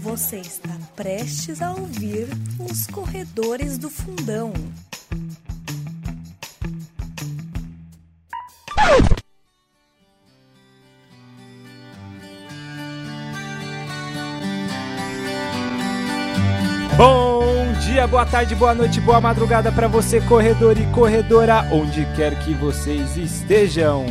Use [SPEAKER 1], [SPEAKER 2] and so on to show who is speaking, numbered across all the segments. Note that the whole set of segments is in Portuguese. [SPEAKER 1] Você está prestes a ouvir os corredores do fundão.
[SPEAKER 2] Bom dia, boa tarde, boa noite, boa madrugada para você, corredor e corredora, onde quer que vocês estejam.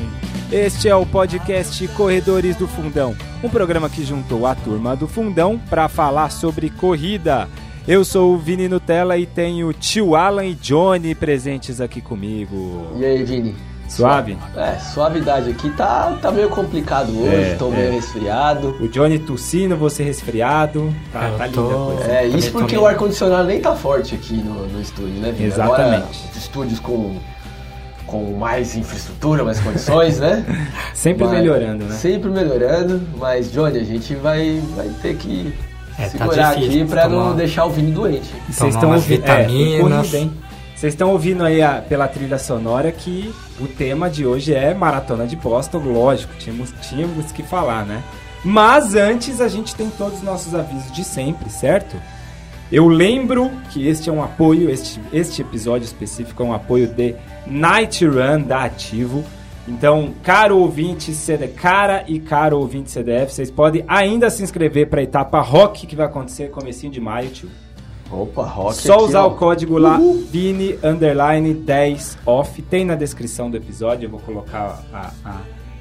[SPEAKER 2] Este é o podcast Corredores do Fundão, um programa que juntou a turma do Fundão para falar sobre corrida. Eu sou o Vini Nutella e tenho tio Alan e Johnny presentes aqui comigo.
[SPEAKER 3] E aí, Vini?
[SPEAKER 2] Suave?
[SPEAKER 3] É, suavidade aqui tá, tá meio complicado hoje,
[SPEAKER 2] É,
[SPEAKER 3] tô
[SPEAKER 2] é.
[SPEAKER 3] meio resfriado.
[SPEAKER 2] O Johnny tossindo, você resfriado. Tá,
[SPEAKER 4] Eu
[SPEAKER 2] tá
[SPEAKER 4] tô-
[SPEAKER 2] linda a coisa.
[SPEAKER 3] É,
[SPEAKER 4] Também
[SPEAKER 3] isso
[SPEAKER 4] tô
[SPEAKER 3] porque
[SPEAKER 4] meio-
[SPEAKER 3] o ar-condicionado nem tá forte aqui no, no estúdio, né, Vini? Agora,
[SPEAKER 2] Exatamente.
[SPEAKER 3] os estúdios com, com mais infraestrutura, mais condições, né?
[SPEAKER 2] Sempre
[SPEAKER 3] Mas-
[SPEAKER 2] melhorando, né?
[SPEAKER 3] Sempre melhorando, mas, Johnny, a gente vai, vai ter que
[SPEAKER 4] É, tá
[SPEAKER 3] segurar
[SPEAKER 4] difícil
[SPEAKER 3] aqui pra
[SPEAKER 4] tomar-
[SPEAKER 3] não deixar o Vini doente.
[SPEAKER 2] E Vocês
[SPEAKER 4] Tomar
[SPEAKER 2] estão
[SPEAKER 4] umas
[SPEAKER 2] ouvindo, é, e
[SPEAKER 4] vitaminas.
[SPEAKER 2] corrida, hein? Vocês estão ouvindo aí a- pela trilha sonora que o tema de hoje é Maratona de Boston, lógico, tínhamos, tínhamos que falar, né? Mas antes a gente tem todos os nossos avisos de sempre, certo? Eu lembro que este é um apoio, este, este episódio específico é um apoio de Night Run da Ativo. Então, caro ouvinte CD, cara e caro ouvinte CDF, vocês podem ainda se inscrever para a etapa Rock que vai acontecer comecinho de maio, tio.
[SPEAKER 3] Opa, rock
[SPEAKER 2] Só
[SPEAKER 3] aqui,
[SPEAKER 2] usar
[SPEAKER 3] ó.
[SPEAKER 2] o código lá, Vini underline 10 off. Tem na descrição do episódio, eu vou colocar a,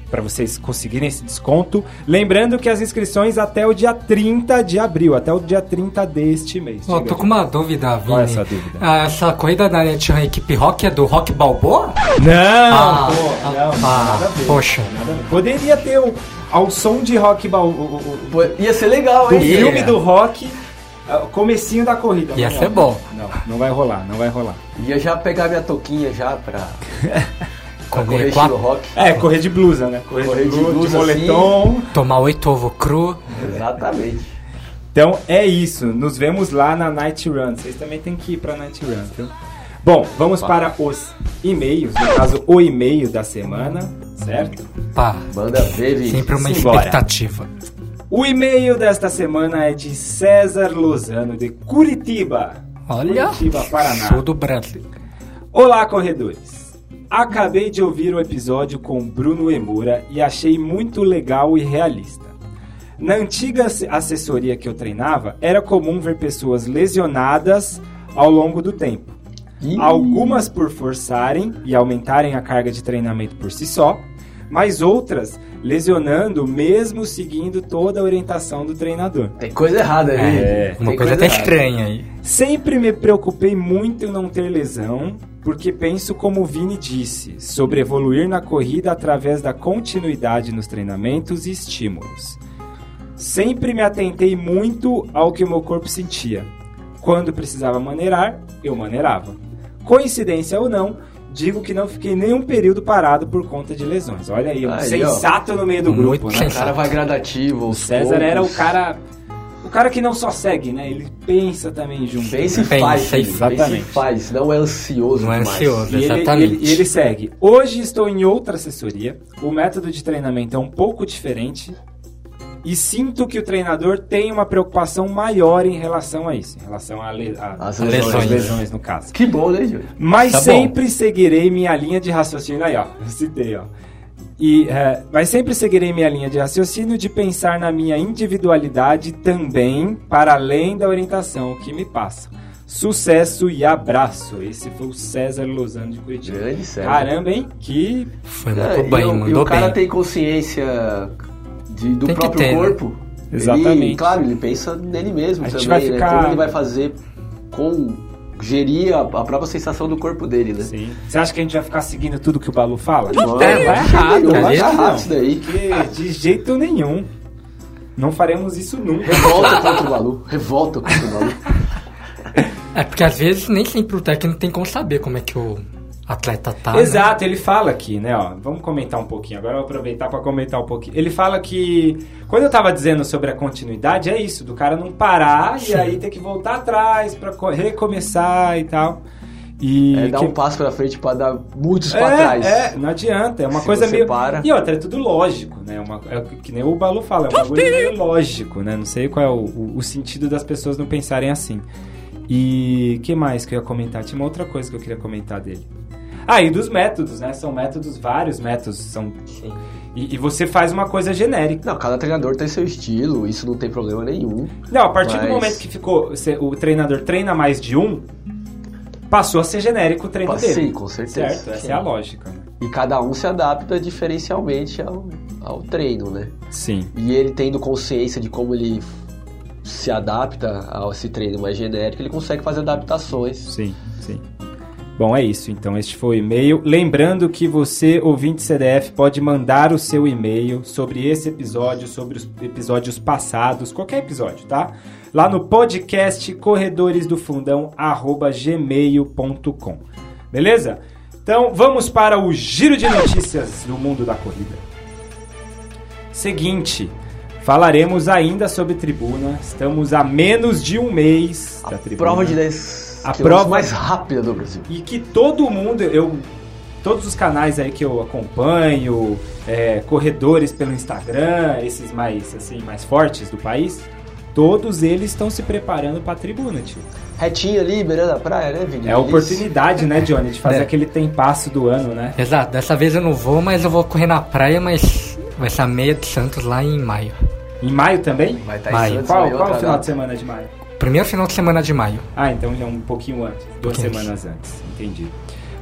[SPEAKER 2] para vocês conseguirem esse desconto. Lembrando que as inscrições até o dia 30 de abril, até o dia 30 deste mês.
[SPEAKER 4] Ó,
[SPEAKER 2] Chega,
[SPEAKER 4] tô com uma dúvida, Vini.
[SPEAKER 2] Qual é essa dúvida?
[SPEAKER 4] Ah, essa corrida da Netian Equipe Rock é do Rock Balboa?
[SPEAKER 2] Não,
[SPEAKER 4] Ah,
[SPEAKER 2] pô,
[SPEAKER 4] ah,
[SPEAKER 2] não, nada a
[SPEAKER 4] ah,
[SPEAKER 2] ver,
[SPEAKER 4] poxa.
[SPEAKER 2] nada a ver. Poderia ter um, ao som de rock bal- o- o-
[SPEAKER 3] Pô, Ia ser legal,
[SPEAKER 2] o- do
[SPEAKER 3] hein?
[SPEAKER 4] Ia.
[SPEAKER 2] filme do rock, ah, o comecinho da corrida.
[SPEAKER 4] é. Ia
[SPEAKER 2] mas
[SPEAKER 4] ser
[SPEAKER 2] não.
[SPEAKER 4] bom.
[SPEAKER 2] Não, não vai rolar, não vai rolar.
[SPEAKER 3] Ia já pegar minha touquinha já pra, pra correr
[SPEAKER 4] Comer
[SPEAKER 3] estilo
[SPEAKER 4] quatro,
[SPEAKER 3] rock.
[SPEAKER 2] É, correr de blusa, né? Correr,
[SPEAKER 3] Correr
[SPEAKER 2] de,
[SPEAKER 3] de
[SPEAKER 2] blusa, de
[SPEAKER 3] blusa, assim.
[SPEAKER 2] moletom.
[SPEAKER 4] tomar oito ovo cru.
[SPEAKER 3] Exatamente.
[SPEAKER 2] Então é isso. Nos vemos lá na Night Run. Vocês também têm que ir pra Night Run, viu? Bom, vamos para os e-mails, no caso, o e-mail da semana, certo?
[SPEAKER 4] Pá,
[SPEAKER 3] Manda ver, Vini.
[SPEAKER 4] sempre uma
[SPEAKER 2] Simbora.
[SPEAKER 4] expectativa.
[SPEAKER 2] O e-mail desta semana é de César Lozano, de Curitiba.
[SPEAKER 4] Olha,
[SPEAKER 2] Curitiba, Paraná.
[SPEAKER 4] sul do Brasil.
[SPEAKER 2] Olá, corredores! Acabei de ouvir o episódio com Bruno Emura e achei muito legal e realista. Na antiga ass- assessoria que eu treinava, era comum ver pessoas lesionadas ao longo do tempo.
[SPEAKER 4] um
[SPEAKER 3] Ih.
[SPEAKER 2] Algumas por forçarem e aumentarem a carga de treinamento por si só, mas outras lesionando mesmo seguindo toda a orientação do treinador.
[SPEAKER 3] Tem coisa errada aí.
[SPEAKER 2] É,
[SPEAKER 3] Tem
[SPEAKER 4] Uma coisa até
[SPEAKER 3] errada.
[SPEAKER 4] estranha aí.
[SPEAKER 2] Sempre me preocupei muito em não ter lesão, porque penso como o Vini disse, sobre evoluir na corrida através da continuidade nos treinamentos e estímulos. Sempre me atentei muito ao que o meu corpo sentia. Quando precisava maneirar, eu maneirava. Coincidência ou não, digo que não fiquei nenhum período parado por conta de lesões. Olha aí, um
[SPEAKER 3] Aí, ó.
[SPEAKER 2] sensato no meio do
[SPEAKER 4] Muito
[SPEAKER 2] grupo, né?
[SPEAKER 4] sensato.
[SPEAKER 3] O cara vai gradativo.
[SPEAKER 2] O
[SPEAKER 3] aos
[SPEAKER 2] César era o
[SPEAKER 3] poucos.
[SPEAKER 2] cara. O cara que não só segue, né? Ele pensa também junto.
[SPEAKER 3] Pensa
[SPEAKER 2] né?
[SPEAKER 3] e faz.
[SPEAKER 4] Pensa e
[SPEAKER 3] Vini,
[SPEAKER 2] faz.
[SPEAKER 3] Pensa e faz. Não é ansioso
[SPEAKER 4] Não é
[SPEAKER 3] demais.
[SPEAKER 4] ansioso.
[SPEAKER 2] E ele,
[SPEAKER 4] Exatamente.
[SPEAKER 2] ele- e ele segue. Hoje estou em outra assessoria. O método de treinamento é um pouco diferente. E sinto que o treinador tem uma preocupação maior em relação a isso, em relação a, le- a-
[SPEAKER 3] As
[SPEAKER 2] às
[SPEAKER 3] lesões.
[SPEAKER 2] lesões, no caso.
[SPEAKER 3] Que bom, né, Júlio?
[SPEAKER 2] Mas
[SPEAKER 4] Tá bom.
[SPEAKER 2] sempre seguirei minha linha de raciocínio. Aí, ó, eu citei, ó. E, é, mas sempre seguirei minha linha de raciocínio de pensar na minha individualidade também, para além da orientação que me passa. Sucesso e abraço. Esse foi o César Lozano de Curitiba.
[SPEAKER 3] Grande César.
[SPEAKER 2] Caramba, hein? Que.
[SPEAKER 4] Foi
[SPEAKER 3] É,
[SPEAKER 4] muito
[SPEAKER 3] e
[SPEAKER 4] bem,
[SPEAKER 3] o- e
[SPEAKER 4] mandou
[SPEAKER 3] o cara
[SPEAKER 4] bem.
[SPEAKER 3] tem consciência de- do
[SPEAKER 4] Tem que
[SPEAKER 3] próprio
[SPEAKER 4] ter, né?
[SPEAKER 3] corpo. Ele-
[SPEAKER 2] Exatamente.
[SPEAKER 3] claro, ele pensa nele mesmo
[SPEAKER 2] A gente
[SPEAKER 3] também,
[SPEAKER 2] vai
[SPEAKER 3] né?
[SPEAKER 2] ficar-
[SPEAKER 3] Tudo ele vai fazer com... Gerir a, a própria sensação do corpo dele, né?
[SPEAKER 2] Sim. Você acha que a gente vai ficar seguindo tudo que o Balu fala? Não,
[SPEAKER 3] tem,
[SPEAKER 2] vai
[SPEAKER 3] acho que
[SPEAKER 2] errado,
[SPEAKER 3] não,
[SPEAKER 2] eu
[SPEAKER 3] vai
[SPEAKER 2] acho que
[SPEAKER 3] errado
[SPEAKER 2] né? não.
[SPEAKER 3] isso daí.
[SPEAKER 2] Porque de jeito nenhum. Não faremos isso nunca.
[SPEAKER 3] Revolta contra o Balu. Revolta contra o Balu.
[SPEAKER 4] É porque às vezes nem sempre o técnico tem como saber como é que o atleta tá. né?
[SPEAKER 2] Exato, ele fala aqui, né? Ó, vamos comentar um pouquinho. Agora eu vou aproveitar pra comentar um pouquinho. Ele fala que quando eu tava dizendo sobre a continuidade, é isso, do cara não parar e aí ter que voltar atrás pra co- recomeçar e tal. E
[SPEAKER 3] É dar
[SPEAKER 2] que-
[SPEAKER 3] um passo pra frente pra dar muitos
[SPEAKER 2] é,
[SPEAKER 3] pra trás.
[SPEAKER 2] é, não adianta. É uma
[SPEAKER 3] Tipo, Se
[SPEAKER 2] coisa
[SPEAKER 3] você
[SPEAKER 2] meio.
[SPEAKER 3] para.
[SPEAKER 2] E outra, é tudo lógico, né? Uma, é o que- que nem o Balu fala, é um bagulho meio lógico, né? Não sei qual é o, o- o sentido das pessoas não pensarem assim. E que mais que eu ia comentar? Tinha uma outra coisa que eu queria comentar dele. Ah, e dos métodos, né? São métodos, vários métodos. São...
[SPEAKER 4] Sim.
[SPEAKER 2] E, e você faz uma coisa genérica.
[SPEAKER 3] Não, cada treinador tem seu estilo, isso não tem problema nenhum.
[SPEAKER 2] Não, a partir do
[SPEAKER 3] Mas-
[SPEAKER 2] momento que ficou. você- o treinador treina mais de um, passou a ser genérico o treino
[SPEAKER 3] Mas,
[SPEAKER 2] dele.
[SPEAKER 3] Sim, com certeza.
[SPEAKER 2] Certo? Essa é a lógica, né?
[SPEAKER 3] E cada um se adapta diferencialmente ao, ao treino, né?
[SPEAKER 2] Sim.
[SPEAKER 3] E ele tendo consciência de como ele se adapta a esse treino mais genérico, ele consegue fazer adaptações.
[SPEAKER 2] Sim, sim. Bom, é isso. Então, este foi o e-mail. Lembrando que você, ouvinte CDF, pode mandar o seu e-mail sobre esse episódio, sobre os episódios passados, qualquer episódio, tá? Lá no podcast corredoresdofundão@gmail.com. Beleza? Então, vamos para o giro de notícias do mundo da corrida. Seguinte, falaremos ainda sobre tribuna. Estamos a menos de um mês da tribuna.
[SPEAKER 3] Prova de 10
[SPEAKER 2] A
[SPEAKER 3] quilômetros
[SPEAKER 2] prova-
[SPEAKER 3] mais rápida do Brasil.
[SPEAKER 2] E que todo mundo, eu. Todos os canais aí que eu acompanho, é, corredores pelo Instagram, esses mais assim, mais fortes do país, todos eles estão se preparando pra tribuna, tio.
[SPEAKER 3] Retinho ali, beirando a praia, né, Vini?
[SPEAKER 2] É a oportunidade, né, Johnny, de fazer
[SPEAKER 4] É.
[SPEAKER 2] aquele tempasso do ano, né?
[SPEAKER 4] Exato, dessa vez eu não vou, mas eu vou correr na praia, mas vai ser a meia de Santos lá em maio.
[SPEAKER 2] Em maio também?
[SPEAKER 3] Vai estar
[SPEAKER 4] Vai.
[SPEAKER 3] em Santos,
[SPEAKER 2] Qual,
[SPEAKER 3] vai
[SPEAKER 2] qual
[SPEAKER 4] tá
[SPEAKER 3] outra
[SPEAKER 2] o final
[SPEAKER 3] data.
[SPEAKER 2] de semana de maio?
[SPEAKER 4] Primeiro final de semana de maio.
[SPEAKER 2] Ah, então já um pouquinho antes, duas
[SPEAKER 4] Pouquinho
[SPEAKER 2] semanas antes, entendi.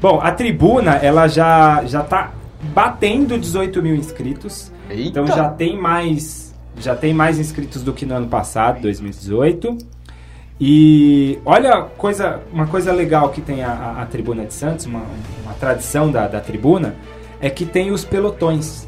[SPEAKER 2] Bom, a tribuna, ela já, já tá batendo 18 mil inscritos.
[SPEAKER 3] Eita,
[SPEAKER 2] Então já tem mais, já tem mais inscritos do que no ano passado, 2018. E olha a coisa, uma coisa legal que tem a, a- a Tribuna de Santos, uma, uma tradição da, da Tribuna, é que tem os pelotões.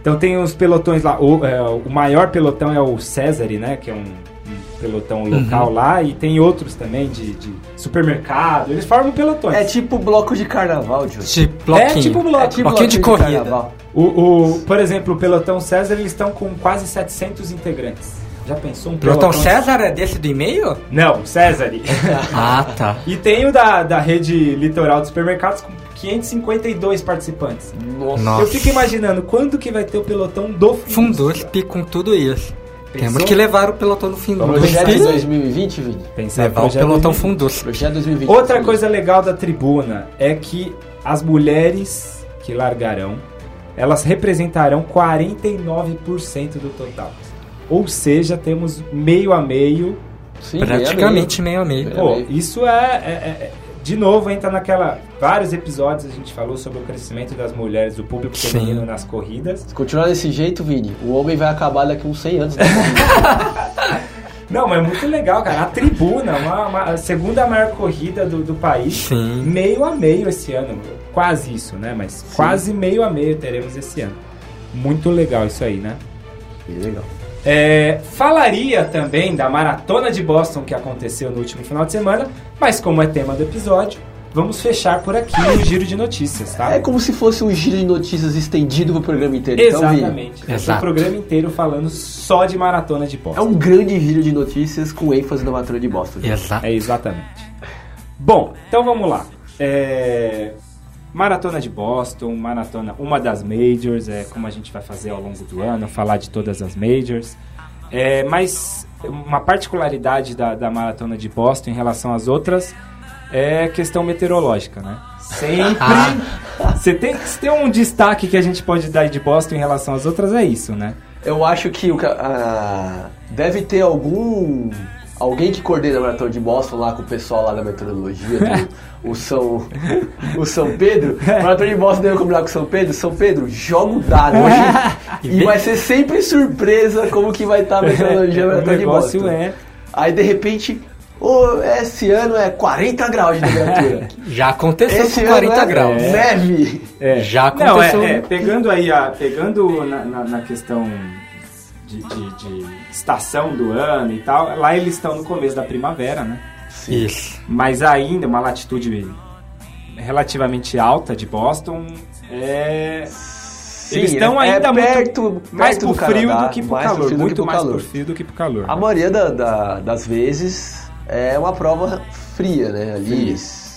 [SPEAKER 2] Então tem os pelotões lá, o, é, o maior pelotão é o César, né, que é um, um pelotão local lá, e tem outros também de, de supermercado, eles formam pelotões.
[SPEAKER 3] é tipo bloco de carnaval, Júlio.
[SPEAKER 4] De bloquinho.
[SPEAKER 2] tipo um bloco.
[SPEAKER 3] É tipo
[SPEAKER 4] Bloquinho de corrida.
[SPEAKER 3] carnaval.
[SPEAKER 2] O, o- por exemplo, o Pelotão César, eles estão com quase 700 integrantes. Já pensou um
[SPEAKER 4] Pelotão César é desse do e-mail?
[SPEAKER 2] Não, César.
[SPEAKER 4] Ah, tá.
[SPEAKER 2] e tem o da, da rede Litoral de Supermercados com 552 participantes.
[SPEAKER 3] Nossa.
[SPEAKER 4] Nossa.
[SPEAKER 2] Eu fico imaginando quando que vai ter o pelotão do Fundus.
[SPEAKER 4] Fundusp um, com tudo isso. Temos
[SPEAKER 2] Pensou?
[SPEAKER 4] que levar o pelotão no
[SPEAKER 3] Projeto é
[SPEAKER 2] Vamos
[SPEAKER 4] Fundusp.
[SPEAKER 3] de 2020, Vini?
[SPEAKER 2] Pensar
[SPEAKER 4] Levar o
[SPEAKER 2] projeto
[SPEAKER 4] pelotão um,
[SPEAKER 2] de-
[SPEAKER 4] Fundusp.
[SPEAKER 3] Projeto é 2020.
[SPEAKER 2] Outra
[SPEAKER 3] Vini.
[SPEAKER 2] coisa legal da tribuna é que as mulheres que largarão, elas representarão 49% do total. Ou seja, temos meio a meio
[SPEAKER 3] Sim,
[SPEAKER 2] é
[SPEAKER 3] é
[SPEAKER 4] Praticamente meio a meio.
[SPEAKER 2] Pô,
[SPEAKER 3] Também.
[SPEAKER 2] isso é, é- é- De novo, entra naquela. Vários episódios a gente falou sobre o crescimento das mulheres, do público
[SPEAKER 4] Sim.
[SPEAKER 2] feminino nas corridas.
[SPEAKER 3] Se continuar desse jeito, Vini, o homem vai acabar daqui uns 100 anos. né?
[SPEAKER 2] Não, mas é muito legal, cara. A tribuna, uma, uma- a segunda maior corrida do, do país.
[SPEAKER 4] Sim.
[SPEAKER 2] Meio a meio esse ano. Quase isso, né? Mas quase meio a meio teremos esse ano. Muito legal isso aí, né?
[SPEAKER 3] Legal.
[SPEAKER 2] É, falaria também da maratona de Boston que aconteceu no último final de semana, mas como é tema do episódio, vamos fechar por aqui o giro de notícias, tá?
[SPEAKER 3] É como se fosse um giro de notícias estendido pro programa inteiro. Então, Vini,
[SPEAKER 2] Exatamente. Então, o
[SPEAKER 4] Exato.
[SPEAKER 2] programa inteiro falando só de maratona de
[SPEAKER 3] é
[SPEAKER 2] Boston.
[SPEAKER 3] um grande giro de notícias com ênfase na matura de Boston.
[SPEAKER 4] Exato.
[SPEAKER 2] É exatamente. Bom, então vamos lá. É, Maratona de Boston, maratona, uma das majors, é como a gente vai fazer ao longo do ano, falar de todas as majors. É, mas uma particularidade da, da maratona de Boston em relação às outras é questão meteorológica, né? Sempre.
[SPEAKER 3] Ah.
[SPEAKER 2] Você tem, se tem um destaque que a gente pode dar de Boston em relação às outras, é isso, né?
[SPEAKER 3] Eu acho que o ca- ah, deve ter algum. Alguém que coordena a maratona de Boston lá com o pessoal lá da meteorologia, do, o, São, o São Pedro. A maratona de Boston deve combinar com o São Pedro. São Pedro, joga o dado hoje. e vai ser sempre surpresa como que vai estar a meteorologia da
[SPEAKER 2] o
[SPEAKER 3] maratona de
[SPEAKER 2] é, negócio
[SPEAKER 3] Boston.
[SPEAKER 2] é
[SPEAKER 3] Aí de repente, ô, esse ano é 40 graus de temperatura.
[SPEAKER 4] Já aconteceu
[SPEAKER 3] Esse
[SPEAKER 4] com
[SPEAKER 3] ano
[SPEAKER 4] 40
[SPEAKER 3] é
[SPEAKER 4] graus.
[SPEAKER 3] Neve.
[SPEAKER 2] É.
[SPEAKER 4] Já
[SPEAKER 2] Não, é,
[SPEAKER 4] aconteceu.
[SPEAKER 2] é, pegando aí a. Pegando na, na- na questão de, de- de estação do ano e tal, lá eles estão no começo da primavera, né?
[SPEAKER 4] Isso.
[SPEAKER 2] Mas ainda uma latitude relativamente alta de Boston. É. Eles estão
[SPEAKER 3] é- é
[SPEAKER 2] ainda muito
[SPEAKER 3] perto, perto
[SPEAKER 2] mais
[SPEAKER 3] do
[SPEAKER 2] pro frio
[SPEAKER 3] Canadá,
[SPEAKER 2] do que pro
[SPEAKER 3] mais pro
[SPEAKER 2] calor.
[SPEAKER 3] frio do que
[SPEAKER 2] muito
[SPEAKER 3] pro
[SPEAKER 2] mais
[SPEAKER 3] calor.
[SPEAKER 2] pro frio do que pro calor.
[SPEAKER 3] A maioria da- da- das vezes é uma prova fria, né? Ali,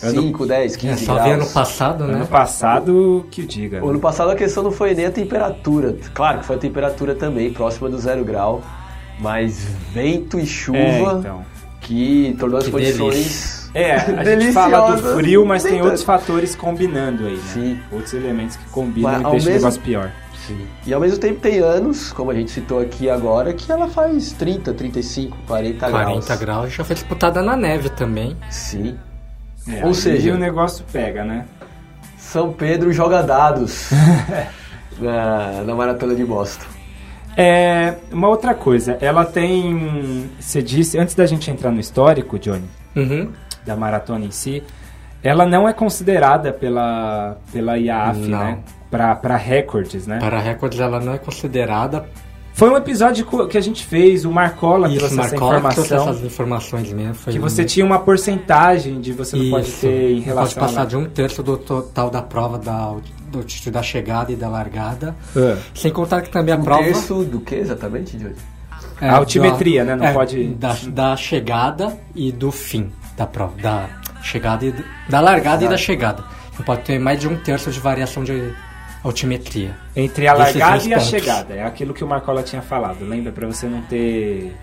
[SPEAKER 2] Ano-
[SPEAKER 3] 5, 10,
[SPEAKER 4] É
[SPEAKER 3] 15
[SPEAKER 4] só ver ano
[SPEAKER 3] graus.
[SPEAKER 4] passado, né?
[SPEAKER 2] Ano passado, que o diga.
[SPEAKER 3] O
[SPEAKER 2] né?
[SPEAKER 3] ano passado a questão não foi nem a temperatura. Claro que foi a temperatura também, próxima do zero grau. Mas vento e chuva
[SPEAKER 2] É, então.
[SPEAKER 3] que tornou as
[SPEAKER 4] Que
[SPEAKER 3] condições.
[SPEAKER 2] É, a gente
[SPEAKER 3] Deliciosa.
[SPEAKER 2] fala do frio, mas tem
[SPEAKER 3] Deita-
[SPEAKER 2] outros fatores combinando aí, né?
[SPEAKER 3] Sim.
[SPEAKER 2] Outros elementos que combinam
[SPEAKER 3] Mas,
[SPEAKER 2] e
[SPEAKER 3] ao
[SPEAKER 2] deixam o
[SPEAKER 3] mesmo-
[SPEAKER 2] negócio pior. É,
[SPEAKER 3] Sim. E ao mesmo tempo tem anos, como a gente citou aqui agora, que ela faz 30, 35, 40,
[SPEAKER 4] 40
[SPEAKER 3] graus.
[SPEAKER 4] graus. Já foi disputada na neve também.
[SPEAKER 3] Sim.
[SPEAKER 2] É,
[SPEAKER 3] Ou
[SPEAKER 2] aí
[SPEAKER 3] seja-
[SPEAKER 2] o negócio pega, né?
[SPEAKER 3] São Pedro joga dados na, na maratona de Boston.
[SPEAKER 2] É, uma outra coisa, ela tem. Você disse, antes da gente entrar no histórico, Johnny,
[SPEAKER 4] Uhum.
[SPEAKER 2] da maratona em si, ela não é considerada pela, pela IAAF,
[SPEAKER 4] Não.
[SPEAKER 2] né? Pra, pra recordes, né?
[SPEAKER 4] Para recordes ela não é considerada.
[SPEAKER 2] Foi um episódio co- que a gente fez, o Marcola
[SPEAKER 4] Isso,
[SPEAKER 2] trouxe essa
[SPEAKER 4] Marcola que trouxe
[SPEAKER 2] informação.
[SPEAKER 4] essas informações mesmo. Foi
[SPEAKER 2] Que
[SPEAKER 4] um-
[SPEAKER 2] você tinha uma porcentagem de você não pode
[SPEAKER 4] Isso.
[SPEAKER 2] ter em
[SPEAKER 4] Não
[SPEAKER 2] relação né?
[SPEAKER 4] pode passar
[SPEAKER 2] a...
[SPEAKER 4] de um terço do total da prova da, alt- do altitude da chegada e da largada.
[SPEAKER 2] Ah.
[SPEAKER 4] Sem contar que também a
[SPEAKER 3] Um
[SPEAKER 4] prova.
[SPEAKER 3] terço do que exatamente, Júlio?
[SPEAKER 4] é,
[SPEAKER 2] A altimetria,
[SPEAKER 4] da-
[SPEAKER 2] né? Não pode-
[SPEAKER 4] Da, da chegada e do fim da prova. Da chegada e do- da largada e da chegada. Não pode ter mais de um terço de variação de altimetria.
[SPEAKER 2] Entre a
[SPEAKER 4] Esses
[SPEAKER 2] largada
[SPEAKER 4] são os
[SPEAKER 2] e a
[SPEAKER 4] pontos.
[SPEAKER 2] chegada. É aquilo que o Marcola tinha falado. Lembra? Pra você não ter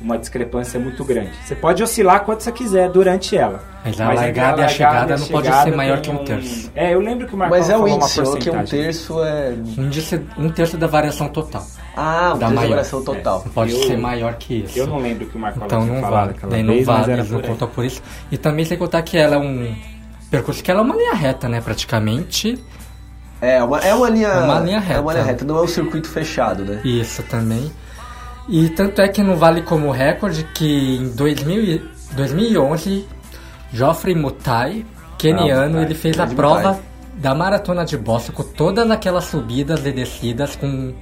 [SPEAKER 2] uma discrepância muito grande. Você pode oscilar quanto você quiser durante ela.
[SPEAKER 4] Mas a
[SPEAKER 2] entre
[SPEAKER 4] largada e a chegada não pode
[SPEAKER 2] chegada
[SPEAKER 4] ser maior
[SPEAKER 2] tem
[SPEAKER 4] que um terço.
[SPEAKER 2] É, eu lembro que o Marcola
[SPEAKER 3] Mas é o
[SPEAKER 2] falou
[SPEAKER 3] índice,
[SPEAKER 2] uma
[SPEAKER 3] ó, que um
[SPEAKER 2] porcentagem.
[SPEAKER 3] terço é.
[SPEAKER 4] Um, disse- um terço da variação total.
[SPEAKER 3] Ah, um
[SPEAKER 4] Da
[SPEAKER 3] terço de
[SPEAKER 4] maior.
[SPEAKER 3] variação total.
[SPEAKER 4] Não pode
[SPEAKER 2] Eu-
[SPEAKER 4] ser maior que isso.
[SPEAKER 2] Eu não lembro que o Marcola
[SPEAKER 4] Então
[SPEAKER 2] tinha
[SPEAKER 4] não
[SPEAKER 2] falado
[SPEAKER 4] vale.
[SPEAKER 2] aquela
[SPEAKER 4] Daí não
[SPEAKER 2] vez, mas
[SPEAKER 4] vale,
[SPEAKER 2] era
[SPEAKER 4] eles não
[SPEAKER 2] por aí.
[SPEAKER 4] contam por isso. E também sem contar que ela é um percurso que ela é uma linha reta, né? Praticamente.
[SPEAKER 3] É uma, é uma linha.
[SPEAKER 4] É uma linha reta.
[SPEAKER 3] É uma linha reta, não é um circuito fechado, né?
[SPEAKER 4] Isso também. E tanto é que não vale como recorde que em 2000 e- 2011, Geoffrey Mutai, keniano,
[SPEAKER 2] Ah, Mutai.
[SPEAKER 4] ele fez a
[SPEAKER 3] Grande
[SPEAKER 4] prova
[SPEAKER 3] Mutai.
[SPEAKER 4] da maratona de Boston com todas aquelas subidas e descidas com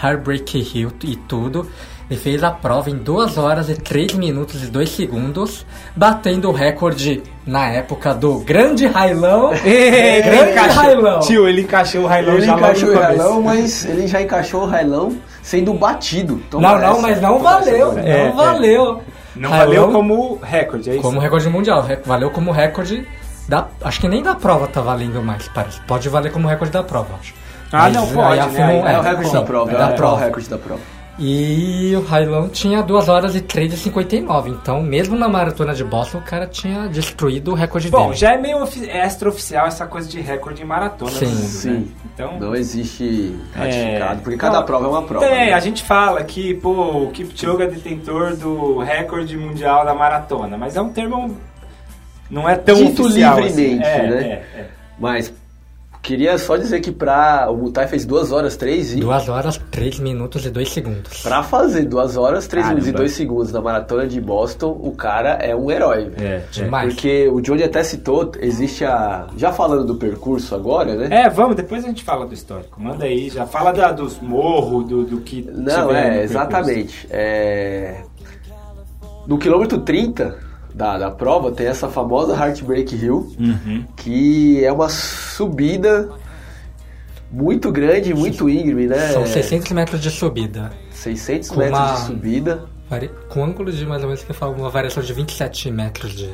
[SPEAKER 4] Heartbreak Hill e tudo. Ele fez a prova em 2 horas e 3 minutos e 2 segundos, batendo o recorde na época do Grande Railão.
[SPEAKER 2] Ei, ele
[SPEAKER 4] grande
[SPEAKER 2] encaixou.
[SPEAKER 4] Railão.
[SPEAKER 2] Tio, ele encaixou o railão
[SPEAKER 3] Ele
[SPEAKER 2] já logo
[SPEAKER 3] encaixou
[SPEAKER 2] no
[SPEAKER 3] o
[SPEAKER 2] começo.
[SPEAKER 3] railão, mas ele já encaixou o railão sendo batido. Então Toma
[SPEAKER 4] Não, não,
[SPEAKER 3] essa.
[SPEAKER 4] mas não
[SPEAKER 3] Toma essa
[SPEAKER 4] valeu,
[SPEAKER 3] agora.
[SPEAKER 4] não
[SPEAKER 2] É, é.
[SPEAKER 4] valeu.
[SPEAKER 2] Não valeu
[SPEAKER 4] Railão-
[SPEAKER 2] como recorde, é isso?
[SPEAKER 4] Como recorde mundial, re- valeu como recorde da. Acho que nem da prova tá valendo mais, parece. Pode valer como recorde da prova, acho.
[SPEAKER 2] Ah, não, pode,
[SPEAKER 4] aí a
[SPEAKER 2] né?
[SPEAKER 4] FUN-
[SPEAKER 2] Aí
[SPEAKER 3] É o recorde
[SPEAKER 4] sim,
[SPEAKER 3] da prova,
[SPEAKER 4] é
[SPEAKER 3] é,
[SPEAKER 4] da
[SPEAKER 3] o
[SPEAKER 4] prova.
[SPEAKER 3] recorde da prova.
[SPEAKER 4] E o Railão tinha 2 horas e 3 e 59. Então, mesmo na maratona de Boston, o cara tinha destruído o recorde
[SPEAKER 2] Bom,
[SPEAKER 4] dele.
[SPEAKER 2] já é meio ofi- extraoficial essa coisa de recorde em maratona
[SPEAKER 4] Sim,
[SPEAKER 2] no mundo, né?
[SPEAKER 3] sim.
[SPEAKER 2] Então,
[SPEAKER 3] Não existe ratificado,
[SPEAKER 2] É.
[SPEAKER 3] Tá porque cada
[SPEAKER 2] Não,
[SPEAKER 3] prova é uma prova.
[SPEAKER 2] Tem,
[SPEAKER 3] né?
[SPEAKER 2] a gente fala que, pô, o Kipchoge é detentor do recorde mundial da maratona, mas é um termo não é tão
[SPEAKER 3] Dito
[SPEAKER 2] oficial,
[SPEAKER 3] livremente,
[SPEAKER 2] assim. É,
[SPEAKER 3] né?
[SPEAKER 2] é, é.
[SPEAKER 3] Mas queria só dizer que pra. O Mutai fez 2 horas 3 e.
[SPEAKER 4] 2 horas, 3 minutos e 2 segundos.
[SPEAKER 3] Pra fazer 2 horas 3
[SPEAKER 2] Caramba.
[SPEAKER 3] minutos e 2 segundos na maratona de Boston, o cara é um herói, velho.
[SPEAKER 2] É,
[SPEAKER 4] Demais.
[SPEAKER 3] Porque o Johnny até citou, existe a. Já falando do percurso agora, né?
[SPEAKER 2] É, vamos, depois a gente fala do histórico. Manda aí, já fala da- dos morros, do, né, do que.
[SPEAKER 3] Não,
[SPEAKER 2] tiver no
[SPEAKER 3] é,
[SPEAKER 2] percurso.
[SPEAKER 3] exatamente. É, No quilômetro 30 da, da prova tem essa famosa Heartbreak Hill,
[SPEAKER 2] Uhum.
[SPEAKER 3] que é uma subida muito grande, muito íngreme, né?
[SPEAKER 4] São 600 metros de subida.
[SPEAKER 3] 600
[SPEAKER 4] com
[SPEAKER 3] metros
[SPEAKER 4] uma-
[SPEAKER 3] de subida
[SPEAKER 4] Vari- Com ângulo de mais ou menos que eu falo, uma variação de 27 metros de.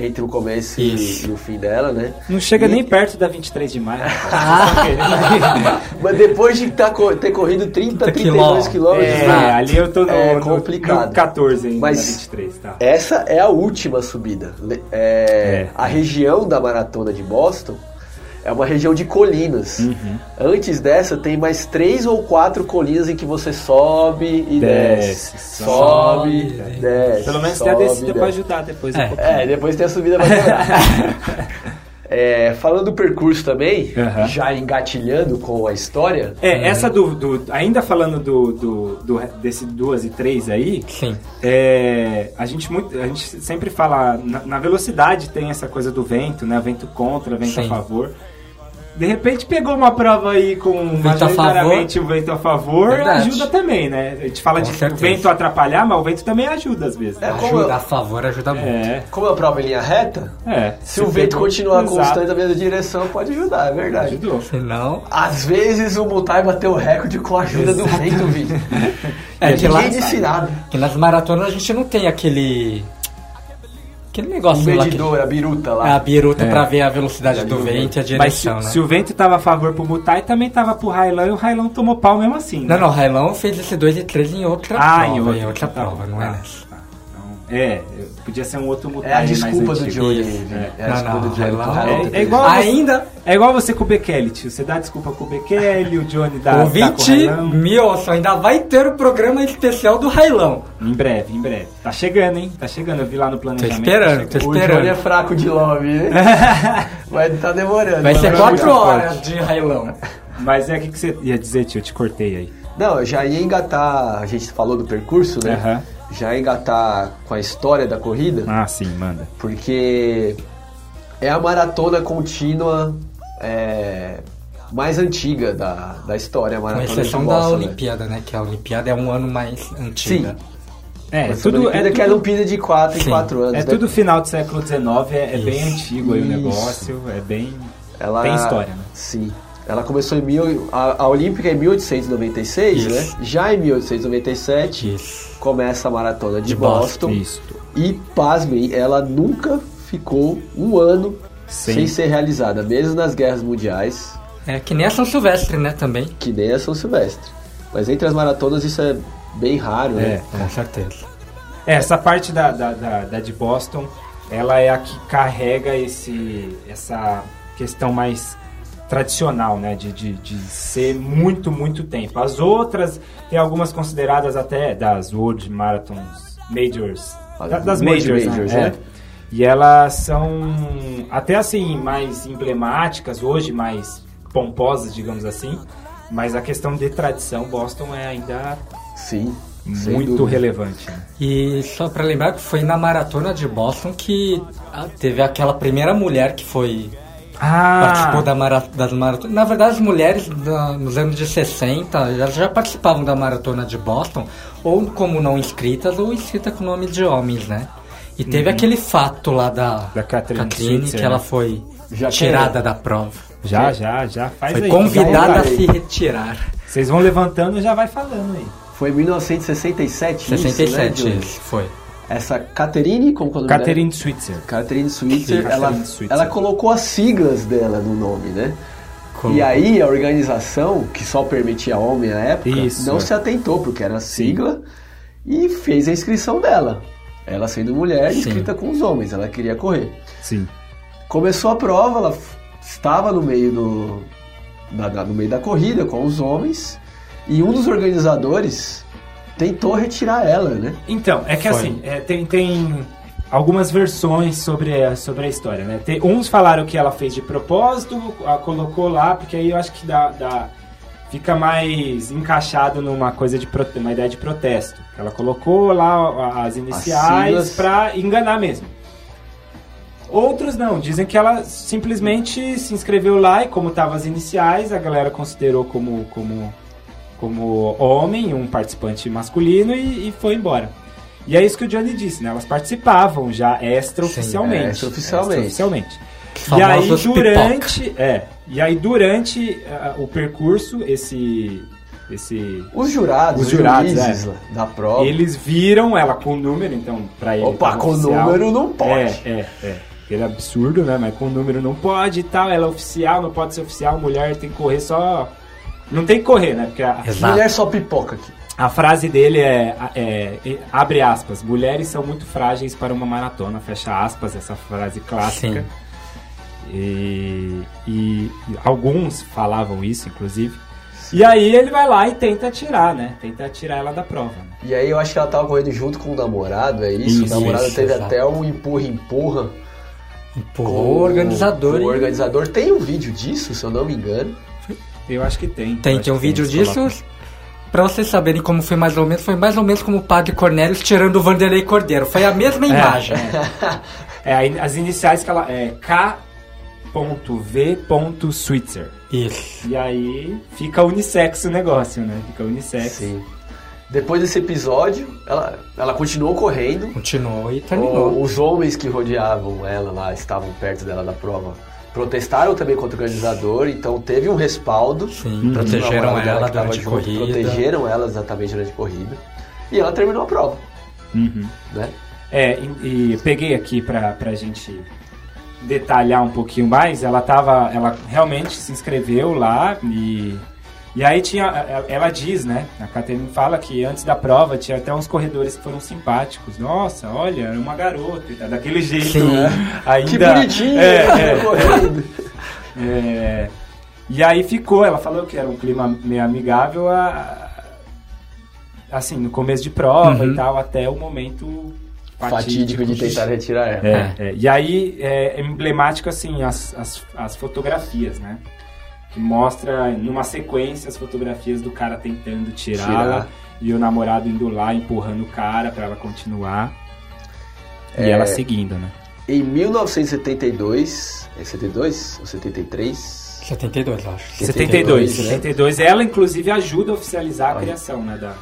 [SPEAKER 3] entre o começo e,
[SPEAKER 4] Isso.
[SPEAKER 3] e o fim dela, né?
[SPEAKER 2] Não chega
[SPEAKER 3] E- Ah.
[SPEAKER 2] nem perto da 23 de maio. rapaz, vocês estão querendo.
[SPEAKER 3] Mas depois de tá co- ter corrido 30, 32
[SPEAKER 4] quilômetros.
[SPEAKER 3] quilômetros,
[SPEAKER 2] é,
[SPEAKER 4] Ah,
[SPEAKER 3] né?
[SPEAKER 2] ali eu tô no,
[SPEAKER 3] É
[SPEAKER 2] no-
[SPEAKER 3] complicado.
[SPEAKER 2] no 14 ainda,
[SPEAKER 3] Mas-
[SPEAKER 2] na 23, tá?
[SPEAKER 3] Essa é a última subida. Le- é,
[SPEAKER 2] É.
[SPEAKER 3] A região da maratona de Boston é uma região de colinas. Antes dessa, tem mais três ou quatro colinas em que você sobe e desce.
[SPEAKER 2] Desce,
[SPEAKER 3] Sobe,
[SPEAKER 4] sobe,
[SPEAKER 3] desce.
[SPEAKER 2] Pelo menos
[SPEAKER 3] é,
[SPEAKER 2] tem
[SPEAKER 3] sobe,
[SPEAKER 2] a descida pra
[SPEAKER 3] desce.
[SPEAKER 2] ajudar depois
[SPEAKER 4] É.
[SPEAKER 2] um pouquinho.
[SPEAKER 3] É, depois tem a subida pra melhorar. É, falando do percurso também,
[SPEAKER 2] Aham.
[SPEAKER 3] já engatilhando com a história,
[SPEAKER 2] É, essa do, do- Ainda falando do, do, do- desse 2 e 3 aí,
[SPEAKER 4] Sim.
[SPEAKER 2] é, a, gente muito, a gente sempre fala. Na, na velocidade tem essa coisa do vento, né? Vento contra, vento a
[SPEAKER 4] Sim.
[SPEAKER 2] favor. De repente pegou uma prova aí com
[SPEAKER 4] Vento a
[SPEAKER 2] majoritariamente o vento a favor,
[SPEAKER 4] Verdade.
[SPEAKER 2] ajuda também, né? A gente fala
[SPEAKER 4] Com
[SPEAKER 2] de
[SPEAKER 4] certeza.
[SPEAKER 2] vento atrapalhar, mas o vento também ajuda às vezes. né?
[SPEAKER 3] É, como eu-
[SPEAKER 4] Ajuda a favor, ajuda muito.
[SPEAKER 2] É,
[SPEAKER 3] como a prova é linha reta,
[SPEAKER 2] é.
[SPEAKER 3] se, o vento
[SPEAKER 2] pegou-
[SPEAKER 3] continuar
[SPEAKER 2] Exato,
[SPEAKER 3] constante na mesma direção, pode ajudar, é verdade.
[SPEAKER 2] Ajudou.
[SPEAKER 4] Senão.
[SPEAKER 3] Às vezes o Mutai bateu o recorde com a ajuda do vento, Vini.
[SPEAKER 4] É que lá.
[SPEAKER 3] Ninguém disse nada.
[SPEAKER 4] Que nas maratonas a gente não tem aquele. aquele
[SPEAKER 3] O
[SPEAKER 4] negócio lá que...
[SPEAKER 3] medidor, a biruta lá.
[SPEAKER 4] A biruta
[SPEAKER 2] É.
[SPEAKER 4] pra ver a velocidade do
[SPEAKER 3] biruta.
[SPEAKER 4] vento e a
[SPEAKER 2] Mas se,
[SPEAKER 4] direção, né?
[SPEAKER 2] se o vento tava a favor pro Mutai, também tava pro Railan e o Railan tomou pau mesmo assim. né?
[SPEAKER 4] Não, não, o Railão fez esse 2 e 3 em outra
[SPEAKER 2] Ah,
[SPEAKER 4] prova,
[SPEAKER 2] em outra, tá.
[SPEAKER 4] prova, não é
[SPEAKER 2] Tá.
[SPEAKER 4] nessa.
[SPEAKER 2] É, eu- podia ser um outro Mutai
[SPEAKER 3] É a
[SPEAKER 2] mais
[SPEAKER 3] desculpa do
[SPEAKER 2] antigo.
[SPEAKER 3] Johnny.
[SPEAKER 4] Isso.
[SPEAKER 3] Vini. É a
[SPEAKER 4] Não,
[SPEAKER 3] desculpa
[SPEAKER 4] não,
[SPEAKER 3] do Johnny.
[SPEAKER 4] lá-
[SPEAKER 3] Tá
[SPEAKER 4] é-
[SPEAKER 3] volta
[SPEAKER 2] é igual-
[SPEAKER 3] dele.
[SPEAKER 4] Ainda,
[SPEAKER 2] É igual você com o Bekele, tio. Você dá desculpa com o Bekele, o Johnny dá, dá com o
[SPEAKER 4] ouvinte,
[SPEAKER 2] Railan.
[SPEAKER 4] me ouça, ainda vai ter o programa especial do Railão.
[SPEAKER 2] Em breve, em breve. Tá chegando, hein? Tá chegando, eu vi lá no planejamento. tá
[SPEAKER 4] esperando,
[SPEAKER 2] chegando.
[SPEAKER 4] tô
[SPEAKER 3] O Johnny é
[SPEAKER 4] esperando.
[SPEAKER 3] fraco de lobby, né? Vai tá demorando.
[SPEAKER 4] Vai ser
[SPEAKER 3] Mas-
[SPEAKER 4] quatro
[SPEAKER 2] muito
[SPEAKER 4] horas
[SPEAKER 2] forte.
[SPEAKER 4] de Railão.
[SPEAKER 2] Mas é o que, que você ia dizer, tio? Eu te cortei aí.
[SPEAKER 3] Não, eu já ia engatar. A gente falou do percurso, né?
[SPEAKER 2] Aham.
[SPEAKER 3] Já ia engatar com a história da corrida.
[SPEAKER 2] Ah, sim, manda.
[SPEAKER 3] porque é a maratona contínua é, mais antiga da, da história. A
[SPEAKER 4] Com
[SPEAKER 3] maratona
[SPEAKER 4] exceção
[SPEAKER 3] de
[SPEAKER 4] da
[SPEAKER 3] Boston, né?
[SPEAKER 4] Olimpíada, né? Que a Olimpíada é um ano mais antiga.
[SPEAKER 3] Sim.
[SPEAKER 2] É,
[SPEAKER 3] Mas tudo,
[SPEAKER 2] tudo, é,
[SPEAKER 3] Olimpíada que é
[SPEAKER 2] tudo,
[SPEAKER 3] Olimpíada de 4 em
[SPEAKER 4] Sim.
[SPEAKER 3] 4 anos.
[SPEAKER 2] é
[SPEAKER 3] né?
[SPEAKER 2] tudo final do século XIX, é, é bem antigo aí o
[SPEAKER 3] Isso.
[SPEAKER 2] negócio, é bem...
[SPEAKER 3] Ela,
[SPEAKER 2] Tem história, né?
[SPEAKER 3] Sim. Ela começou em mil, a, a Olímpica é em 1896,
[SPEAKER 4] Isso.
[SPEAKER 3] né? Já em 1897
[SPEAKER 4] Isso.
[SPEAKER 3] começa a maratona de,
[SPEAKER 4] De
[SPEAKER 3] Boston.
[SPEAKER 4] Boston.
[SPEAKER 2] Isso.
[SPEAKER 3] E pasmem, ela nunca ficou um ano
[SPEAKER 2] Sim.
[SPEAKER 3] sem ser realizada, mesmo nas guerras mundiais.
[SPEAKER 4] É que nem a São Silvestre, né? Também.
[SPEAKER 3] que nem a São Silvestre. Mas entre as maratonas isso é bem raro,
[SPEAKER 2] É.
[SPEAKER 3] né?
[SPEAKER 4] Com certeza.
[SPEAKER 2] É, essa parte da, da, da, da de Boston, ela é a que carrega esse, essa questão mais tradicional, né? De, de, de ser muito, muito tempo. As outras, tem algumas consideradas até das World Marathons Majors.
[SPEAKER 3] As
[SPEAKER 2] da- das
[SPEAKER 3] World
[SPEAKER 2] Majors, né?
[SPEAKER 3] Majors,
[SPEAKER 2] É.
[SPEAKER 3] né?
[SPEAKER 2] E elas são até assim, mais emblemáticas hoje, mais pomposas, digamos assim. Mas a questão de tradição, Boston é ainda
[SPEAKER 3] Sim. sem
[SPEAKER 2] muito
[SPEAKER 3] dúvida.
[SPEAKER 2] relevante. né?
[SPEAKER 4] E só pra lembrar que foi na maratona de Boston que ah, teve aquela primeira mulher que foi
[SPEAKER 2] Ah.
[SPEAKER 4] participou da mara, das maratonas. Na verdade, as mulheres da- nos anos de 60 elas já participavam da maratona de Boston, ou como não inscritas, ou inscritas com nome de homens, né? E teve aquele fato lá da,
[SPEAKER 2] Da Catherine Switzer,
[SPEAKER 4] que ela
[SPEAKER 2] né?
[SPEAKER 4] foi
[SPEAKER 3] Já
[SPEAKER 4] tirada da prova.
[SPEAKER 2] Já, já, já. Faz
[SPEAKER 4] Foi
[SPEAKER 2] aí.
[SPEAKER 4] convidada a
[SPEAKER 2] Vocês
[SPEAKER 4] se
[SPEAKER 2] vão-
[SPEAKER 4] retirar.
[SPEAKER 2] Vocês vão levantando e já vai falando aí.
[SPEAKER 3] Foi em 1967,
[SPEAKER 4] 67,
[SPEAKER 3] isso, né, Júlio?
[SPEAKER 4] isso, foi.
[SPEAKER 3] Essa Catherine, como quando
[SPEAKER 2] Catherine Switzer.
[SPEAKER 3] Catherine Switzer,
[SPEAKER 2] Sim,
[SPEAKER 3] ela,
[SPEAKER 2] Catherine Switzer.
[SPEAKER 3] ela colocou as siglas dela no nome, né? E aí a organização, que só permitia homem na época,
[SPEAKER 2] Isso,
[SPEAKER 3] não
[SPEAKER 2] é.
[SPEAKER 3] se atentou porque era sigla e fez a inscrição dela. Ela sendo mulher,
[SPEAKER 4] Sim.
[SPEAKER 3] inscrita com os homens, ela queria correr.
[SPEAKER 2] Sim.
[SPEAKER 3] Começou a prova, ela f- estava no meio do, da, da- no meio da corrida com os homens e um dos organizadores tentou retirar ela, né?
[SPEAKER 2] Então, é que
[SPEAKER 4] Foi.
[SPEAKER 2] assim, é, tem, tem algumas versões sobre a, sobre a história, né? Tem- uns falaram que ela fez de propósito, a colocou lá, porque aí eu acho que dá, dá- fica mais encaixado numa coisa de prote- uma ideia de protesto. Ela colocou lá as iniciais
[SPEAKER 3] siglas.
[SPEAKER 2] pra enganar mesmo. Outros não, dizem que ela simplesmente se inscreveu lá e como estavam as iniciais, a galera considerou como, como, como homem, um participante masculino e, e foi embora. E é isso que o Johnny disse, né? Elas participavam já extra-oficialmente.
[SPEAKER 3] Sim, é, extra-oficialmente.
[SPEAKER 2] Extra-oficialmente. E aí
[SPEAKER 4] Famosos pipoca.
[SPEAKER 2] durante, é, e aí durante ah, o percurso, esse esse
[SPEAKER 3] Os jurados,
[SPEAKER 2] Os
[SPEAKER 3] os,
[SPEAKER 2] jurados,
[SPEAKER 3] juízes da prova.
[SPEAKER 2] eles viram ela com o número, então pra ele
[SPEAKER 3] Opa,
[SPEAKER 2] tava
[SPEAKER 3] com
[SPEAKER 2] oficial.
[SPEAKER 3] número não pode.
[SPEAKER 2] É, é, é. Ele é absurdo, né? Mas com o número não pode e tal. Ela é oficial, não pode ser oficial. Mulher tem que correr só. Não tem que correr, né? Porque a,
[SPEAKER 4] Exato.
[SPEAKER 3] Mulher só pipoca aqui.
[SPEAKER 2] a frase dele é, é, é, Abre aspas. Mulheres são muito frágeis para uma maratona. Fecha aspas, essa frase clássica.
[SPEAKER 4] Sim.
[SPEAKER 2] E, e- e alguns falavam isso, inclusive. E aí ele vai lá e tenta tirar, né? Tenta tirar ela da prova. né?
[SPEAKER 3] E aí eu acho que ela tava correndo junto com o namorado, é isso?
[SPEAKER 2] Isso,
[SPEAKER 3] o namorado
[SPEAKER 4] isso,
[SPEAKER 3] teve
[SPEAKER 4] exato.
[SPEAKER 3] até um empurra-empurra.
[SPEAKER 4] Empurrou o organizador.
[SPEAKER 3] O
[SPEAKER 4] e-
[SPEAKER 3] organizador tem um vídeo disso, se eu não me engano.
[SPEAKER 2] Eu acho que tem. Eu
[SPEAKER 4] Tem,
[SPEAKER 2] acho
[SPEAKER 4] tem um
[SPEAKER 2] que
[SPEAKER 4] vídeo
[SPEAKER 2] eles
[SPEAKER 4] disso.
[SPEAKER 2] colocam.
[SPEAKER 4] Pra vocês saberem como foi mais ou menos, foi mais ou menos como o Padre Cornélio tirando o Vanderlei Cordeiro. Foi a mesma imagem.
[SPEAKER 2] É, aí as iniciais que ela é K.V. Switzer.
[SPEAKER 4] Isso.
[SPEAKER 2] E aí fica unissex o negócio, né? Fica unissex.
[SPEAKER 3] Sim. Depois desse episódio, ela, ela continuou correndo.
[SPEAKER 4] Continuou e
[SPEAKER 3] O-
[SPEAKER 4] terminou.
[SPEAKER 3] os homens que rodeavam ela lá, estavam perto dela da prova, protestaram também contra o organizador, então teve um respaldo.
[SPEAKER 4] Sim,
[SPEAKER 3] Tanto do
[SPEAKER 4] protegeram
[SPEAKER 3] namorado dela
[SPEAKER 4] ela
[SPEAKER 3] hum, que tava
[SPEAKER 4] durante a
[SPEAKER 3] junto,
[SPEAKER 4] corrida.
[SPEAKER 3] Protegeram ela exatamente durante a corrida. E ela terminou a prova,
[SPEAKER 2] Uhum.
[SPEAKER 3] né?
[SPEAKER 2] É, e, e peguei aqui pra, pra gente detalhar um pouquinho mais. Ela tava. Ela realmente se inscreveu lá e. E aí tinha. ela- Ela diz, né? A Catherine fala que antes da prova tinha até uns corredores que foram simpáticos. Nossa, olha, era uma garota, e tá daquele jeito.
[SPEAKER 4] Sim.
[SPEAKER 2] né? Ainda,
[SPEAKER 3] Que bonitinho! né?
[SPEAKER 2] É, é.
[SPEAKER 3] correndo.
[SPEAKER 2] É, e aí ficou, ela falou que era um clima meio amigável a- assim, no começo de prova
[SPEAKER 4] Uhum.
[SPEAKER 2] e tal, até o momento
[SPEAKER 3] Fatídico de tentar retirar ela.
[SPEAKER 2] É, é. E aí é emblemático assim as, as, as fotografias, né? Que mostra numa sequência as fotografias do cara tentando tirá-la
[SPEAKER 3] Tirar.
[SPEAKER 2] e o namorado indo lá empurrando o cara pra ela continuar. E
[SPEAKER 3] É.
[SPEAKER 2] ela seguindo, né?
[SPEAKER 3] Em 1972, é 72 ou 73?
[SPEAKER 4] 72, eu acho.
[SPEAKER 2] 72,
[SPEAKER 3] 72,
[SPEAKER 2] 72. Ela, inclusive, ajuda a oficializar a criação né, da,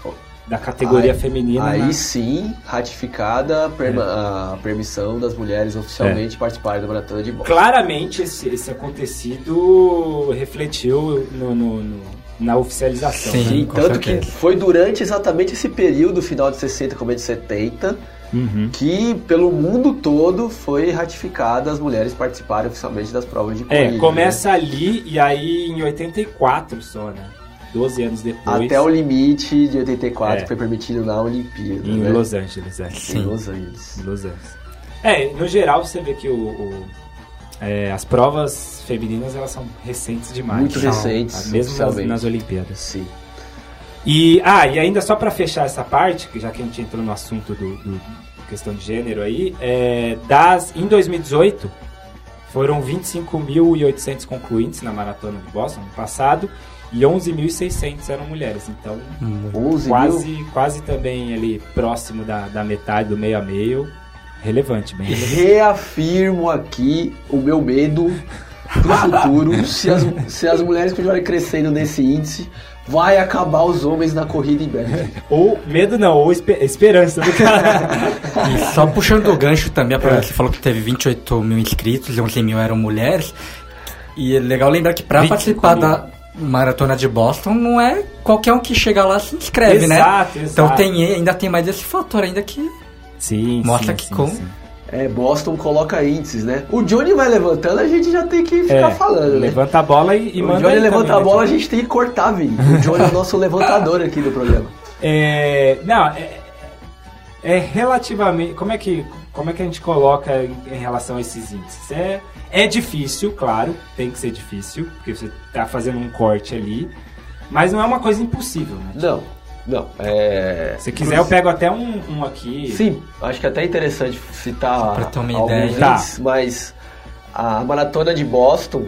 [SPEAKER 2] da categoria
[SPEAKER 3] Aí-
[SPEAKER 2] feminina.
[SPEAKER 3] Oh. Aí
[SPEAKER 2] né?
[SPEAKER 3] sim, ratificada a, perma-
[SPEAKER 4] É.
[SPEAKER 3] a permissão das mulheres oficialmente participarem da maratona de Boston.
[SPEAKER 2] Claramente, esse, esse acontecido refletiu no, no- no- na oficialização.
[SPEAKER 4] Sim.
[SPEAKER 2] Né?
[SPEAKER 4] com
[SPEAKER 3] Tanto que
[SPEAKER 4] certeza.
[SPEAKER 3] foi durante exatamente esse período, final de 60, começo de 70,
[SPEAKER 2] Uhum.
[SPEAKER 3] que pelo mundo todo foi ratificada as mulheres participarem oficialmente das provas de corrida.
[SPEAKER 2] É, começa ali e aí em 84 só, né? 12 anos depois.
[SPEAKER 3] Até o limite de 84
[SPEAKER 2] É.
[SPEAKER 3] foi permitido na Olimpíada.
[SPEAKER 2] Em
[SPEAKER 3] né?
[SPEAKER 2] Los Angeles, é.
[SPEAKER 3] Em
[SPEAKER 4] Sim.
[SPEAKER 3] Los Angeles.
[SPEAKER 2] Em Los Angeles. É, no geral você vê que o, o- é, as provas femininas elas são recentes demais.
[SPEAKER 3] Muito
[SPEAKER 2] São,
[SPEAKER 3] recentes,
[SPEAKER 2] tá? Mesmo nas,
[SPEAKER 3] oficialmente.
[SPEAKER 2] nas Olimpíadas.
[SPEAKER 3] Sim.
[SPEAKER 2] E, ah, e ainda só pra fechar essa parte, que já que a gente entrou no assunto do, do- questão de gênero aí, é, das, em 2018 foram 25.800 concluintes na maratona de Boston no passado e 11.600 eram mulheres, então
[SPEAKER 3] 11 mil.
[SPEAKER 2] quase, quase também ali próximo da, da metade, do meio a meio, relevante, bem relevante.
[SPEAKER 3] Reafirmo aqui o meu medo do futuro. se, as, se as mulheres continuarem crescendo nesse índice, vai acabar os homens na corrida em breve.
[SPEAKER 2] Ou, medo não, ou espe- esperança do cara.
[SPEAKER 4] E só puxando o gancho
[SPEAKER 2] É.
[SPEAKER 4] também, aproveitando que você falou que teve 28 mil inscritos e 11 mil eram mulheres. E é legal lembrar que pra
[SPEAKER 2] 25
[SPEAKER 4] participar
[SPEAKER 2] mil.
[SPEAKER 4] da Maratona de Boston não é qualquer um que chega lá se inscreve, né?
[SPEAKER 2] Exato, exato.
[SPEAKER 4] Então tem, ainda tem mais esse fator ainda que
[SPEAKER 2] sim,
[SPEAKER 4] Mostra
[SPEAKER 2] sim,
[SPEAKER 4] que
[SPEAKER 2] sim,
[SPEAKER 4] com-
[SPEAKER 2] sim.
[SPEAKER 3] É, Boston coloca índices, né? O Johnny vai levantando, a gente já tem que
[SPEAKER 2] É,
[SPEAKER 3] ficar falando, né?
[SPEAKER 2] Levanta a bola e, e
[SPEAKER 3] o
[SPEAKER 2] manda
[SPEAKER 3] Johnny
[SPEAKER 2] aí
[SPEAKER 3] levanta
[SPEAKER 2] também,
[SPEAKER 3] a
[SPEAKER 2] né,
[SPEAKER 3] bola, a
[SPEAKER 2] Johnny?
[SPEAKER 3] gente tem que cortar, Vini. O Johnny é o nosso levantador aqui do programa.
[SPEAKER 2] É, não, é, é relativamente. Como é que como é que a gente coloca em, em relação a esses índices? É, é difícil, claro, tem que ser difícil, porque você tá fazendo um corte ali, mas não é uma coisa impossível, né?
[SPEAKER 3] Não, não. É.
[SPEAKER 2] Se quiser, eu pego até um, um aqui.
[SPEAKER 3] Sim, acho que até é interessante citar
[SPEAKER 4] Pra ter uma
[SPEAKER 3] alguns
[SPEAKER 4] ideia.
[SPEAKER 2] Tá.
[SPEAKER 3] índices, mas a maratona de Boston,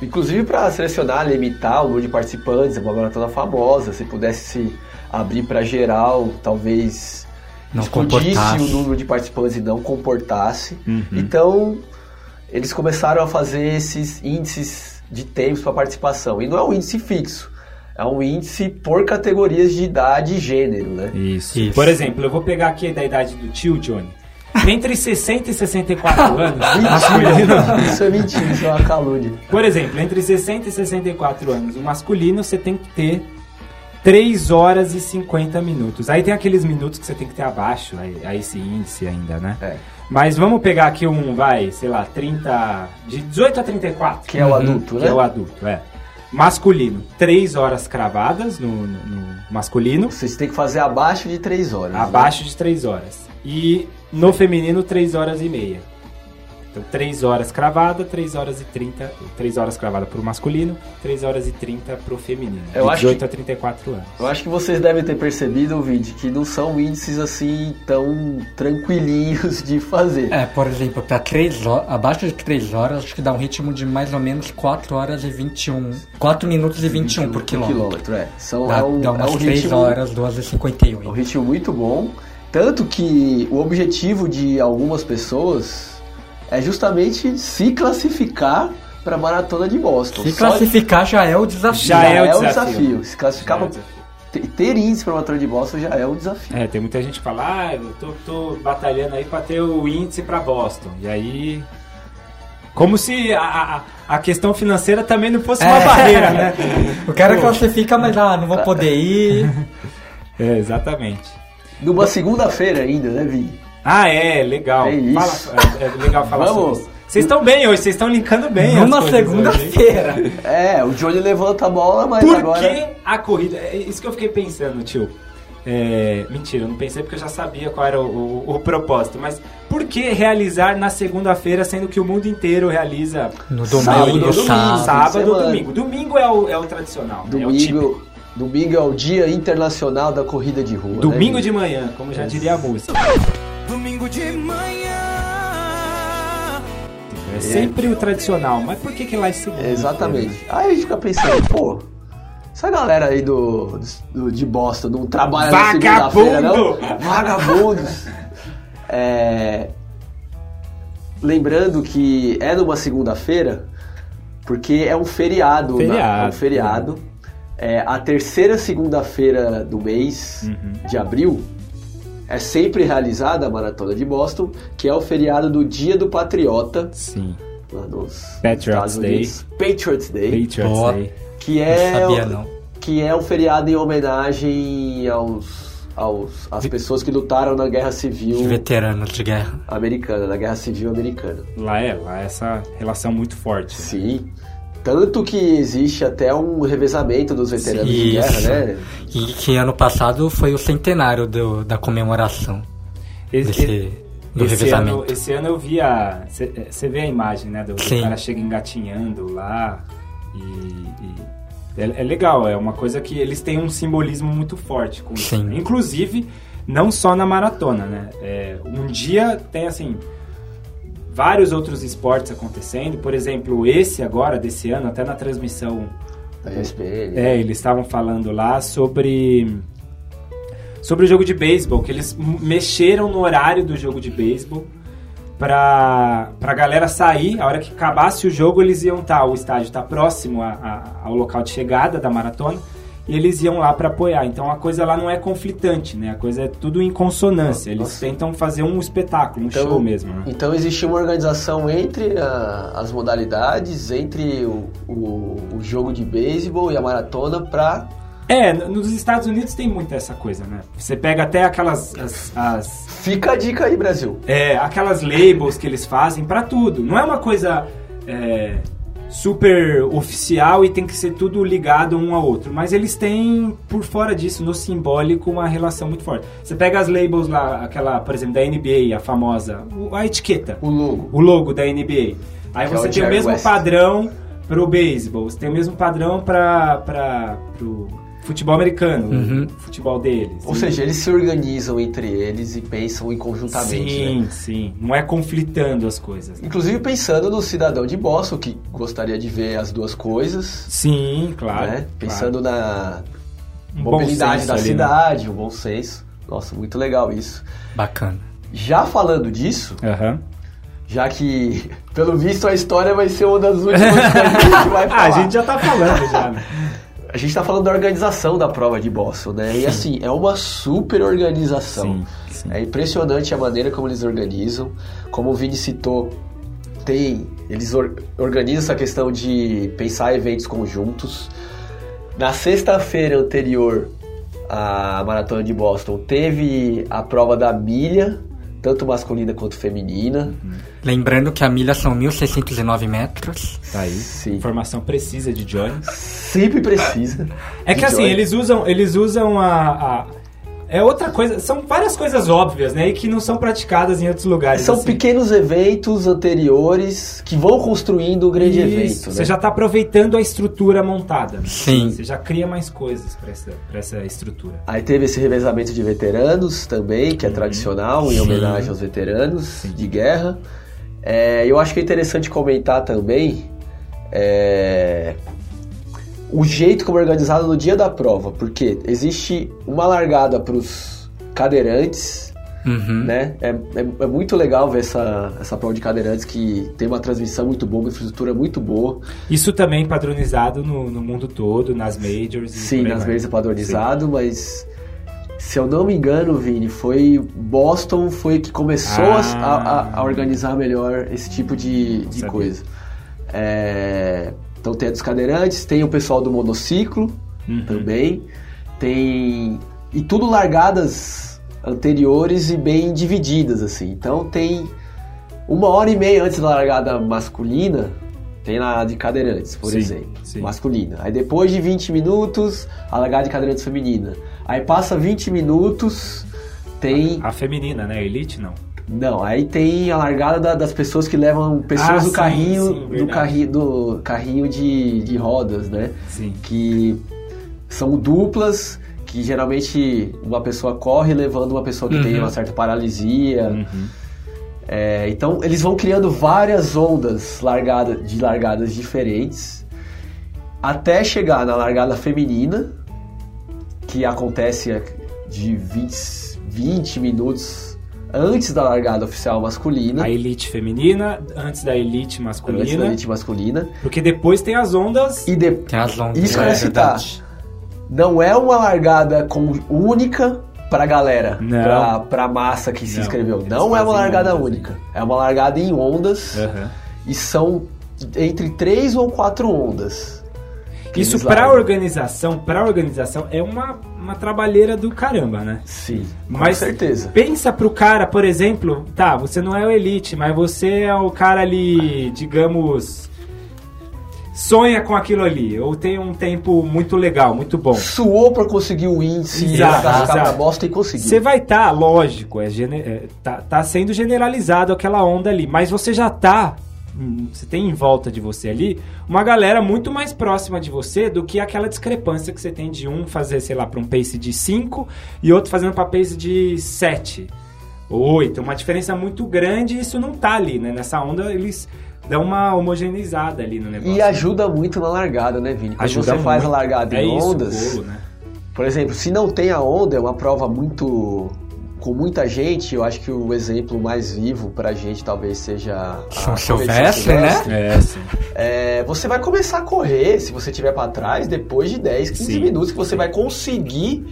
[SPEAKER 3] inclusive para selecionar, limitar o número de participantes, é uma maratona famosa, se pudesse se abrir para geral, talvez
[SPEAKER 4] não
[SPEAKER 3] explodisse o
[SPEAKER 4] comportasse.
[SPEAKER 3] número de participantes e não comportasse.
[SPEAKER 4] Hum.
[SPEAKER 2] Uhum.
[SPEAKER 3] Então, eles começaram a fazer esses índices de tempos para participação. E não é um índice fixo, é um índice por categorias de idade e gênero, né?
[SPEAKER 2] Isso.
[SPEAKER 4] Isso.
[SPEAKER 2] Por exemplo, eu vou pegar aqui da idade do tio Johnny. Entre 60 e 64 anos, masculino.
[SPEAKER 3] Isso é mentira, isso é uma calúnia.
[SPEAKER 2] Por exemplo, entre 60 e 64 anos, o masculino você tem que ter 3 horas e 50 minutos. Aí tem aqueles minutos que você tem que ter abaixo, aí, aí esse índice ainda, né?
[SPEAKER 3] É.
[SPEAKER 2] Mas vamos pegar aqui um, vai, sei lá, 30. De 18 a 34.
[SPEAKER 3] Que é o adulto,
[SPEAKER 2] que
[SPEAKER 3] né?
[SPEAKER 2] é o adulto, é. Masculino, 3 horas cravadas no, no- no masculino,
[SPEAKER 3] Vocês têm que fazer abaixo de 3 horas. né?
[SPEAKER 2] abaixo de 3 horas. E no feminino, 3 horas e meia. Então, 3 horas cravada, 3 horas e 30. 3 horas cravada pro masculino, 3 horas e 30 pro feminino.
[SPEAKER 3] Eu
[SPEAKER 2] de
[SPEAKER 3] acho
[SPEAKER 2] 18
[SPEAKER 3] que-
[SPEAKER 2] a 34 anos.
[SPEAKER 3] Eu acho que vocês devem ter percebido, Vidi, que não são índices assim tão tranquilinhos de fazer.
[SPEAKER 4] É, por exemplo, pra três horas, abaixo de 3 horas, acho que dá um ritmo de mais ou menos 4 horas e 21. 4 minutos e 21, por quilômetro.
[SPEAKER 3] é. São,
[SPEAKER 4] Dá,
[SPEAKER 3] é um,
[SPEAKER 4] dá
[SPEAKER 3] é
[SPEAKER 4] umas
[SPEAKER 3] um
[SPEAKER 4] 3
[SPEAKER 3] ritmo,
[SPEAKER 4] horas, 2 e
[SPEAKER 3] é um
[SPEAKER 4] 58.
[SPEAKER 3] ritmo muito bom. Tanto que o objetivo de algumas pessoas é justamente se classificar para a maratona de Boston.
[SPEAKER 4] Se
[SPEAKER 3] Só-
[SPEAKER 4] classificar já é o desafio.
[SPEAKER 2] Já é o
[SPEAKER 3] um desafio.
[SPEAKER 2] desafio.
[SPEAKER 3] Se classificar pra- ter- ter índice para a maratona de Boston já é um desafio.
[SPEAKER 2] É, tem muita gente que fala, ah, eu tô, tô batalhando aí pra ter o índice pra Boston. E aí. Como se a, a, a questão financeira também não fosse uma
[SPEAKER 4] É.
[SPEAKER 2] barreira, né?
[SPEAKER 4] O cara
[SPEAKER 2] Pô.
[SPEAKER 4] classifica, mas ah, não vou poder ir.
[SPEAKER 2] É, exatamente.
[SPEAKER 3] Numa segunda-feira ainda, né, Vini?
[SPEAKER 2] Ah, é, legal.
[SPEAKER 3] É isso.
[SPEAKER 2] Fala- é, é legal falar
[SPEAKER 3] Vamos.
[SPEAKER 2] sobre isso. Vocês estão bem hoje, vocês estão linkando bem. as
[SPEAKER 4] Numa
[SPEAKER 2] coisas hoje, hein?
[SPEAKER 4] segunda-feira.
[SPEAKER 3] É, o Johnny levanta a bola, mas
[SPEAKER 2] Por
[SPEAKER 3] agora.
[SPEAKER 2] que a corrida? É isso que eu fiquei pensando, tio. É, mentira, eu não pensei porque eu já sabia qual era o, o- o propósito. Mas por que realizar na segunda-feira, sendo que o mundo inteiro realiza
[SPEAKER 4] No
[SPEAKER 2] sábado,
[SPEAKER 4] domingo, sábado.
[SPEAKER 2] sábado,
[SPEAKER 3] semana.
[SPEAKER 2] domingo? Domingo é o, é o tradicional, né? É o típico.
[SPEAKER 3] Domingo, domingo é o Dia Internacional da Corrida de Rua. né,
[SPEAKER 2] Domingo
[SPEAKER 3] gente?
[SPEAKER 2] de manhã, como já diria a música.
[SPEAKER 5] Domingo de manhã.
[SPEAKER 2] É sempre o tradicional, mas por que, que lá é segunda?
[SPEAKER 3] Exatamente. Aí a gente fica pensando, pô, essa galera aí do, do- de Boston não trabalha na segunda-feira, não?
[SPEAKER 2] Vagabundo!
[SPEAKER 3] Vagabundos! É, Lembrando que é numa segunda-feira, porque é um feriado. né?
[SPEAKER 2] Feriado.
[SPEAKER 3] É um feriado. É, a terceira segunda-feira do mês
[SPEAKER 2] Uhum.
[SPEAKER 3] de abril é sempre realizada a Maratona de Boston, que é o feriado do Dia do Patriota,
[SPEAKER 2] Sim,
[SPEAKER 3] lá nos
[SPEAKER 2] Patriots
[SPEAKER 3] Estados
[SPEAKER 2] Day.
[SPEAKER 3] Unidos. Patriots Day.
[SPEAKER 2] Patriots
[SPEAKER 4] Boa.
[SPEAKER 2] Day.
[SPEAKER 3] Que
[SPEAKER 4] Não
[SPEAKER 3] é,
[SPEAKER 4] sabia, não.
[SPEAKER 3] que é um feriado em homenagem aos, aos, às pessoas que lutaram na Guerra
[SPEAKER 4] Os
[SPEAKER 3] Civil
[SPEAKER 4] veteranos de guerra.
[SPEAKER 3] Americana, na Guerra Civil Americana.
[SPEAKER 2] Lá é, lá é essa relação muito forte. né?
[SPEAKER 3] Sim. Tanto que existe até um revezamento dos veteranos de
[SPEAKER 4] Isso.
[SPEAKER 3] guerra, né?
[SPEAKER 4] E que ano passado foi o centenário do- da comemoração desse, do
[SPEAKER 2] Esse
[SPEAKER 4] revezamento.
[SPEAKER 2] ano, esse ano eu vi a. Você vê a imagem, né? Do, do
[SPEAKER 4] Sim.
[SPEAKER 2] cara chega engatinhando lá. E. e- é, é legal, é uma coisa que eles têm um simbolismo muito forte com isso.
[SPEAKER 4] Sim.
[SPEAKER 2] né? Inclusive, não só na maratona, né? É, um dia tem assim. Vários outros esportes acontecendo, por exemplo, esse agora, desse ano, até na transmissão
[SPEAKER 3] Da ESPN.
[SPEAKER 2] é, eles estavam falando lá sobre sobre o jogo de beisebol, que eles m- mexeram no horário do jogo de beisebol pra, pra galera sair, a hora que acabasse o jogo eles iam estar, o estádio está próximo a- a- ao local de chegada da maratona, e eles iam lá pra apoiar. Então a coisa lá não é conflitante, né? A coisa é tudo em consonância. Eles
[SPEAKER 3] Nossa.
[SPEAKER 2] tentam fazer um espetáculo, um
[SPEAKER 3] Então-
[SPEAKER 2] show mesmo, né?
[SPEAKER 3] Então existe uma organização entre a- as modalidades, entre o, o- o jogo de beisebol e a maratona pra.
[SPEAKER 2] É, n- nos Estados Unidos tem muito essa coisa, né? Você pega até aquelas as- as
[SPEAKER 3] Fica a dica aí, Brasil.
[SPEAKER 2] É, aquelas labels que eles fazem pra tudo. Não é uma coisa é, super oficial e tem que ser tudo ligado um ao outro. Mas eles têm, por fora disso, no simbólico, uma relação muito forte. Você pega as labels lá, aquela, por exemplo, da NBA, a famosa, o- a etiqueta,
[SPEAKER 3] O logo.
[SPEAKER 2] o logo da NBA. Aí
[SPEAKER 3] Que
[SPEAKER 2] você
[SPEAKER 3] é o
[SPEAKER 2] tem o
[SPEAKER 3] Jerry
[SPEAKER 2] mesmo
[SPEAKER 3] West.
[SPEAKER 2] padrão pro beisebol, você tem o mesmo padrão pra, pra, pro futebol americano,
[SPEAKER 4] Uhum.
[SPEAKER 2] o futebol deles.
[SPEAKER 3] Ou
[SPEAKER 2] E-
[SPEAKER 3] seja, eles se organizam entre eles e pensam em conjuntamente. né?
[SPEAKER 2] Sim, sim. Não é conflitando as coisas. né?
[SPEAKER 3] Inclusive pensando no cidadão de Boston que gostaria de ver as duas coisas,
[SPEAKER 2] Sim, claro.
[SPEAKER 3] né?
[SPEAKER 2] claro.
[SPEAKER 3] Pensando na
[SPEAKER 2] Um bom
[SPEAKER 3] mobilidade
[SPEAKER 2] senso
[SPEAKER 3] da
[SPEAKER 2] ali, né?
[SPEAKER 3] cidade, o bom senso. Nossa, muito legal isso.
[SPEAKER 4] Bacana.
[SPEAKER 3] Já falando disso,
[SPEAKER 2] né? Aham.
[SPEAKER 3] já que pelo visto a história vai ser uma das últimas coisas que a gente vai falar.
[SPEAKER 2] Ah, a gente já tá falando já. né?
[SPEAKER 3] A gente tá falando da organização da prova de Boston, né? E assim, é uma super organização.
[SPEAKER 2] Sim, sim.
[SPEAKER 3] É impressionante a maneira como eles organizam. Como o Vini citou, tem, eles or- organizam essa questão de pensar eventos conjuntos. Na sexta-feira anterior à maratona de Boston, teve a prova da milha, tanto masculina quanto feminina.
[SPEAKER 2] Uhum.
[SPEAKER 4] Lembrando que a milha são 1.609 metros.
[SPEAKER 2] Tá aí.
[SPEAKER 3] Sim.
[SPEAKER 2] Informação precisa de Johnny.
[SPEAKER 3] Sempre precisa.
[SPEAKER 2] É
[SPEAKER 3] de
[SPEAKER 2] que assim,
[SPEAKER 3] Johnny.
[SPEAKER 2] eles usam, eles usam a, a- É outra coisa. São várias coisas óbvias, né? E que não são praticadas em outros lugares.
[SPEAKER 3] São
[SPEAKER 2] assim.
[SPEAKER 3] pequenos eventos anteriores que vão construindo o grande
[SPEAKER 2] Isso,
[SPEAKER 3] evento.
[SPEAKER 2] Você
[SPEAKER 3] né?
[SPEAKER 2] já tá aproveitando a estrutura montada. né?
[SPEAKER 4] Sim.
[SPEAKER 2] Você já cria mais coisas pra essa, pra essa estrutura.
[SPEAKER 3] Aí teve esse revezamento de veteranos também,
[SPEAKER 2] Uhum.
[SPEAKER 3] que é tradicional, em
[SPEAKER 4] Sim.
[SPEAKER 3] homenagem aos veteranos de guerra. É, eu acho que é interessante comentar também é, o jeito como é organizado no dia da prova, porque existe uma largada para os cadeirantes,
[SPEAKER 4] Uhum.
[SPEAKER 3] né? É, é- é muito legal ver essa, essa prova de cadeirantes que tem uma transmissão muito boa, uma infraestrutura muito boa.
[SPEAKER 2] Isso também é padronizado no, no mundo todo, nas majors. e
[SPEAKER 3] Sim,
[SPEAKER 2] por aí
[SPEAKER 3] nas
[SPEAKER 2] vai.
[SPEAKER 3] vezes é padronizado, mas se eu não me engano, Vini, foi Boston foi que começou a-
[SPEAKER 2] Ah.
[SPEAKER 3] a, a organizar melhor esse tipo de, de
[SPEAKER 2] Sabia.
[SPEAKER 3] coisa. É, então tem a dos cadeirantes, tem o pessoal do monociclo
[SPEAKER 2] Uhum.
[SPEAKER 3] também, tem e tudo largadas anteriores e bem divididas, assim. Então tem uma hora e meia antes da largada masculina, tem na de cadeirantes, por
[SPEAKER 2] Sim,
[SPEAKER 3] exemplo,
[SPEAKER 2] sim.
[SPEAKER 3] masculina. Aí depois de 20 minutos, a largada de cadeirantes feminina. Aí passa 20 minutos, tem...
[SPEAKER 2] A feminina, né? Elite não.
[SPEAKER 3] Não, aí tem a largada da- das pessoas que levam pessoas
[SPEAKER 2] Ah,
[SPEAKER 3] do
[SPEAKER 2] sim,
[SPEAKER 3] carrinho,
[SPEAKER 2] sim,
[SPEAKER 3] do
[SPEAKER 2] verdade.
[SPEAKER 3] carrinho, do carrinho de, de rodas, né?
[SPEAKER 2] Sim.
[SPEAKER 3] que são duplas, que geralmente uma pessoa corre levando uma pessoa que tem uma certa paralisia.
[SPEAKER 2] Uhum.
[SPEAKER 3] É, então eles vão criando várias ondas largada, de largadas diferentes até chegar na largada feminina, que acontece de 20, 20 minutos antes da largada oficial masculina.
[SPEAKER 2] A elite feminina, antes da elite
[SPEAKER 3] Né? Antes da
[SPEAKER 2] masculina.
[SPEAKER 3] elite masculina.
[SPEAKER 2] Porque depois tem as ondas.
[SPEAKER 3] E depois.
[SPEAKER 4] Tem as ondas.
[SPEAKER 3] Isso que eu
[SPEAKER 4] né?
[SPEAKER 3] ia citar. Não é uma largada com, única pra galera,
[SPEAKER 2] Não.
[SPEAKER 3] pra, pra massa que se
[SPEAKER 2] Não,
[SPEAKER 3] inscreveu.
[SPEAKER 2] eles
[SPEAKER 3] Não é uma
[SPEAKER 2] fazem
[SPEAKER 3] largada
[SPEAKER 2] ondas,
[SPEAKER 3] única. É uma largada em ondas
[SPEAKER 2] Aham.
[SPEAKER 3] e são entre três ou quatro ondas. que
[SPEAKER 2] Isso
[SPEAKER 3] eles
[SPEAKER 2] pra
[SPEAKER 3] largam.
[SPEAKER 2] organização, pra organização é uma, uma trabalheira do caramba, né?
[SPEAKER 3] Sim,
[SPEAKER 2] Mas-
[SPEAKER 3] com certeza.
[SPEAKER 2] Pensa pro cara, por exemplo, tá, você não é o elite, mas você é o cara ali, digamos, sonha com aquilo ali, ou tem um tempo muito legal, muito bom.
[SPEAKER 3] Suou pra conseguir o índice
[SPEAKER 2] Exato,
[SPEAKER 3] da
[SPEAKER 2] exato.
[SPEAKER 3] da bosta e conseguiu.
[SPEAKER 2] Você vai estar, lógico, é, gene- é, tá, tá sendo generalizado aquela onda ali, mas você já tá. hum, Você tem em volta de você ali uma galera muito mais próxima de você do que aquela discrepância que você tem de um fazer, sei lá, para um pace de 5 e outro fazendo para pace de 7 ou 8. Uma diferença muito grande e isso não tá ali, né? Nessa onda eles dão uma homogeneizada ali no negócio.
[SPEAKER 3] E ajuda muito na largada, né, Vini? Quando você faz
[SPEAKER 2] muito.
[SPEAKER 3] a largada
[SPEAKER 2] É
[SPEAKER 3] em
[SPEAKER 2] isso,
[SPEAKER 3] ondas.
[SPEAKER 2] bolo, né?
[SPEAKER 3] Por exemplo, se não tem a onda, é uma prova muito. com muita gente. Eu acho que o exemplo mais vivo pra gente talvez seja. a
[SPEAKER 4] São
[SPEAKER 3] corrida de
[SPEAKER 4] Silvestre, né?
[SPEAKER 2] É, sim.
[SPEAKER 3] É, você vai começar a correr, se você tiver pra trás, depois de 10, 15
[SPEAKER 2] Sim.
[SPEAKER 3] minutos, que você vai conseguir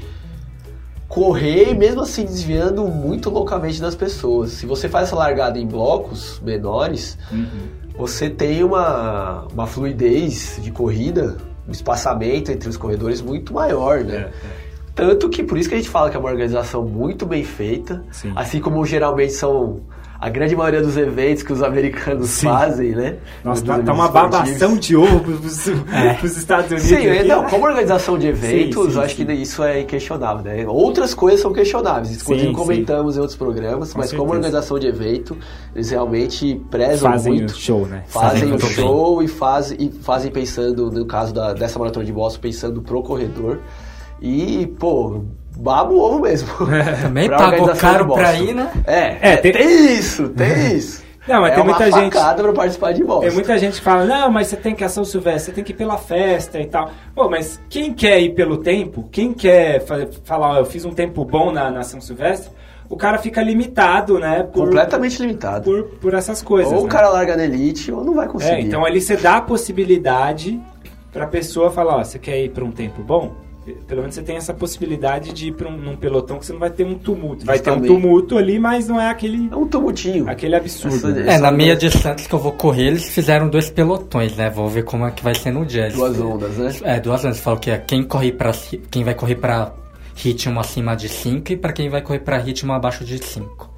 [SPEAKER 3] correr, mesmo assim desviando muito loucamente das pessoas. Se você faz essa largada em blocos menores,
[SPEAKER 2] Uhum,
[SPEAKER 3] você tem uma, uma fluidez de corrida, um espaçamento entre os corredores muito maior,
[SPEAKER 2] É,
[SPEAKER 3] né?
[SPEAKER 2] é,
[SPEAKER 3] Tanto que por isso que a gente fala que é uma organização muito bem feita,
[SPEAKER 2] sim.
[SPEAKER 3] assim como geralmente são a grande maioria dos eventos que os americanos
[SPEAKER 2] Sim.
[SPEAKER 3] fazem, né?
[SPEAKER 2] Nossa,
[SPEAKER 3] Dos
[SPEAKER 2] tá, tá
[SPEAKER 3] eventos
[SPEAKER 2] uma
[SPEAKER 3] esportivos.
[SPEAKER 2] babação de ovo pros, pros Estados Unidos.
[SPEAKER 3] É. Sim,
[SPEAKER 2] aqui.
[SPEAKER 3] não, como organização de eventos,
[SPEAKER 2] Sim, sim,
[SPEAKER 3] acho que
[SPEAKER 2] sim.
[SPEAKER 3] isso é inquestionável, né? Outras coisas são questionáveis,
[SPEAKER 2] Sim,
[SPEAKER 3] inclusive
[SPEAKER 2] sim.
[SPEAKER 3] comentamos em outros programas,
[SPEAKER 2] Com
[SPEAKER 3] mas como
[SPEAKER 2] certeza.
[SPEAKER 3] organização de evento, eles realmente prezam
[SPEAKER 2] fazem
[SPEAKER 3] é, muito.
[SPEAKER 2] o show, né?
[SPEAKER 3] Fazem
[SPEAKER 4] Fazem
[SPEAKER 3] o
[SPEAKER 4] muito bem.
[SPEAKER 3] show e, faz, e fazem pensando, no caso da, dessa maratona de Boston, pensando pro corredor. E, pô, baba o ovo mesmo.
[SPEAKER 4] É, Também
[SPEAKER 3] Pra
[SPEAKER 4] pagou
[SPEAKER 3] organização de
[SPEAKER 4] caro pra
[SPEAKER 3] Boston.
[SPEAKER 4] ir, né?
[SPEAKER 3] É,
[SPEAKER 2] É,
[SPEAKER 3] é,
[SPEAKER 2] tem-
[SPEAKER 3] tem... isso, tem isso.
[SPEAKER 2] Não, mas
[SPEAKER 3] é
[SPEAKER 2] tem
[SPEAKER 3] uma
[SPEAKER 2] muita gente.
[SPEAKER 3] facada pra participar de Boston.
[SPEAKER 2] Tem muita gente que fala, não, mas você tem que a São Silvestre, você tem que ir pela festa e tal. Pô, mas quem quer ir pelo tempo, quem quer fa- falar, ó, eu fiz um tempo bom na, na São Silvestre, o cara fica limitado, né? Por,
[SPEAKER 3] Completamente limitado.
[SPEAKER 2] por, por essas coisas.
[SPEAKER 3] ou o
[SPEAKER 2] né?
[SPEAKER 3] cara larga na elite ou não vai conseguir.
[SPEAKER 2] É, então ali você dá a possibilidade pra pessoa falar, ó, você quer ir pra um tempo bom? Pelo menos você tem essa possibilidade de ir pra um, num pelotão que você não vai ter um tumulto. Vai ter um
[SPEAKER 3] Justamente.
[SPEAKER 2] tumulto ali, mas não é aquele,
[SPEAKER 3] É um tumultinho.
[SPEAKER 2] aquele absurdo.
[SPEAKER 3] Essa-
[SPEAKER 2] né?
[SPEAKER 4] É,
[SPEAKER 3] Essa
[SPEAKER 4] na
[SPEAKER 3] onda-
[SPEAKER 4] meia de Santos que eu vou correr, eles fizeram dois pelotões, né? Vou ver como é que vai ser no dia.
[SPEAKER 3] Duas ondas, né?
[SPEAKER 4] É, duas ondas. Falou que é quem, corre pra, ci- quem vai correr pra ritmo acima de 5 e pra quem vai correr pra ritmo abaixo de 5.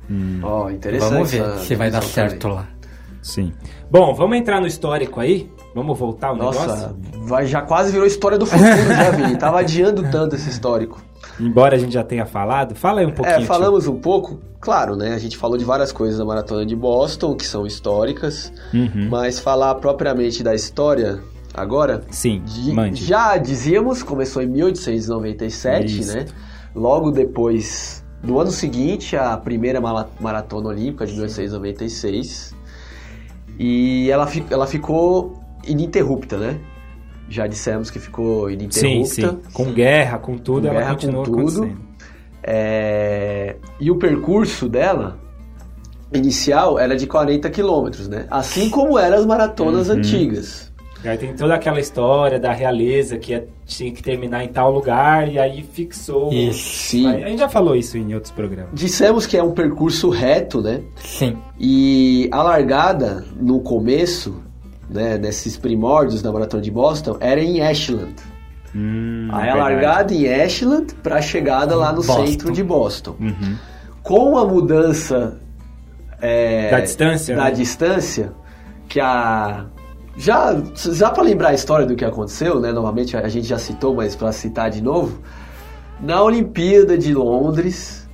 [SPEAKER 3] Ó, interessante.
[SPEAKER 4] Vamos ver
[SPEAKER 3] essa
[SPEAKER 4] se vai dar
[SPEAKER 3] divisão
[SPEAKER 4] certo lá.
[SPEAKER 3] é.
[SPEAKER 2] Sim. Bom, vamos entrar no histórico aí? Vamos voltar o
[SPEAKER 3] também. Nossa,
[SPEAKER 2] negócio?
[SPEAKER 3] vai, já quase virou história do futuro, já vi. Tava adiando tanto esse histórico.
[SPEAKER 2] Embora a gente já tenha falado, fala aí um pouquinho.
[SPEAKER 3] é, falamos um pouco, claro, né? A gente falou de várias coisas da maratona de Boston, que são históricas,
[SPEAKER 2] tio. Uhum.
[SPEAKER 3] mas falar propriamente da história agora.
[SPEAKER 2] Sim,
[SPEAKER 3] de-
[SPEAKER 2] mande.
[SPEAKER 3] já dizíamos, começou em 1897,
[SPEAKER 2] Isso.
[SPEAKER 3] né? Logo depois, no ano seguinte, a primeira mala- maratona olímpica de 1896. E ela, fi- ela ficou ininterrupta, né? Já dissemos que ficou
[SPEAKER 2] Sim,
[SPEAKER 3] ininterrupta.
[SPEAKER 2] sim. Com guerra, com tudo,
[SPEAKER 3] Com
[SPEAKER 2] ela
[SPEAKER 3] guerra,
[SPEAKER 2] continua
[SPEAKER 3] com tudo.
[SPEAKER 2] acontecendo.
[SPEAKER 3] É, E o percurso dela inicial era de 40 quilômetros, né? Assim como eram as maratonas
[SPEAKER 2] Uhum.
[SPEAKER 3] antigas.
[SPEAKER 2] E Aí tem toda aquela história da realeza que é- tinha que terminar em tal lugar e aí fixou.
[SPEAKER 4] Isso,
[SPEAKER 3] Sim.
[SPEAKER 2] A gente já falou isso em outros programas.
[SPEAKER 3] Dissemos que é um percurso reto, né?
[SPEAKER 4] sim.
[SPEAKER 3] E a largada no começo, né, nesses primórdios da maratona de Boston, era em Ashland.
[SPEAKER 2] Hum,
[SPEAKER 3] Aí
[SPEAKER 2] é
[SPEAKER 3] a
[SPEAKER 2] verdade.
[SPEAKER 3] largada em Ashland pra chegada lá no
[SPEAKER 4] Boston.
[SPEAKER 3] centro de Boston.
[SPEAKER 2] Uhum.
[SPEAKER 3] Com a mudança é,
[SPEAKER 2] Da distância,
[SPEAKER 3] da
[SPEAKER 2] né?
[SPEAKER 3] distância, que a já já para lembrar a história do que aconteceu, né? Novamente a gente já citou, mas para citar de novo, na Olimpíada de Londres,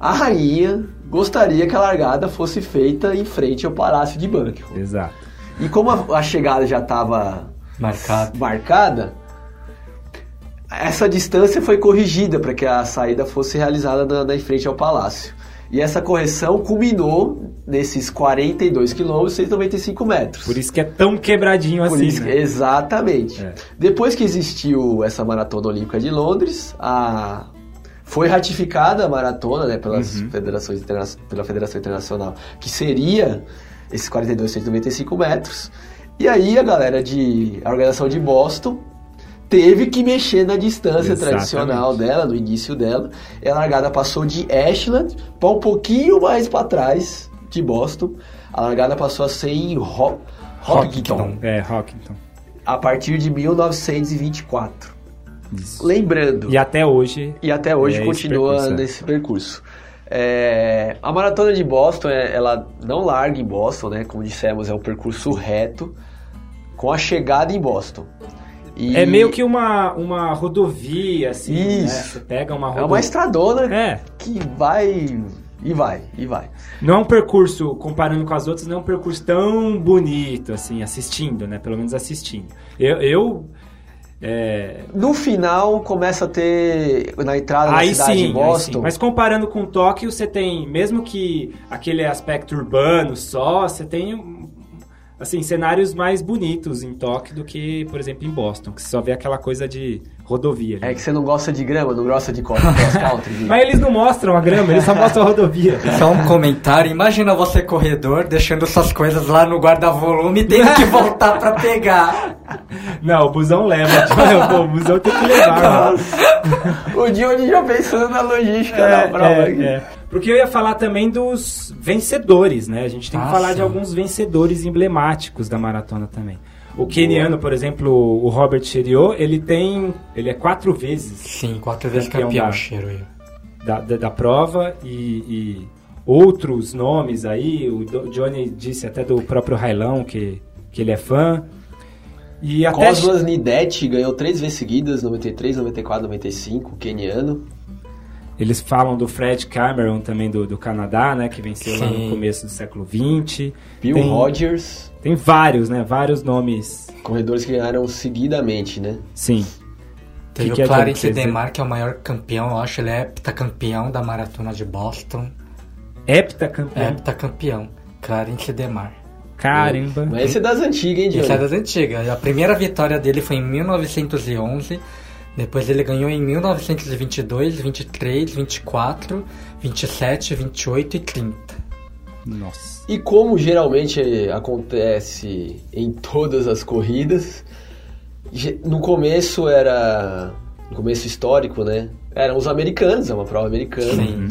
[SPEAKER 3] a rainha gostaria que a largada fosse feita em frente ao Palácio de Buckingham.
[SPEAKER 2] Exato.
[SPEAKER 3] E como a, a chegada já estava
[SPEAKER 4] Marcado.
[SPEAKER 3] marcada, essa distância foi corrigida para que a saída fosse realizada na, na em frente ao palácio. E essa correção culminou nesses 42 quilômetros, 195 metros.
[SPEAKER 2] Por isso que é tão quebradinho
[SPEAKER 3] Por
[SPEAKER 2] assim.
[SPEAKER 3] isso que-
[SPEAKER 2] né?
[SPEAKER 3] Exatamente.
[SPEAKER 2] É.
[SPEAKER 3] Depois que existiu essa maratona olímpica de Londres, a... foi ratificada a maratona né, pelas
[SPEAKER 2] Uhum.
[SPEAKER 3] federações interna... pela Federação Internacional, que seria esses 42,195 metros. E aí a galera de. a organização de Boston teve que mexer na distância
[SPEAKER 2] Exatamente.
[SPEAKER 3] tradicional dela, no início dela. E a largada passou de Ashland para um pouquinho mais para trás de Boston. A largada passou a ser em Ho... Hopkinton
[SPEAKER 2] É, Rockington.
[SPEAKER 3] a partir de 1924.
[SPEAKER 2] Isso.
[SPEAKER 3] Lembrando,
[SPEAKER 2] E até hoje.
[SPEAKER 3] e até hoje
[SPEAKER 2] É esse
[SPEAKER 3] continua
[SPEAKER 2] percurso, é.
[SPEAKER 3] nesse percurso. É, a maratona de Boston, é- ela não larga em Boston, né? Como dissemos, é um percurso reto com a chegada em Boston. E
[SPEAKER 2] É meio que uma, uma rodovia, assim. né?
[SPEAKER 3] Isso.
[SPEAKER 2] Você pega uma
[SPEAKER 3] é uma
[SPEAKER 2] rodovia.
[SPEAKER 3] estradona
[SPEAKER 2] É.
[SPEAKER 3] que vai e vai e vai.
[SPEAKER 2] Não é um percurso, comparando com as outras, não é um percurso tão bonito, assim, assistindo, né? Pelo menos assistindo. Eu. eu é,
[SPEAKER 3] No final começa a ter na entrada da
[SPEAKER 2] aí, sim,
[SPEAKER 3] cidade
[SPEAKER 2] aí
[SPEAKER 3] de
[SPEAKER 2] sim.
[SPEAKER 3] Boston.
[SPEAKER 2] Mas comparando com Tóquio, você tem, mesmo que aquele aspecto urbano só, você tem um- assim, cenários mais bonitos em Tóquio do que, por exemplo, em Boston, que você só vê aquela coisa de rodovia. né?
[SPEAKER 3] É que você não gosta de grama, não gosta de cross country. né? de-
[SPEAKER 2] Mas eles não mostram a grama, eles só mostram a rodovia.
[SPEAKER 4] Só um comentário. Imagina você corredor deixando suas coisas lá no guarda-volume e tendo que voltar pra pegar.
[SPEAKER 2] Não, o busão leva. Tipo, pô, o busão tem que levar. mano.
[SPEAKER 3] O Dione já pensando na logística
[SPEAKER 2] É,
[SPEAKER 3] da prova.
[SPEAKER 2] é, é. Porque eu ia falar também dos vencedores, né? A gente tem que
[SPEAKER 4] Ah,
[SPEAKER 2] falar de
[SPEAKER 4] sim.
[SPEAKER 2] alguns vencedores emblemáticos da maratona também. O keniano, por exemplo, o Robert Cheriot, ele tem. Ele é quatro vezes
[SPEAKER 4] Sim, quatro vezes
[SPEAKER 2] Campeão
[SPEAKER 4] campeão,
[SPEAKER 2] da-
[SPEAKER 4] Cheiro.
[SPEAKER 2] da, da, da prova e, e outros nomes aí. O Do- Johnny disse até do próprio Railão que, que ele é fã. E até.
[SPEAKER 3] Cosmas Nidetti ganhou três vezes seguidas, 93, 94, 95, keniano.
[SPEAKER 2] Eles falam do Fred Cameron também do, do Canadá, né? Que venceu lá no
[SPEAKER 4] Sim.
[SPEAKER 2] começo do século XX.
[SPEAKER 3] Bill
[SPEAKER 2] Tem-
[SPEAKER 3] Rogers,
[SPEAKER 2] Tem vários, né? Vários nomes.
[SPEAKER 3] corredores que ganharam seguidamente, né?
[SPEAKER 2] Sim.
[SPEAKER 4] Teve
[SPEAKER 2] Que que
[SPEAKER 4] o
[SPEAKER 2] é
[SPEAKER 4] Clarence
[SPEAKER 2] John Chase, né?
[SPEAKER 4] Demar, que é o maior campeão, eu acho. Ele é heptacampeão da maratona de Boston. É
[SPEAKER 2] Heptacampeão.
[SPEAKER 4] heptacampeão. Clarence Demar.
[SPEAKER 2] Caramba.
[SPEAKER 3] Mas esse é das antigas, hein,
[SPEAKER 4] Isso é
[SPEAKER 3] Dione?
[SPEAKER 4] das antigas. A primeira vitória dele foi em 1911. Depois ele ganhou em 1922, 23, 24, 27, 28 e 30.
[SPEAKER 2] Nossa.
[SPEAKER 3] E como geralmente acontece em todas as corridas, ge- no começo era... No começo histórico, né? Eram os americanos, é uma prova
[SPEAKER 2] Uhum.
[SPEAKER 3] americana.
[SPEAKER 4] Sim.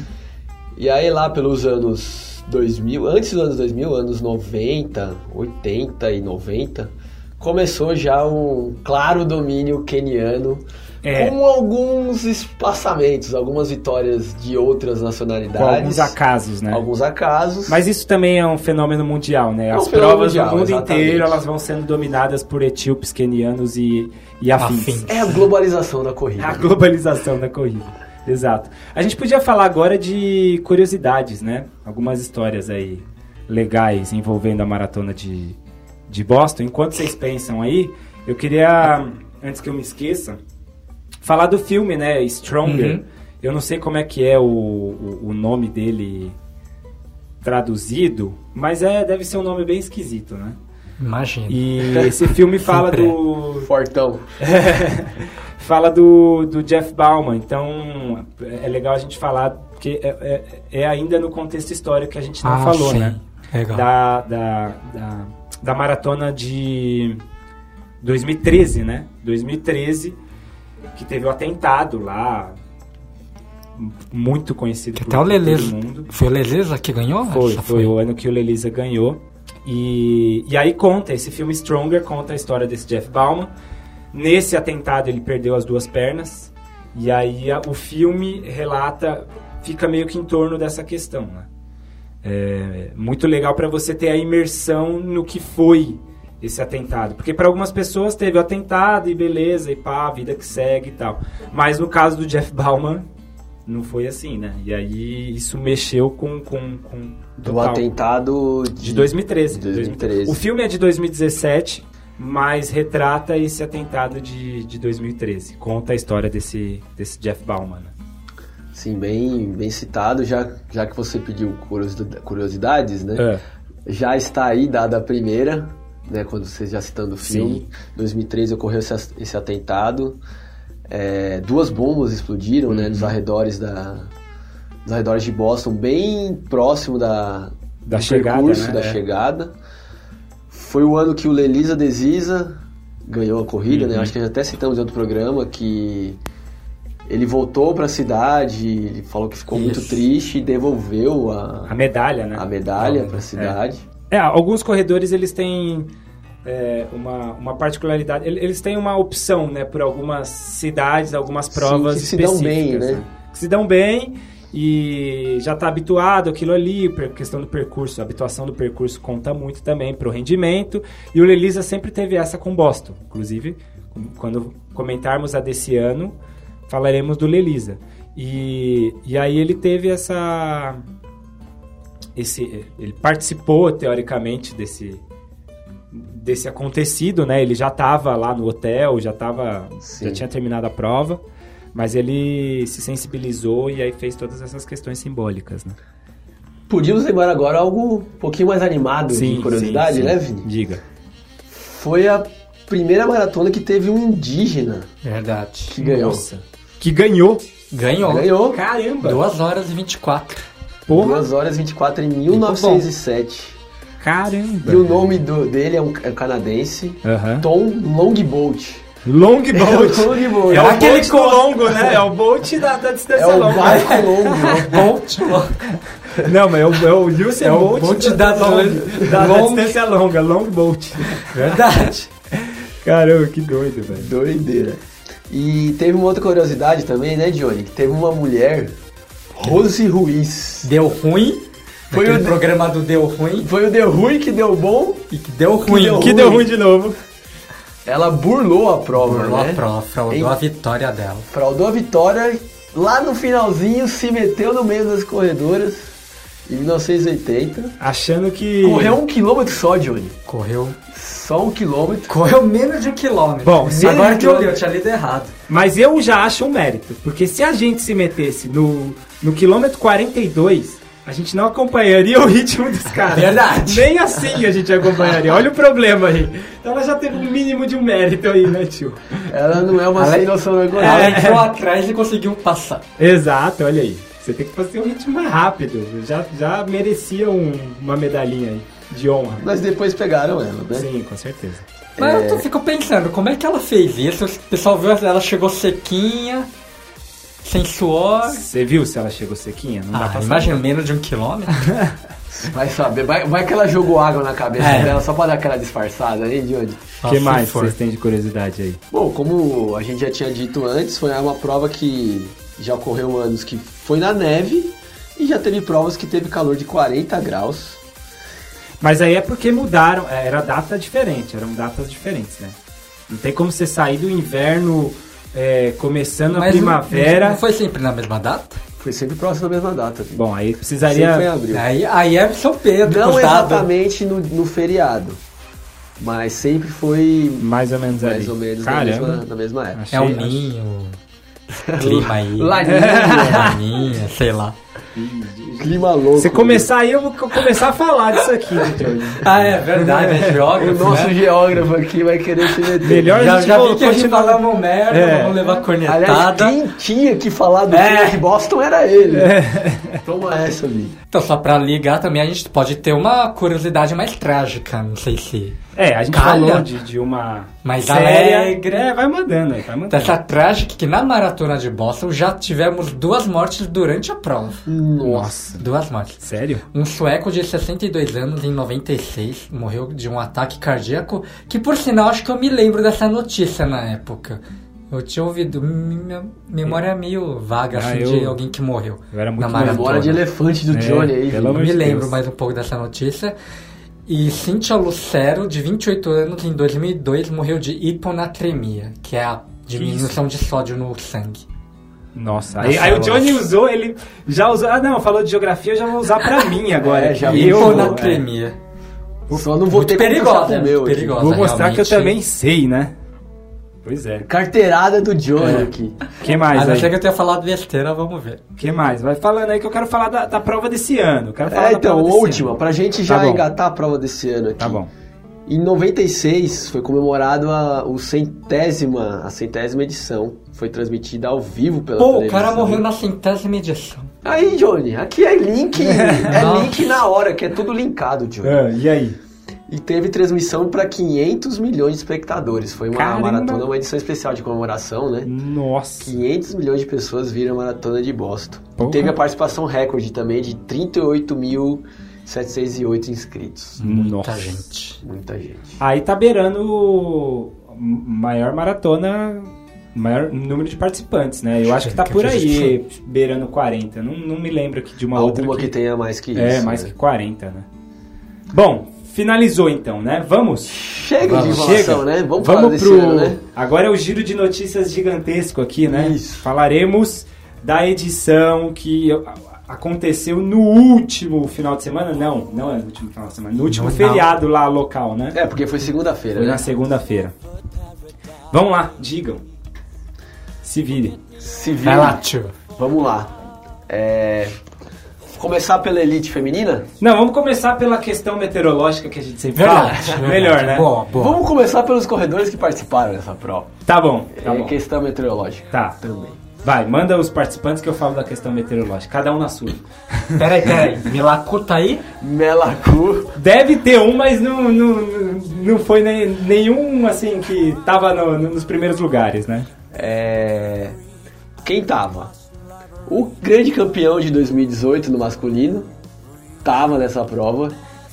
[SPEAKER 3] E aí lá pelos anos 2000, antes dos anos 2000, anos 90, 80 e 90, começou já um claro domínio queniano,
[SPEAKER 2] É.
[SPEAKER 3] com alguns espaçamentos, algumas vitórias de outras
[SPEAKER 2] Com
[SPEAKER 3] nacionalidades,
[SPEAKER 2] alguns acasos, né?
[SPEAKER 3] alguns acasos.
[SPEAKER 2] Mas isso também é um fenômeno mundial, né?
[SPEAKER 3] É um
[SPEAKER 2] As
[SPEAKER 3] fenômeno
[SPEAKER 2] provas do
[SPEAKER 3] mundial,
[SPEAKER 2] mundo
[SPEAKER 3] exatamente.
[SPEAKER 2] inteiro elas vão sendo dominadas por etíopes, quenianos e, e afins.
[SPEAKER 4] Afins.
[SPEAKER 3] É a globalização da corrida.
[SPEAKER 2] A globalização da corrida. Exato. A gente podia falar agora de curiosidades, né? Algumas histórias aí legais envolvendo a maratona de, de Boston. Enquanto vocês pensam aí, eu queria, antes que eu me esqueça, falar do filme, né? Stronger.
[SPEAKER 4] Uhum.
[SPEAKER 2] Eu não sei como é que é o, o, o nome dele traduzido, mas é deve ser um nome bem esquisito, né?
[SPEAKER 4] Imagina.
[SPEAKER 2] E esse filme fala
[SPEAKER 4] Sempre é.
[SPEAKER 2] do
[SPEAKER 3] Fortão.
[SPEAKER 2] fala do, do Jeff Bauman, então é legal a gente falar, porque é, é- é ainda no contexto histórico que a gente não
[SPEAKER 4] Ah,
[SPEAKER 2] falou,
[SPEAKER 4] sim.
[SPEAKER 2] né?
[SPEAKER 4] Legal.
[SPEAKER 2] Da, da, da, da maratona de 2013, né? 2013, que teve o atentado lá, m- muito conhecido
[SPEAKER 4] Que Ah,
[SPEAKER 2] por
[SPEAKER 4] até o
[SPEAKER 2] todo
[SPEAKER 4] Leleza.
[SPEAKER 2] mundo.
[SPEAKER 4] Foi o Leleza que ganhou?
[SPEAKER 2] Foi,
[SPEAKER 4] Essa
[SPEAKER 2] foi o ano que o Lelisa ganhou. E, e aí conta, esse filme Stronger conta a história desse Jeff Bauman, Nesse atentado ele perdeu as duas pernas. E aí a- o filme relata, fica meio que em torno dessa questão, né? É muito legal para você ter a imersão no que foi esse atentado. Porque para algumas pessoas teve o atentado e beleza, e pá, a vida que segue e tal. Mas no caso do Jeff Bauman, não foi assim, né? E aí isso mexeu com... com, com
[SPEAKER 3] Do
[SPEAKER 2] total.
[SPEAKER 3] atentado
[SPEAKER 2] De 2013.
[SPEAKER 3] De 2013.
[SPEAKER 2] O filme é de 2017, mas retrata esse atentado de, de 2013. Conta a história desse, desse Jeff Bauman. né?
[SPEAKER 3] Sim, bem, bem citado, já, já que você pediu curiosidade- curiosidades, né?
[SPEAKER 2] É.
[SPEAKER 3] já está aí dada a primeira, né, quando você já citando o filme.
[SPEAKER 2] Sim.
[SPEAKER 3] Em 2013 ocorreu esse, ass- esse atentado. É, duas bombas explodiram, né,
[SPEAKER 2] Uhum.
[SPEAKER 3] nos arredores da nos arredores de Boston, bem próximo da
[SPEAKER 2] Da
[SPEAKER 3] do
[SPEAKER 2] chegada,
[SPEAKER 3] percurso,
[SPEAKER 2] né?
[SPEAKER 3] da
[SPEAKER 2] É.
[SPEAKER 3] chegada. Foi o ano que o Lelisa Desisa ganhou a corrida,
[SPEAKER 2] Uhum.
[SPEAKER 3] né? Acho que até citamos em outro programa que ele voltou para a cidade, ele falou que ficou muito
[SPEAKER 4] Isso.
[SPEAKER 3] triste e devolveu a,
[SPEAKER 2] A medalha, né?
[SPEAKER 3] a medalha para
[SPEAKER 2] É.
[SPEAKER 3] a cidade.
[SPEAKER 2] É, alguns corredores eles têm é, uma, uma particularidade. ele- Eles têm uma opção, né, por algumas cidades, algumas
[SPEAKER 3] Sim,
[SPEAKER 2] provas
[SPEAKER 3] que se dão bem,
[SPEAKER 2] específicas,
[SPEAKER 3] né?
[SPEAKER 2] Que se dão bem e já está habituado aquilo ali, per- questão do percurso, a habituação do percurso conta muito também para o rendimento. E o Lelisa sempre teve essa com Boston, inclusive, quando comentarmos a desse ano, falaremos do Lelisa. E, e aí ele teve essa esse ele participou teoricamente desse desse acontecido, né? Ele já estava lá no hotel, já tava, já
[SPEAKER 3] Sim.
[SPEAKER 2] tinha terminado a prova, mas ele se sensibilizou e aí fez todas essas questões simbólicas, né?
[SPEAKER 3] Podíamos lembrar agora algo um pouquinho mais animado de curiosidade,
[SPEAKER 2] sim, sim.
[SPEAKER 3] né, Vini?
[SPEAKER 2] Diga.
[SPEAKER 3] Foi a primeira maratona que teve um indígena que
[SPEAKER 4] Verdade.
[SPEAKER 3] ganhou.
[SPEAKER 2] Nossa. Que ganhou.
[SPEAKER 4] Ganhou.
[SPEAKER 3] Ganhou
[SPEAKER 2] Caramba.
[SPEAKER 4] 2 horas e 24.
[SPEAKER 2] Porra.
[SPEAKER 3] 2 horas e 24 em 1907.
[SPEAKER 2] Caramba.
[SPEAKER 3] E o nome do- dele é um é um canadense,
[SPEAKER 2] Aham.
[SPEAKER 3] Tom Longboat. É o
[SPEAKER 2] Longboat.
[SPEAKER 3] Longboat.
[SPEAKER 2] É,
[SPEAKER 3] É o
[SPEAKER 2] aquele
[SPEAKER 3] Bolt-
[SPEAKER 2] colongo, né? É o Bolt da, da distância
[SPEAKER 3] É o
[SPEAKER 2] longa.
[SPEAKER 3] barco longo.
[SPEAKER 4] Bolt.
[SPEAKER 2] Não, mas é o, é o Usain
[SPEAKER 4] É o
[SPEAKER 2] Bolt,
[SPEAKER 4] Bolt
[SPEAKER 2] da,
[SPEAKER 4] da
[SPEAKER 2] long-
[SPEAKER 4] long-
[SPEAKER 2] da- da
[SPEAKER 4] long-
[SPEAKER 2] distância longa, long bolt.
[SPEAKER 4] Verdade.
[SPEAKER 2] Caramba, que doido, velho.
[SPEAKER 3] Doideira. E teve uma outra curiosidade também, né, Johnny? Que teve uma mulher, Rose Ruiz.
[SPEAKER 4] Deu ruim.
[SPEAKER 3] Foi
[SPEAKER 4] Foi
[SPEAKER 3] o-
[SPEAKER 4] o programa do Deu Ruim.
[SPEAKER 3] Foi o The Rui que deu bom
[SPEAKER 4] E que deu ruim.
[SPEAKER 3] deu
[SPEAKER 2] Que deu ruim de novo.
[SPEAKER 3] Ela burlou a prova,
[SPEAKER 4] Fraudou
[SPEAKER 3] né?
[SPEAKER 4] a prova, fraudou
[SPEAKER 3] Em-
[SPEAKER 4] a vitória dela.
[SPEAKER 3] Fraudou a vitória. Lá no finalzinho, se meteu no meio das corredoras. Em 1980.
[SPEAKER 2] Achando que.
[SPEAKER 3] Correu um quilômetro só, Johnny.
[SPEAKER 4] Correu.
[SPEAKER 3] Só um quilômetro.
[SPEAKER 4] Correu menos de um quilômetro.
[SPEAKER 2] Bom,
[SPEAKER 4] menos
[SPEAKER 2] se agora
[SPEAKER 4] de um
[SPEAKER 2] que eu-
[SPEAKER 4] quilômetro, eu tinha lido errado.
[SPEAKER 2] Mas eu já acho um mérito, porque se a gente se metesse no, no quilômetro 42, a gente não acompanharia o ritmo dos caras.
[SPEAKER 4] Verdade.
[SPEAKER 2] Nem assim a gente acompanharia. Olha o problema aí. Então ela já teve um mínimo de um mérito aí, né, tio?
[SPEAKER 3] Ela não é uma
[SPEAKER 4] Ale-
[SPEAKER 3] sem noção da corrida.
[SPEAKER 4] Ela entrou atrás e conseguiu passar.
[SPEAKER 2] Exato, olha aí. Você tem que fazer um ritmo mais rápido. Já, já merecia um- uma medalhinha aí de honra.
[SPEAKER 3] Mas depois pegaram ela, né?
[SPEAKER 2] Sim, com certeza.
[SPEAKER 4] Mas eu tô- fico pensando, como é que ela fez isso? O pessoal viu, ela chegou sequinha, sem suor.
[SPEAKER 2] Você viu se ela chegou sequinha? Não dá
[SPEAKER 4] Ah,
[SPEAKER 2] pra
[SPEAKER 4] imagina, menos de um quilômetro.
[SPEAKER 3] Vai saber. Vai, vai que ela jogou água na cabeça
[SPEAKER 4] É.
[SPEAKER 3] dela só pra dar aquela disfarçada, hein, Johnny?
[SPEAKER 2] O que
[SPEAKER 4] Nossa,
[SPEAKER 2] mais
[SPEAKER 4] se for.
[SPEAKER 2] vocês têm de curiosidade aí?
[SPEAKER 3] Bom, como a gente já tinha dito antes, foi uma prova que já ocorreu anos que foi na neve e já teve provas que teve calor de 40 graus.
[SPEAKER 2] Mas aí é porque mudaram, é, era data diferente, eram datas diferentes, né? Não tem como você sair do inverno é, começando a
[SPEAKER 4] Mas não-
[SPEAKER 2] primavera.
[SPEAKER 4] Não foi sempre na mesma data?
[SPEAKER 3] Foi sempre próximo da mesma data. viu?
[SPEAKER 2] Bom, aí
[SPEAKER 3] Sempre foi em
[SPEAKER 2] precisaria.
[SPEAKER 3] abril.
[SPEAKER 4] Aí, aí é São Pedro,
[SPEAKER 3] Não
[SPEAKER 4] cuidado.
[SPEAKER 3] exatamente no, no feriado, mas sempre foi
[SPEAKER 2] Mais ou menos ali.
[SPEAKER 3] mais ou menos na
[SPEAKER 2] Caramba.
[SPEAKER 3] mesma, na mesma época.
[SPEAKER 2] Achei-
[SPEAKER 4] É o ninho, clima aí.
[SPEAKER 3] Laninha,
[SPEAKER 4] Laninha, sei lá.
[SPEAKER 3] clima louco.
[SPEAKER 2] Você começar aí, eu vou co- começar a falar disso aqui, né, Jorge?
[SPEAKER 4] Ah, é verdade, é
[SPEAKER 3] O
[SPEAKER 4] geógrafo,
[SPEAKER 3] nosso
[SPEAKER 4] né?
[SPEAKER 3] geógrafo aqui vai querer se meter.
[SPEAKER 2] Melhor
[SPEAKER 4] Já,
[SPEAKER 2] a gente
[SPEAKER 4] já
[SPEAKER 2] vol-
[SPEAKER 4] vi que a gente
[SPEAKER 2] continuar-
[SPEAKER 4] falamos merda,
[SPEAKER 2] É.
[SPEAKER 4] vamos levar
[SPEAKER 3] Aliás,
[SPEAKER 4] cornetada.
[SPEAKER 3] quem tinha que falar do
[SPEAKER 4] É.
[SPEAKER 3] clima de Boston era ele.
[SPEAKER 2] É.
[SPEAKER 3] Toma essa, Vini.
[SPEAKER 4] Então, só pra ligar também, a gente pode ter uma curiosidade mais trágica, não sei se...
[SPEAKER 2] É, a gente
[SPEAKER 4] Calha.
[SPEAKER 2] falou de, de uma. Tá
[SPEAKER 4] Mas
[SPEAKER 2] séria...
[SPEAKER 4] alegre.
[SPEAKER 2] É, vai mandando aí, vai mandando.
[SPEAKER 4] Dessa trágica que na maratona de Boston já tivemos duas mortes durante a prova.
[SPEAKER 2] Nossa.
[SPEAKER 4] Duas mortes.
[SPEAKER 2] Sério?
[SPEAKER 4] Um sueco de 62 anos, em 96, morreu de um ataque cardíaco, que por sinal acho que eu me lembro dessa notícia na época. Eu tinha ouvido, minha memória é meio vaga
[SPEAKER 2] Ah,
[SPEAKER 4] assim,
[SPEAKER 2] eu-
[SPEAKER 4] de alguém que morreu.
[SPEAKER 2] Eu era muito
[SPEAKER 4] na
[SPEAKER 2] novo.
[SPEAKER 4] maratona.
[SPEAKER 3] Memória de elefante do
[SPEAKER 2] É,
[SPEAKER 3] Johnny aí.
[SPEAKER 2] pelo
[SPEAKER 3] viu?
[SPEAKER 2] amor
[SPEAKER 4] Me
[SPEAKER 2] de
[SPEAKER 4] lembro
[SPEAKER 2] Deus.
[SPEAKER 4] mais um pouco dessa notícia. E Cíntia Lucero, de 28 anos, em 2002, morreu de hiponatremia, que é a diminuição de sódio no sangue.
[SPEAKER 2] Nossa.
[SPEAKER 4] Nossa,
[SPEAKER 2] Aí, aí o
[SPEAKER 4] nossa.
[SPEAKER 2] Johnny usou, ele já usou. Ah, não, falou de geografia, eu já vou usar pra mim agora.
[SPEAKER 3] É, já
[SPEAKER 2] E eu vou, é.
[SPEAKER 4] hiponatremia.
[SPEAKER 3] Só não vou ter
[SPEAKER 4] Muito
[SPEAKER 3] como
[SPEAKER 4] perigosa,
[SPEAKER 3] puxar pro
[SPEAKER 4] muito
[SPEAKER 3] meu aqui.
[SPEAKER 4] perigosa.
[SPEAKER 2] Vou mostrar que eu
[SPEAKER 4] realmente.
[SPEAKER 2] também sei, né? Pois é.
[SPEAKER 3] Carteirada do Johnny
[SPEAKER 2] É.
[SPEAKER 3] aqui.
[SPEAKER 2] que
[SPEAKER 4] A
[SPEAKER 2] mais
[SPEAKER 4] não
[SPEAKER 2] aí?
[SPEAKER 4] ser que eu tenha falado besteira, vamos ver.
[SPEAKER 2] que mais? Vai falando aí que eu quero falar da, da prova desse ano. Eu Quero falar
[SPEAKER 3] É,
[SPEAKER 2] da
[SPEAKER 3] então,
[SPEAKER 2] prova desse
[SPEAKER 3] última,
[SPEAKER 2] ano.
[SPEAKER 3] pra gente
[SPEAKER 2] Tá
[SPEAKER 3] já
[SPEAKER 2] bom.
[SPEAKER 3] engatar a prova desse ano aqui.
[SPEAKER 2] Tá bom.
[SPEAKER 3] Em 96 foi comemorado a, o centésima, a centésima edição. Foi transmitida ao vivo pela
[SPEAKER 4] Pô, o
[SPEAKER 3] televisão.
[SPEAKER 4] cara morreu na centésima edição.
[SPEAKER 3] Aí, Johnny, aqui é link, é
[SPEAKER 4] Nossa.
[SPEAKER 3] link na hora, que é tudo linkado, Johnny.
[SPEAKER 2] Ah, e aí?
[SPEAKER 3] E teve transmissão pra 500 milhões de espectadores. Foi uma
[SPEAKER 2] Caramba.
[SPEAKER 3] maratona, uma edição especial de comemoração, né?
[SPEAKER 2] Nossa.
[SPEAKER 3] 500 milhões de pessoas viram a maratona de Boston.
[SPEAKER 2] Porra.
[SPEAKER 3] E teve a participação recorde também de 38.708
[SPEAKER 2] Hum.
[SPEAKER 3] inscritos.
[SPEAKER 4] Tá,
[SPEAKER 2] Nossa.
[SPEAKER 4] gente.
[SPEAKER 3] Muita gente.
[SPEAKER 2] Aí tá beirando o maior maratona, maior número de participantes, né? Eu acho que tá
[SPEAKER 4] Que
[SPEAKER 2] por
[SPEAKER 4] a
[SPEAKER 2] aí,
[SPEAKER 4] gente
[SPEAKER 2] beirando 40. Não, não me lembro aqui de uma
[SPEAKER 3] Alguma
[SPEAKER 2] outra.
[SPEAKER 3] que... tenha mais que isso.
[SPEAKER 2] É, mais
[SPEAKER 3] né?
[SPEAKER 2] que 40, né? Bom, finalizou então, né? Vamos?
[SPEAKER 3] Chega de
[SPEAKER 4] Vamos,
[SPEAKER 3] enrolação, né? Vamos, falar desse ano, né?
[SPEAKER 2] Agora é o giro de notícias gigantesco aqui, né?
[SPEAKER 3] Isso.
[SPEAKER 2] Falaremos da edição que a- aconteceu no último final de semana. Não, não é no último final de semana. No último
[SPEAKER 4] Não.
[SPEAKER 2] feriado lá local, né?
[SPEAKER 3] É, porque foi segunda-feira,
[SPEAKER 2] Foi
[SPEAKER 3] né?
[SPEAKER 2] na segunda-feira. Vamos lá, digam. Se vire.
[SPEAKER 3] Se vira.
[SPEAKER 4] Vai lá, tio.
[SPEAKER 3] Vamos lá. É... Começar pela elite feminina?
[SPEAKER 2] Não, vamos começar pela questão meteorológica que a gente sempre
[SPEAKER 4] Verdade.
[SPEAKER 2] fala. Melhor, né?
[SPEAKER 4] Boa, boa.
[SPEAKER 3] Vamos começar pelos corredores que participaram dessa prova.
[SPEAKER 2] Tá bom, tá
[SPEAKER 3] é
[SPEAKER 2] bom.
[SPEAKER 3] questão meteorológica.
[SPEAKER 2] Tá.
[SPEAKER 3] Também.
[SPEAKER 2] Vai, manda os participantes que eu falo da questão meteorológica. Cada um na sua.
[SPEAKER 4] Peraí, peraí. Milacu tá aí?
[SPEAKER 3] Melacu.
[SPEAKER 2] Deve ter um, mas não, não, não foi nem- nenhum, assim, que tava no- no- nos primeiros lugares, né?
[SPEAKER 3] É... Quem tava? O grande campeão de 2018 no masculino tava nessa prova.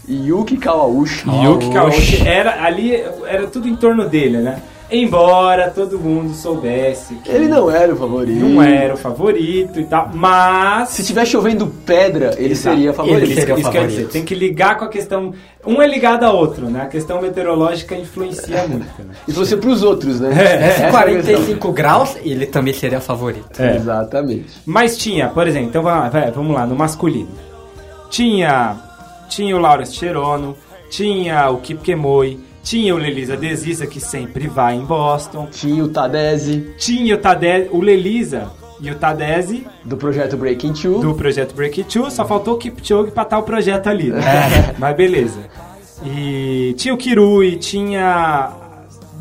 [SPEAKER 3] Yuki Kawauchi.
[SPEAKER 2] Yuki Kaoshi era ali, era tudo em torno dele, né? Embora todo mundo soubesse que
[SPEAKER 3] Ele não era o favorito.
[SPEAKER 2] não é. era o favorito e tal, mas
[SPEAKER 3] Hum. Se tiver chovendo pedra, ele seria favorito.
[SPEAKER 2] Ele seria isso quer dizer, tem que ligar com a questão. Um é ligado ao outro, né? A questão meteorológica influencia muito, né?
[SPEAKER 3] E você pros outros, né?
[SPEAKER 2] É,
[SPEAKER 3] Essa é
[SPEAKER 4] Se
[SPEAKER 3] a
[SPEAKER 4] 45 graus, ele também seria favorito.
[SPEAKER 2] É.
[SPEAKER 3] questão. Exatamente.
[SPEAKER 2] Mas tinha, por exemplo, então vai lá, vai, vamos lá, no masculino. Tinha. Tinha o Laurence Cherono, tinha o Kip Kemoi, tinha o Lelisa Desisa, que sempre vai em Boston,
[SPEAKER 3] Tinha o Tadese,
[SPEAKER 2] tinha o Tade, o Lelisa e o Tadese
[SPEAKER 3] do projeto Breaking Two.
[SPEAKER 2] do projeto Break Two, só faltou o Kipchoge pra estar o projeto ali, né?
[SPEAKER 3] É.
[SPEAKER 2] Mas beleza. E tinha o Kirui, tinha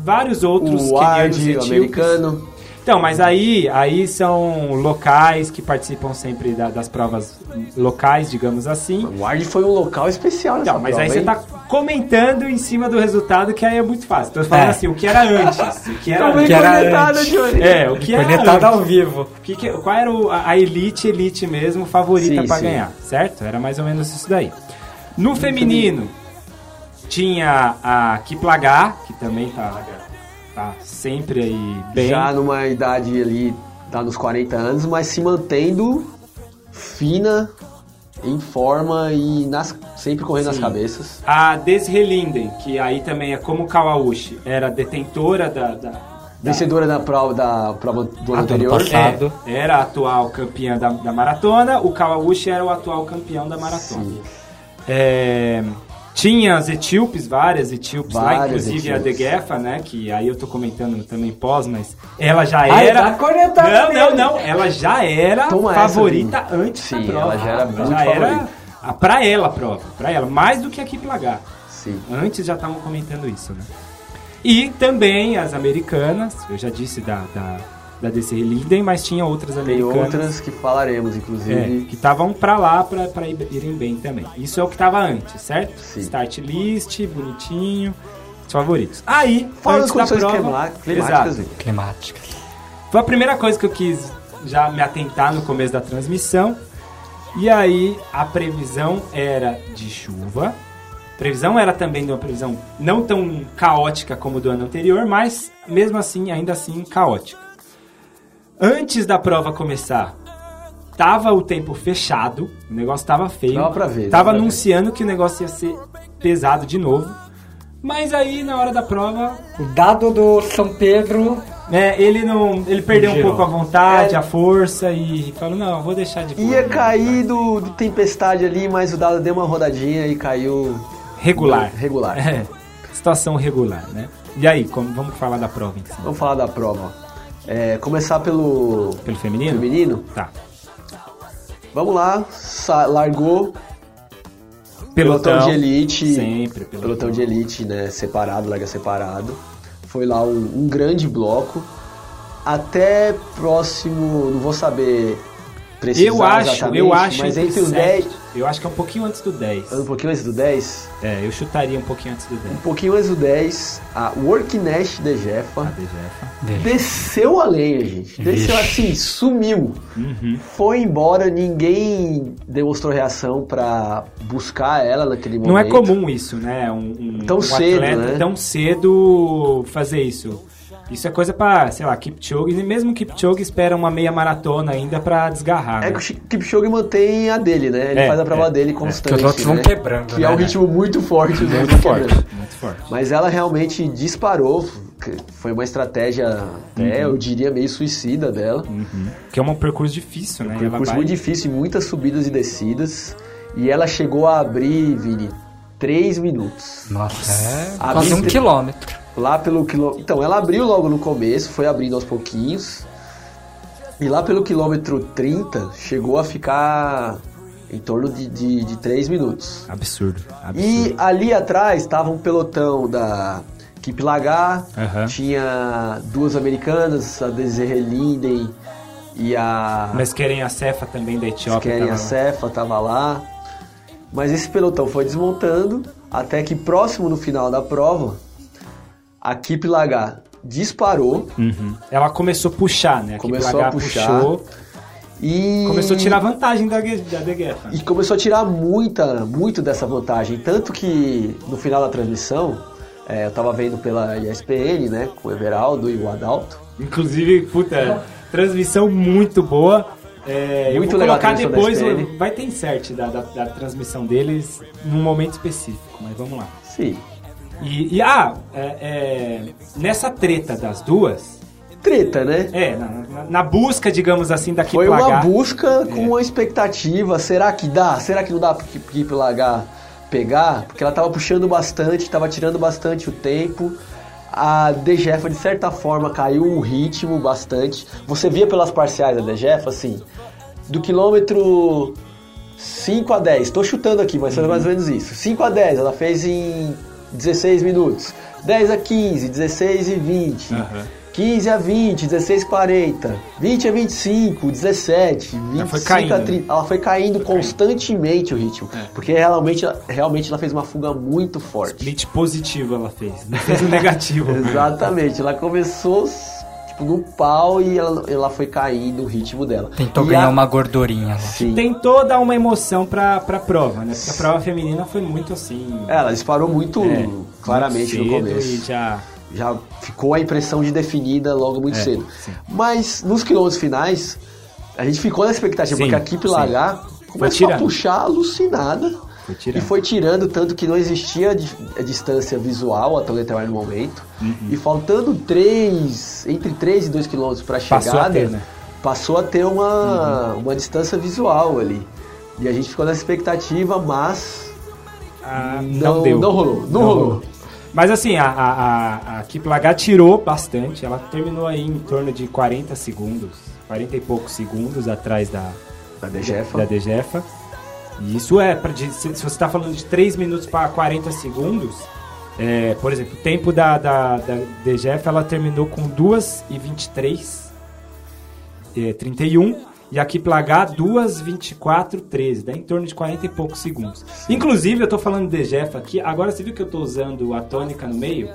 [SPEAKER 2] vários outros
[SPEAKER 3] o
[SPEAKER 2] queridos
[SPEAKER 3] Arce, o
[SPEAKER 2] etíopes.
[SPEAKER 3] americano.
[SPEAKER 2] Então, mas aí, aí são locais que participam sempre da- das provas locais, digamos assim.
[SPEAKER 3] O Arce foi um local especial nessa
[SPEAKER 2] Então, mas
[SPEAKER 3] prova,
[SPEAKER 2] aí você
[SPEAKER 3] hein?
[SPEAKER 2] tá comentando em cima do resultado, que aí é muito fácil. Tô falando
[SPEAKER 4] É.
[SPEAKER 2] assim, o que era antes, o que era
[SPEAKER 3] Também
[SPEAKER 2] antes.
[SPEAKER 4] que era
[SPEAKER 3] cornetada,
[SPEAKER 4] antes.
[SPEAKER 3] Tá Johnny.
[SPEAKER 2] É, o que era
[SPEAKER 4] Cornetada
[SPEAKER 2] antes.
[SPEAKER 4] ao vivo.
[SPEAKER 2] O que que- qual era o- a a elite, elite mesmo, favorita
[SPEAKER 3] Sim,
[SPEAKER 2] pra
[SPEAKER 3] sim.
[SPEAKER 2] ganhar, certo? Era mais ou menos isso daí. No feminino, tinha a Kiplagar, que também tá, tá sempre aí bem.
[SPEAKER 3] Já numa idade ali, tá nos 40 anos, mas se mantendo fina, em forma e nas- sempre correndo nas cabeças.
[SPEAKER 2] A Desrelinden, que aí também é como Kawauchi, era detentora da- da, da
[SPEAKER 3] Vencedora da prova, da prova do ano
[SPEAKER 4] ano
[SPEAKER 3] anterior.
[SPEAKER 4] passado.
[SPEAKER 2] É, era a atual campeã da, da maratona, o Kawauchi era o atual campeão da maratona.
[SPEAKER 3] Sim.
[SPEAKER 2] É, tinha as etíopes, várias etíopes lá,
[SPEAKER 3] Várias
[SPEAKER 2] inclusive a
[SPEAKER 3] etíopes.
[SPEAKER 2] Degefa, né? Que aí eu tô comentando também pós, mas ela já
[SPEAKER 3] Ah, é
[SPEAKER 4] Aí
[SPEAKER 2] era.
[SPEAKER 4] tá cornetado
[SPEAKER 2] não, não,
[SPEAKER 4] mesmo.
[SPEAKER 2] não. Ela já era
[SPEAKER 3] Toma essa,
[SPEAKER 2] favorita
[SPEAKER 3] Vini.
[SPEAKER 2] antes da
[SPEAKER 3] Sim,
[SPEAKER 2] prova.
[SPEAKER 3] ela já era muito favorita.
[SPEAKER 2] a- pra ela a prova, pra ela, mais do que a Kiplagar.
[SPEAKER 3] Sim.
[SPEAKER 2] Antes já estavam comentando isso, né? E também as americanas, eu já disse da, da, da DC Linden, mas tinha outras
[SPEAKER 3] Tem
[SPEAKER 2] americanas
[SPEAKER 3] outras que falaremos,
[SPEAKER 2] é,
[SPEAKER 3] inclusive.
[SPEAKER 2] que estavam pra lá pra, pra ir- irem bem também. Isso é o que tava antes, certo?
[SPEAKER 3] Sim.
[SPEAKER 2] Start list, bonitinho, os favoritos. Aí,
[SPEAKER 3] Fora
[SPEAKER 2] É. antes
[SPEAKER 3] as condições
[SPEAKER 2] da prova,
[SPEAKER 3] clima- climáticas.
[SPEAKER 2] Exato.
[SPEAKER 3] né?
[SPEAKER 4] Climática.
[SPEAKER 2] Foi a primeira coisa que eu quis já me atentar no começo da transmissão. E aí a previsão era de chuva. Previsão era também de uma previsão não tão caótica como do ano anterior, mas mesmo assim, ainda assim, caótica. Antes da prova começar, tava o tempo fechado, o negócio tava feio.
[SPEAKER 3] Dava pra ver, dava
[SPEAKER 2] Tava
[SPEAKER 3] pra
[SPEAKER 2] anunciando que o negócio ia ser pesado de novo. Mas aí, na hora da prova,
[SPEAKER 4] O dado do São Pedro
[SPEAKER 2] né, ele não. ele perdeu um
[SPEAKER 5] Girou.
[SPEAKER 2] pouco a vontade,
[SPEAKER 3] É.
[SPEAKER 2] a força e falou, não, eu vou deixar de
[SPEAKER 3] Ia cair do, do tempestade ali, mas o dado deu uma rodadinha e caiu
[SPEAKER 2] regular.
[SPEAKER 3] regular.
[SPEAKER 2] É, situação regular, né? E aí, como, vamos falar da prova em si?
[SPEAKER 3] Vamos falar da prova. É, começar pelo
[SPEAKER 2] Pelo feminino?
[SPEAKER 3] feminino.
[SPEAKER 2] Tá.
[SPEAKER 3] Vamos lá, sa- largou pelotão, de elite.
[SPEAKER 2] Sempre, pelotão.
[SPEAKER 3] pelotão. de elite, né? Separado, larga separado. Foi lá um, um grande bloco. Até próximo, não vou saber precisar
[SPEAKER 2] Eu acho,
[SPEAKER 3] exatamente,
[SPEAKER 2] eu acho.
[SPEAKER 3] mas entre os
[SPEAKER 2] sete-
[SPEAKER 3] 10,
[SPEAKER 2] Eu acho que é um pouquinho antes do 10.
[SPEAKER 3] um pouquinho antes do 10,
[SPEAKER 2] É, eu chutaria um pouquinho antes do 10.
[SPEAKER 3] um pouquinho antes do 10, a Worknest de Jeffa
[SPEAKER 2] A DGF.
[SPEAKER 3] desceu a lenha, gente. Desceu assim, sumiu.
[SPEAKER 2] Uhum.
[SPEAKER 3] Foi embora, ninguém demonstrou reação pra buscar ela naquele momento.
[SPEAKER 2] Não é comum isso, né? Um, um-
[SPEAKER 3] Tão
[SPEAKER 2] um
[SPEAKER 3] cedo,
[SPEAKER 2] atleta
[SPEAKER 3] né?
[SPEAKER 2] tão cedo fazer isso. Isso é coisa pra, sei lá, Kipchoge. E mesmo Kipchoge espera uma meia maratona ainda pra desgarrar.
[SPEAKER 3] É que
[SPEAKER 2] né?
[SPEAKER 3] o Chi- Kipchoge mantém a dele, né? Ele
[SPEAKER 2] É,
[SPEAKER 3] faz a prova
[SPEAKER 2] é,
[SPEAKER 3] dele
[SPEAKER 4] que
[SPEAKER 3] constante.
[SPEAKER 4] os outros vão
[SPEAKER 3] né?
[SPEAKER 4] quebrando,
[SPEAKER 3] Que
[SPEAKER 4] né?
[SPEAKER 3] é um ritmo muito forte. os outros vão quebrando.
[SPEAKER 2] Muito forte.
[SPEAKER 3] Mas ela realmente disparou. que Foi uma estratégia,
[SPEAKER 2] Uhum.
[SPEAKER 3] até, eu diria, meio suicida dela.
[SPEAKER 2] Que é um percurso difícil, né?
[SPEAKER 3] Um
[SPEAKER 2] Ela
[SPEAKER 3] curso
[SPEAKER 2] vai-
[SPEAKER 3] muito difícil, muitas subidas e descidas. E ela chegou a abrir, Vini, 3 minutos.
[SPEAKER 4] Nossa, é
[SPEAKER 3] A
[SPEAKER 4] quase um
[SPEAKER 3] vista-
[SPEAKER 4] quilômetro.
[SPEAKER 3] Lá pelo quilômetro. Então, ela abriu logo no começo, foi abrindo aos pouquinhos. E lá pelo quilômetro 30, chegou a ficar em torno de, de, de 3 minutos.
[SPEAKER 2] Absurdo. absurdo.
[SPEAKER 3] E ali atrás estava um pelotão da Kip Lagar,
[SPEAKER 2] Aham.
[SPEAKER 3] tinha duas americanas, a Desiree Linden e a
[SPEAKER 2] Mas querem a Cefa também da Etiópia.
[SPEAKER 3] Keren
[SPEAKER 2] tava
[SPEAKER 3] a
[SPEAKER 2] lá.
[SPEAKER 3] Cefa tava lá. Mas esse pelotão foi desmontando até que próximo no final da prova, a Kip Lagar disparou
[SPEAKER 2] Uhum. Ela começou a puxar, né?
[SPEAKER 3] Começou
[SPEAKER 2] Kip Lagar
[SPEAKER 3] a puxar.
[SPEAKER 2] puxou,
[SPEAKER 3] e
[SPEAKER 2] começou a tirar vantagem da, Gue- da The Guerra.
[SPEAKER 3] e começou a tirar muita, muito dessa vantagem. Tanto que no final da transmissão, é, eu tava vendo pela ESPN, né? Com o Everaldo e o Adalto.
[SPEAKER 2] Inclusive, puta, transmissão muito boa. É, eu
[SPEAKER 3] Muito
[SPEAKER 2] vou
[SPEAKER 3] legal a
[SPEAKER 2] colocar
[SPEAKER 3] transmissão da
[SPEAKER 2] depois,
[SPEAKER 3] SPN.
[SPEAKER 2] vai ter insert da, da, da transmissão deles num momento específico, mas vamos lá.
[SPEAKER 3] Sim.
[SPEAKER 2] E, e, ah, é, é, nessa treta das duas,
[SPEAKER 3] Treta, né?
[SPEAKER 2] é, na, na- na busca, digamos assim, da Kip
[SPEAKER 3] Foi uma
[SPEAKER 2] Lagar,
[SPEAKER 3] busca com uma expectativa. Será que dá? Será que não dá pro Kip Kip Lagar pegar? Porque ela tava puxando bastante, tava tirando bastante o tempo. A Dejefa, de certa forma, caiu o ritmo bastante. Você via pelas parciais da Dejefa, assim, do quilômetro 5 a 10. Tô chutando aqui, mas foi mais ou menos isso. 5 a 10, ela fez em 16 minutos. 10 a 15, 16 e 20.
[SPEAKER 2] Aham.
[SPEAKER 3] 15 a 20, 16 a 40. 20 a 25, 17, 25
[SPEAKER 2] foi caindo,
[SPEAKER 3] a
[SPEAKER 2] né? É.
[SPEAKER 3] 30. Ela foi caindo constantemente o ritmo. Porque realmente, ela- realmente ela fez uma fuga muito forte.
[SPEAKER 2] split positivo ela fez, não fez o negativo.
[SPEAKER 3] Exatamente. Ela começou tipo, no pau e ela, ela foi caindo o ritmo dela.
[SPEAKER 4] Tentou
[SPEAKER 3] E
[SPEAKER 4] ganhar
[SPEAKER 3] a-
[SPEAKER 4] uma gordurinha lá.
[SPEAKER 3] Sim.
[SPEAKER 2] Tem toda uma emoção pra, pra prova, né? Porque a prova feminina foi muito assim.
[SPEAKER 3] Ela disparou muito
[SPEAKER 2] É,
[SPEAKER 3] claramente
[SPEAKER 2] muito
[SPEAKER 3] no
[SPEAKER 2] cedo
[SPEAKER 3] começo.
[SPEAKER 2] E já.
[SPEAKER 3] já ficou a impressão de definida logo muito
[SPEAKER 2] É,
[SPEAKER 3] cedo. Mas nos quilômetros finais, a gente ficou na expectativa,
[SPEAKER 2] Sim,
[SPEAKER 3] porque a equipe
[SPEAKER 2] sim.
[SPEAKER 3] Lagar começou a
[SPEAKER 2] tirando.
[SPEAKER 3] puxar alucinada
[SPEAKER 2] Foi tirando.
[SPEAKER 3] e foi tirando, tanto que não existia di- a distância visual até o determinado momento.
[SPEAKER 2] Uhum.
[SPEAKER 3] E faltando 3, entre 3 e 2 quilômetros para a
[SPEAKER 2] Passou a
[SPEAKER 3] chegada,
[SPEAKER 2] ter, né? Uhum.
[SPEAKER 3] passou a ter uma, uma distância visual ali. E a gente ficou nessa expectativa, mas
[SPEAKER 2] Ah, não,
[SPEAKER 3] não,
[SPEAKER 2] deu.
[SPEAKER 3] não rolou. Não, rolou.
[SPEAKER 2] Mas assim, a, a, a, a Kip Lagar tirou bastante. Ela terminou aí em torno de 40 segundos, 40 e poucos segundos atrás da,
[SPEAKER 3] Da DGF.
[SPEAKER 2] da DGEFA. E isso é, pra, de- se, se você está falando de 3 minutos para 40 segundos, é, por exemplo, o tempo da, da, da DGEFA ela terminou com 2 e 23, é, 31. E aqui plagar 2, 24, 13. Dá em torno de 40 e poucos segundos. Inclusive, eu tô falando de DGEFA aqui. Agora você viu que eu tô usando a tônica no meio?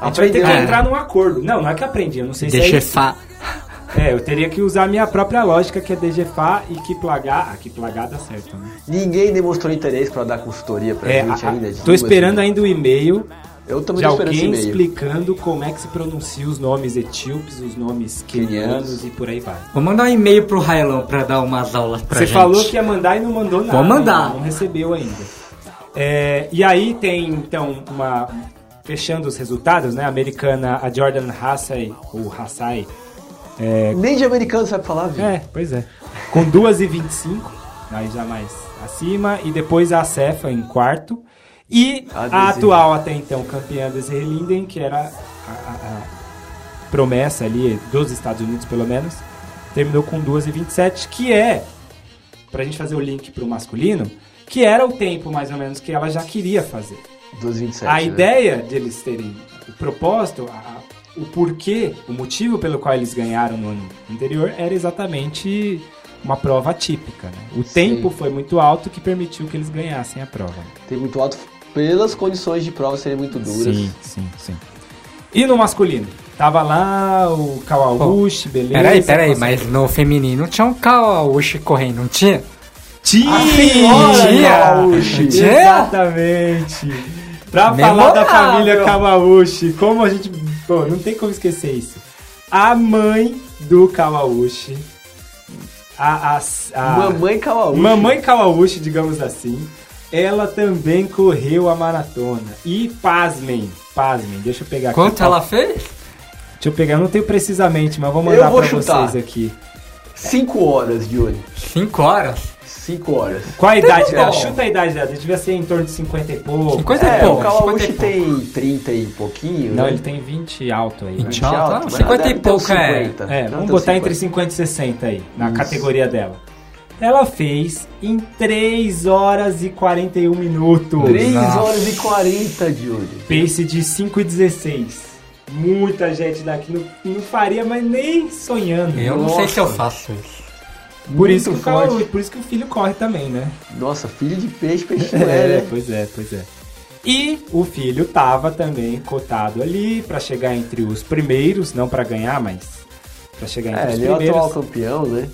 [SPEAKER 2] A gente vai ter que
[SPEAKER 4] Aprendeu, né?
[SPEAKER 2] entrar num acordo. Não, não é que aprendi. Eu não sei se é
[SPEAKER 4] Deixa
[SPEAKER 2] isso.
[SPEAKER 4] fa...
[SPEAKER 2] É, eu teria que usar a minha própria lógica, que é DGFA e que plagar. Ah, que plagar dá certo, né?
[SPEAKER 3] Ninguém demonstrou interesse pra dar consultoria pra
[SPEAKER 2] É,
[SPEAKER 3] gente
[SPEAKER 2] a- a-
[SPEAKER 3] ainda.
[SPEAKER 2] tô esperando ainda o e-mail
[SPEAKER 3] Eu também
[SPEAKER 2] de
[SPEAKER 3] tô esperando esse
[SPEAKER 2] alguém
[SPEAKER 3] e-mail.
[SPEAKER 2] explicando como é que se pronuncia os nomes etíopes, os nomes
[SPEAKER 3] Quenianos.
[SPEAKER 2] quenianos e por aí vai.
[SPEAKER 4] Vou mandar um e-mail pro Railão pra dar umas aulas pra
[SPEAKER 2] Você
[SPEAKER 4] gente.
[SPEAKER 2] falou que ia mandar e não mandou nada.
[SPEAKER 4] Vou mandar.
[SPEAKER 2] né? Não recebeu ainda. É, e aí tem, então, uma. Fechando os resultados, né? A americana, a Jordan Hassay, ou Hassai.
[SPEAKER 3] Nem de americano sabe falar, viu?
[SPEAKER 2] É, pois é. Com 2,25, aí já mais acima. E depois a Cefa em quarto. E
[SPEAKER 3] A
[SPEAKER 2] a,
[SPEAKER 3] Desiree.
[SPEAKER 2] atual até então campeã da Linden, que era a, a- a promessa ali dos Estados Unidos, pelo menos, terminou com 2,27, que é pra gente fazer o link pro masculino, que era o tempo mais ou menos que ela já queria fazer.
[SPEAKER 3] 2,27.
[SPEAKER 2] a
[SPEAKER 3] né?
[SPEAKER 2] ideia deles terem o propósito, a- o porquê, o motivo pelo qual eles ganharam no ano anterior era exatamente uma prova típica. O
[SPEAKER 3] Sim.
[SPEAKER 2] tempo foi muito alto que permitiu que eles ganhassem a prova.
[SPEAKER 3] Tem muito alto pelas condições de prova serem muito duras.
[SPEAKER 2] Sim, sim, sim. E no masculino? Tava lá o Kawaguchi, beleza.
[SPEAKER 4] Peraí, peraí,
[SPEAKER 2] passou-
[SPEAKER 4] mas no feminino tinha um Kawauchi correndo, não tinha?
[SPEAKER 2] Tinha!
[SPEAKER 4] senhora
[SPEAKER 3] Kawauchi.
[SPEAKER 2] Tinha! Exatamente! Pra falar da
[SPEAKER 4] Memorável.
[SPEAKER 2] família Kawauchi, como a gente. Pô, não tem como esquecer isso. A mãe do Kawauchi. A, a, a-
[SPEAKER 3] Mamãe Kawaú.
[SPEAKER 2] Mamãe Kawauchi, digamos assim. Ela também correu a maratona. E pasmem, pasmem, deixa eu pegar
[SPEAKER 4] Quanto
[SPEAKER 2] aqui.
[SPEAKER 4] ela fez?
[SPEAKER 2] Deixa eu pegar, eu não tenho precisamente, mas vou mandar
[SPEAKER 3] Eu vou
[SPEAKER 2] pra
[SPEAKER 3] chutar.
[SPEAKER 2] vocês aqui.
[SPEAKER 3] 5 horas, Johnny.
[SPEAKER 4] Cinco horas.
[SPEAKER 3] 5 horas.
[SPEAKER 2] Qual a idade
[SPEAKER 3] bom.
[SPEAKER 2] dela? Chuta a idade dela, devia ser em torno de 50 e pouco.
[SPEAKER 4] 50 e
[SPEAKER 3] É,
[SPEAKER 4] pouco.
[SPEAKER 3] o
[SPEAKER 4] 50
[SPEAKER 3] Kawauchi
[SPEAKER 4] e pouco.
[SPEAKER 3] tem 30 e pouquinho.
[SPEAKER 2] Não,
[SPEAKER 3] né?
[SPEAKER 2] ele tem 20 e alto aí. vai.
[SPEAKER 4] Então,
[SPEAKER 3] Alto,
[SPEAKER 4] tá,
[SPEAKER 3] mas
[SPEAKER 4] 50 e
[SPEAKER 3] deve ter uns
[SPEAKER 4] pouco, é.
[SPEAKER 3] 50.
[SPEAKER 2] É,
[SPEAKER 3] Deve
[SPEAKER 2] vamos
[SPEAKER 3] ter uns
[SPEAKER 2] botar entre
[SPEAKER 3] 50.
[SPEAKER 2] 50 e 60 aí, na
[SPEAKER 3] tá Isso.
[SPEAKER 2] categoria dela. Ela fez em 3 horas e 41 minutos.
[SPEAKER 3] 3
[SPEAKER 4] Nossa.
[SPEAKER 3] horas e 40, Johnny.
[SPEAKER 2] Pace de 5 e 16. Muita gente daqui não, não faria, mas nem sonhando.
[SPEAKER 4] Eu não sei
[SPEAKER 3] Nossa.
[SPEAKER 4] se eu faço isso.
[SPEAKER 2] Por isso, que
[SPEAKER 3] Muito
[SPEAKER 2] o cara-
[SPEAKER 3] forte.
[SPEAKER 2] por isso que o filho corre também, né?
[SPEAKER 3] Nossa, filho de peixe, peixe não é, né?
[SPEAKER 2] pois é, pois é. E o filho tava também cotado ali pra chegar entre os primeiros, não pra ganhar, mas pra chegar entre
[SPEAKER 3] É,
[SPEAKER 2] os
[SPEAKER 3] ele é o
[SPEAKER 2] primeiros.
[SPEAKER 3] atual campeão, né?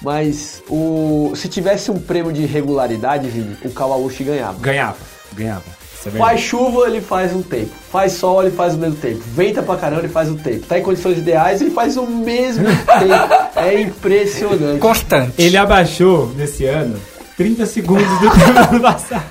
[SPEAKER 3] Mas o se tivesse um prêmio de regularidade, Vini, o Kawauchi ganhava.
[SPEAKER 2] Ganhava, ganhava. Isso é verdade.
[SPEAKER 3] Faz chuva, ele faz um tempo. Faz sol, ele faz o mesmo tempo. Venta pra caramba, ele faz o tempo. Tá em condições ideais, ele faz o mesmo tempo. É impressionante.
[SPEAKER 4] Constante.
[SPEAKER 2] Ele abaixou nesse ano 30 segundos do que no ano passado.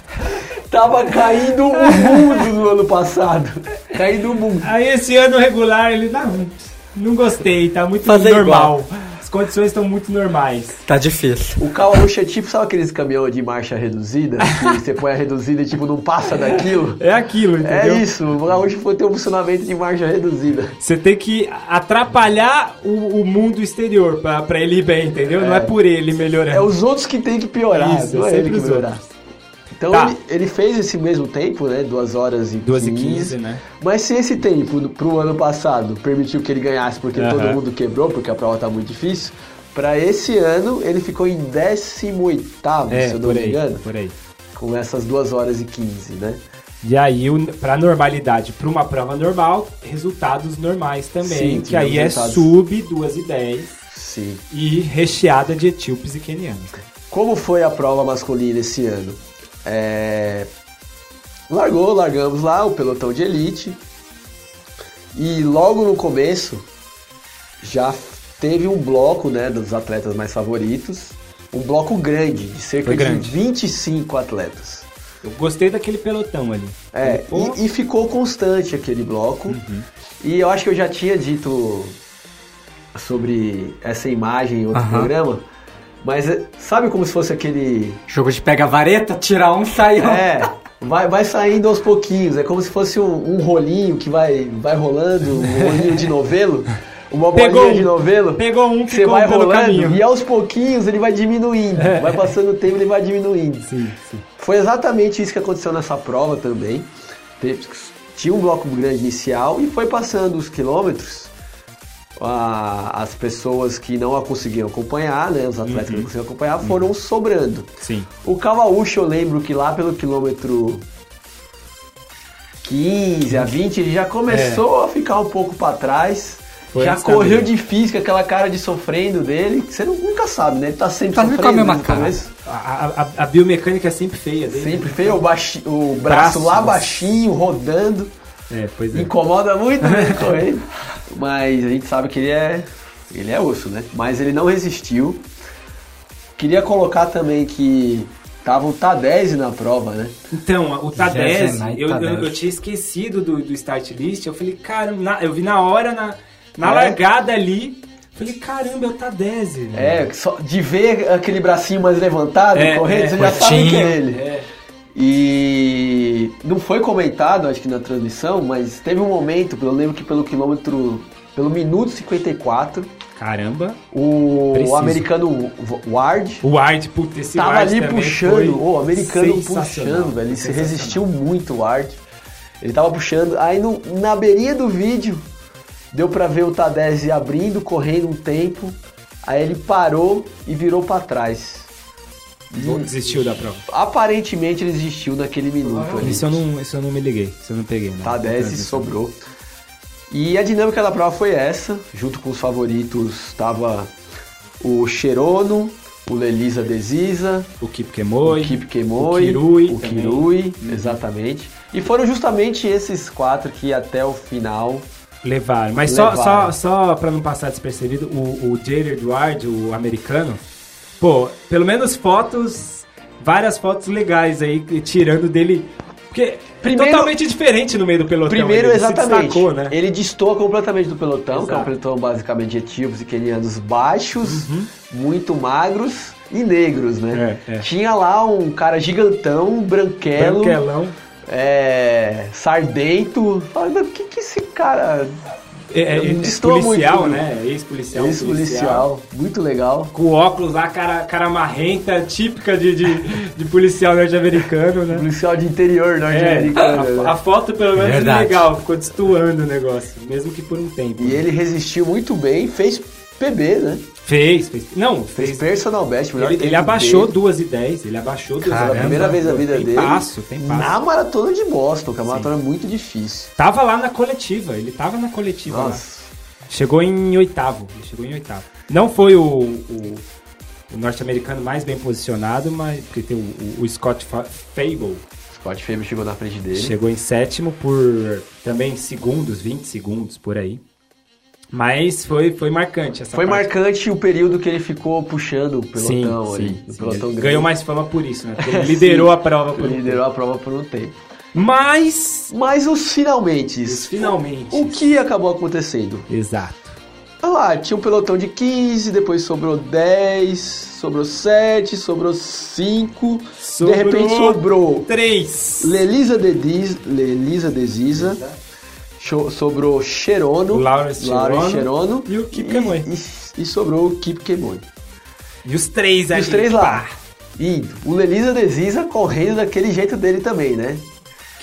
[SPEAKER 3] Tava caindo o mundo no ano passado. Caindo o mundo.
[SPEAKER 2] Aí esse ano regular ele não, não gostei, tá muito
[SPEAKER 4] Fazer
[SPEAKER 2] normal. As condições estão muito normais.
[SPEAKER 4] Tá difícil.
[SPEAKER 3] O Kawauchi é tipo, sabe aqueles caminhões de marcha reduzida? Que você põe a reduzida e tipo, não passa daquilo?
[SPEAKER 2] É aquilo,
[SPEAKER 3] É
[SPEAKER 2] entendeu?
[SPEAKER 3] isso, o Kawauchi foi ter um funcionamento de marcha reduzida.
[SPEAKER 2] Você tem que atrapalhar o, o mundo exterior pra, pra ele ir bem, entendeu? Não é
[SPEAKER 3] É.
[SPEAKER 2] por ele melhorando.
[SPEAKER 3] É os outros que tem que piorar,
[SPEAKER 2] Isso,
[SPEAKER 3] não é ele
[SPEAKER 2] sempre
[SPEAKER 3] que
[SPEAKER 2] os
[SPEAKER 3] melhorar.
[SPEAKER 2] outros.
[SPEAKER 3] Então
[SPEAKER 2] Tá.
[SPEAKER 3] ele, ele fez esse mesmo tempo, né? 2 horas e
[SPEAKER 2] 2
[SPEAKER 3] 2
[SPEAKER 2] e 15, né?
[SPEAKER 3] Mas se esse tempo no- pro ano passado permitiu que ele ganhasse porque
[SPEAKER 2] Aham.
[SPEAKER 3] todo mundo quebrou, porque a prova tá muito difícil, pra esse ano ele ficou em 18º,
[SPEAKER 2] É,
[SPEAKER 3] se eu não
[SPEAKER 2] por
[SPEAKER 3] me
[SPEAKER 2] aí,
[SPEAKER 3] engano,
[SPEAKER 2] por aí.
[SPEAKER 3] com essas 2 horas e 15, né?
[SPEAKER 2] E aí, o- pra normalidade, pra uma prova normal, resultados normais também.
[SPEAKER 3] Sim,
[SPEAKER 2] que aí é
[SPEAKER 3] resultados.
[SPEAKER 2] sub 2 e 10.
[SPEAKER 3] Sim.
[SPEAKER 2] e recheada de etíopes e quenianos.
[SPEAKER 3] Como foi a prova masculina esse ano? É, Largou, largamos lá o pelotão de elite. E logo no começo já teve um bloco né, dos atletas mais favoritos. Um bloco grande, de cerca
[SPEAKER 2] Foi grande.
[SPEAKER 3] de 25 atletas.
[SPEAKER 2] Eu gostei daquele pelotão ali.
[SPEAKER 3] É,
[SPEAKER 2] Pô,
[SPEAKER 3] e, e ficou constante aquele bloco.
[SPEAKER 2] Uhum.
[SPEAKER 3] E eu acho que eu já tinha dito sobre essa imagem em outro
[SPEAKER 4] Aham.
[SPEAKER 3] programa. Mas é, sabe como se fosse aquele
[SPEAKER 4] Jogo de pega a vareta, tira um, sai um.
[SPEAKER 3] É, vai, vai saindo aos pouquinhos. É como se fosse um, um rolinho que vai, vai rolando, um rolinho de novelo. Uma bolinha
[SPEAKER 2] Pegou um.
[SPEAKER 3] de novelo.
[SPEAKER 2] Pegou um,
[SPEAKER 3] Você
[SPEAKER 2] ficou
[SPEAKER 3] vai
[SPEAKER 2] pelo
[SPEAKER 3] rolando
[SPEAKER 2] caminho. É.
[SPEAKER 3] e aos pouquinhos ele vai diminuindo. Vai passando o tempo ele vai diminuindo.
[SPEAKER 2] Sim, sim.
[SPEAKER 3] Foi exatamente isso que aconteceu nessa prova também. Teve- Tinha um bloco grande inicial e foi passando os quilômetros. a- as pessoas que não a conseguiam acompanhar, né, os atletas que
[SPEAKER 2] Uhum.
[SPEAKER 3] não conseguiam acompanhar, foram sobrando.
[SPEAKER 2] Sim.
[SPEAKER 3] O Kawauchi, eu lembro que lá pelo quilômetro 15 a 20, ele já começou a ficar um pouco pra trás.
[SPEAKER 2] É. Foi
[SPEAKER 3] já
[SPEAKER 2] antes da
[SPEAKER 3] correu
[SPEAKER 2] briga.
[SPEAKER 3] de física, aquela cara de sofrendo dele, que você nu- nunca sabe, né? Ele tá sempre
[SPEAKER 4] Tá sempre
[SPEAKER 3] sofrendo.
[SPEAKER 4] com a mesma
[SPEAKER 3] no
[SPEAKER 4] cara.
[SPEAKER 3] começo.
[SPEAKER 2] A, a- a- a biomecânica é sempre feia dele.
[SPEAKER 3] Sempre feio, o, baixi- o braço, lá
[SPEAKER 2] Braço.
[SPEAKER 3] baixinho, rodando.
[SPEAKER 2] É, pois é.
[SPEAKER 3] Incomoda muito né, com ele. Mas a gente sabe que ele é. Ele é osso, né? Mas ele não resistiu. Queria colocar também que tava o Tadese na prova, né?
[SPEAKER 2] Então, o Tadese,
[SPEAKER 4] Zezenai
[SPEAKER 2] eu, eu,
[SPEAKER 4] Tadese.
[SPEAKER 2] eu tinha esquecido do, do start list. Eu falei, caramba, na- eu vi na hora, na, na
[SPEAKER 3] É.
[SPEAKER 2] largada ali. Falei, caramba, é o Tadese.
[SPEAKER 3] É, só de ver aquele bracinho mais levantado,
[SPEAKER 2] É,
[SPEAKER 3] correndo,
[SPEAKER 2] é,
[SPEAKER 3] você já sabe que
[SPEAKER 4] curtinho.
[SPEAKER 3] é ele.
[SPEAKER 2] É.
[SPEAKER 3] E não foi comentado, acho que na transmissão, mas teve um momento, eu lembro que pelo quilômetro, pelo minuto 54,
[SPEAKER 2] Caramba.
[SPEAKER 3] o
[SPEAKER 2] Preciso.
[SPEAKER 3] americano Ward
[SPEAKER 2] O Ward, puta, esse
[SPEAKER 3] tava
[SPEAKER 2] Ward
[SPEAKER 3] ali
[SPEAKER 2] também foi
[SPEAKER 3] puxando, o americano
[SPEAKER 2] sensacional,
[SPEAKER 3] puxando, velho, ele se
[SPEAKER 2] sensacional.
[SPEAKER 3] resistiu muito o Ward. Ele tava puxando, aí no- na beirinha do vídeo deu pra ver o Tadese abrindo, correndo um tempo, aí ele parou e virou pra trás.
[SPEAKER 2] Não desistiu da prova.
[SPEAKER 3] Aparentemente ele desistiu naquele minuto. ali.
[SPEAKER 2] Isso Ah, eu, não, isso eu não me liguei, isso eu não peguei. Né?
[SPEAKER 3] Tá 10 e sobrou. E a dinâmica da prova foi essa. Junto com os favoritos tava o Cherono, o Lelisa Desisa,
[SPEAKER 2] O Kip Kemoi,
[SPEAKER 3] o Kip Kemoi,
[SPEAKER 2] o Kirui
[SPEAKER 3] o
[SPEAKER 2] também.
[SPEAKER 3] Kirui, exatamente. E foram justamente esses quatro que até o final
[SPEAKER 2] levaram. Mas só, só,
[SPEAKER 3] Levaram.
[SPEAKER 2] só pra não passar despercebido, o, o Jared Ward, o americano, pô, pelo menos fotos, várias fotos legais aí, que- tirando dele. Porque
[SPEAKER 3] Primeiro-
[SPEAKER 2] é totalmente diferente no meio do pelotão.
[SPEAKER 3] Primeiro,
[SPEAKER 2] ele
[SPEAKER 3] exatamente.
[SPEAKER 2] Se destacou, né?
[SPEAKER 3] Ele destoa completamente do pelotão, que é um
[SPEAKER 2] Exato.
[SPEAKER 3] pelotão basicamente de etíopes e quenianos baixos, muito magros e negros, né?
[SPEAKER 2] Uhum. É, é.
[SPEAKER 3] Tinha lá um cara gigantão, branquelo,
[SPEAKER 2] Branquelão.
[SPEAKER 3] é, sardento. Fala, "Mas o que que esse cara...
[SPEAKER 2] É, é,
[SPEAKER 3] Eu estou
[SPEAKER 2] policial,
[SPEAKER 3] muito-
[SPEAKER 2] né? Ex-policial.
[SPEAKER 3] Ex-policial, é muito legal.
[SPEAKER 2] Com óculos lá, cara, cara marrenta, típica de, de, de policial norte-americano, né?
[SPEAKER 3] Policial de interior norte-americano,
[SPEAKER 2] É, a, a
[SPEAKER 3] né?
[SPEAKER 2] foto pelo menos
[SPEAKER 4] Verdade.
[SPEAKER 2] legal, ficou destoando o negócio, mesmo que por um tempo.
[SPEAKER 3] E ele resistiu muito bem, fez PB, né?
[SPEAKER 2] Fez, fez. Não,
[SPEAKER 3] Fez
[SPEAKER 2] fez.
[SPEAKER 3] personal best, melhor
[SPEAKER 2] Ele, ele
[SPEAKER 3] tempo
[SPEAKER 2] abaixou
[SPEAKER 3] dele.
[SPEAKER 2] 2 e 10, ele abaixou 2
[SPEAKER 3] Pela
[SPEAKER 4] Caramba.
[SPEAKER 3] primeira vez na vida
[SPEAKER 2] tem
[SPEAKER 3] dele.
[SPEAKER 2] passo, tem passo.
[SPEAKER 3] Na maratona de Boston, que é uma maratona muito difícil.
[SPEAKER 2] Tava lá na coletiva, ele tava na coletiva lá.
[SPEAKER 3] Nossa.
[SPEAKER 2] Chegou em oitavo, ele chegou em oitavo. Não foi o, o, o norte-americano mais bem posicionado, mas porque tem o, o- o Scott Fa- Fable,
[SPEAKER 3] Scott Faber chegou na frente dele.
[SPEAKER 2] Chegou em sétimo por também segundos, 20 segundos por aí. Mas foi, foi marcante essa
[SPEAKER 3] Foi
[SPEAKER 2] parte.
[SPEAKER 3] marcante o período que ele ficou puxando o pelotão
[SPEAKER 2] sim,
[SPEAKER 3] ali.
[SPEAKER 2] sim,
[SPEAKER 3] no
[SPEAKER 2] sim.
[SPEAKER 3] pelotão
[SPEAKER 2] Ele
[SPEAKER 3] grande.
[SPEAKER 2] Ganhou mais fama por isso, né? Porque ele liderou a prova por
[SPEAKER 3] Ele
[SPEAKER 2] um
[SPEAKER 3] liderou a prova por um tempo.
[SPEAKER 2] tempo. Mas,
[SPEAKER 3] Mas os finalmente.
[SPEAKER 2] finalmente.
[SPEAKER 3] O que acabou acontecendo?
[SPEAKER 2] Exato.
[SPEAKER 3] Olha lá, tinha um pelotão de 15, depois sobrou 10, sobrou 7, sobrou 5.
[SPEAKER 2] Sobrou
[SPEAKER 3] De repente sobrou
[SPEAKER 2] Três.
[SPEAKER 3] Lelisa Dediz, Lelisa Desisa, cho- sobrou Cherono,
[SPEAKER 2] Lawrence
[SPEAKER 3] Lawrence
[SPEAKER 2] Cherono
[SPEAKER 3] Cherono
[SPEAKER 2] e o Kip Kemoi.
[SPEAKER 3] E, e sobrou o Kip Kemoi.
[SPEAKER 2] E os três
[SPEAKER 3] E
[SPEAKER 2] ali.
[SPEAKER 3] os três lá.
[SPEAKER 2] pá.
[SPEAKER 3] E o Lelisa Desisa correndo daquele jeito dele também, né?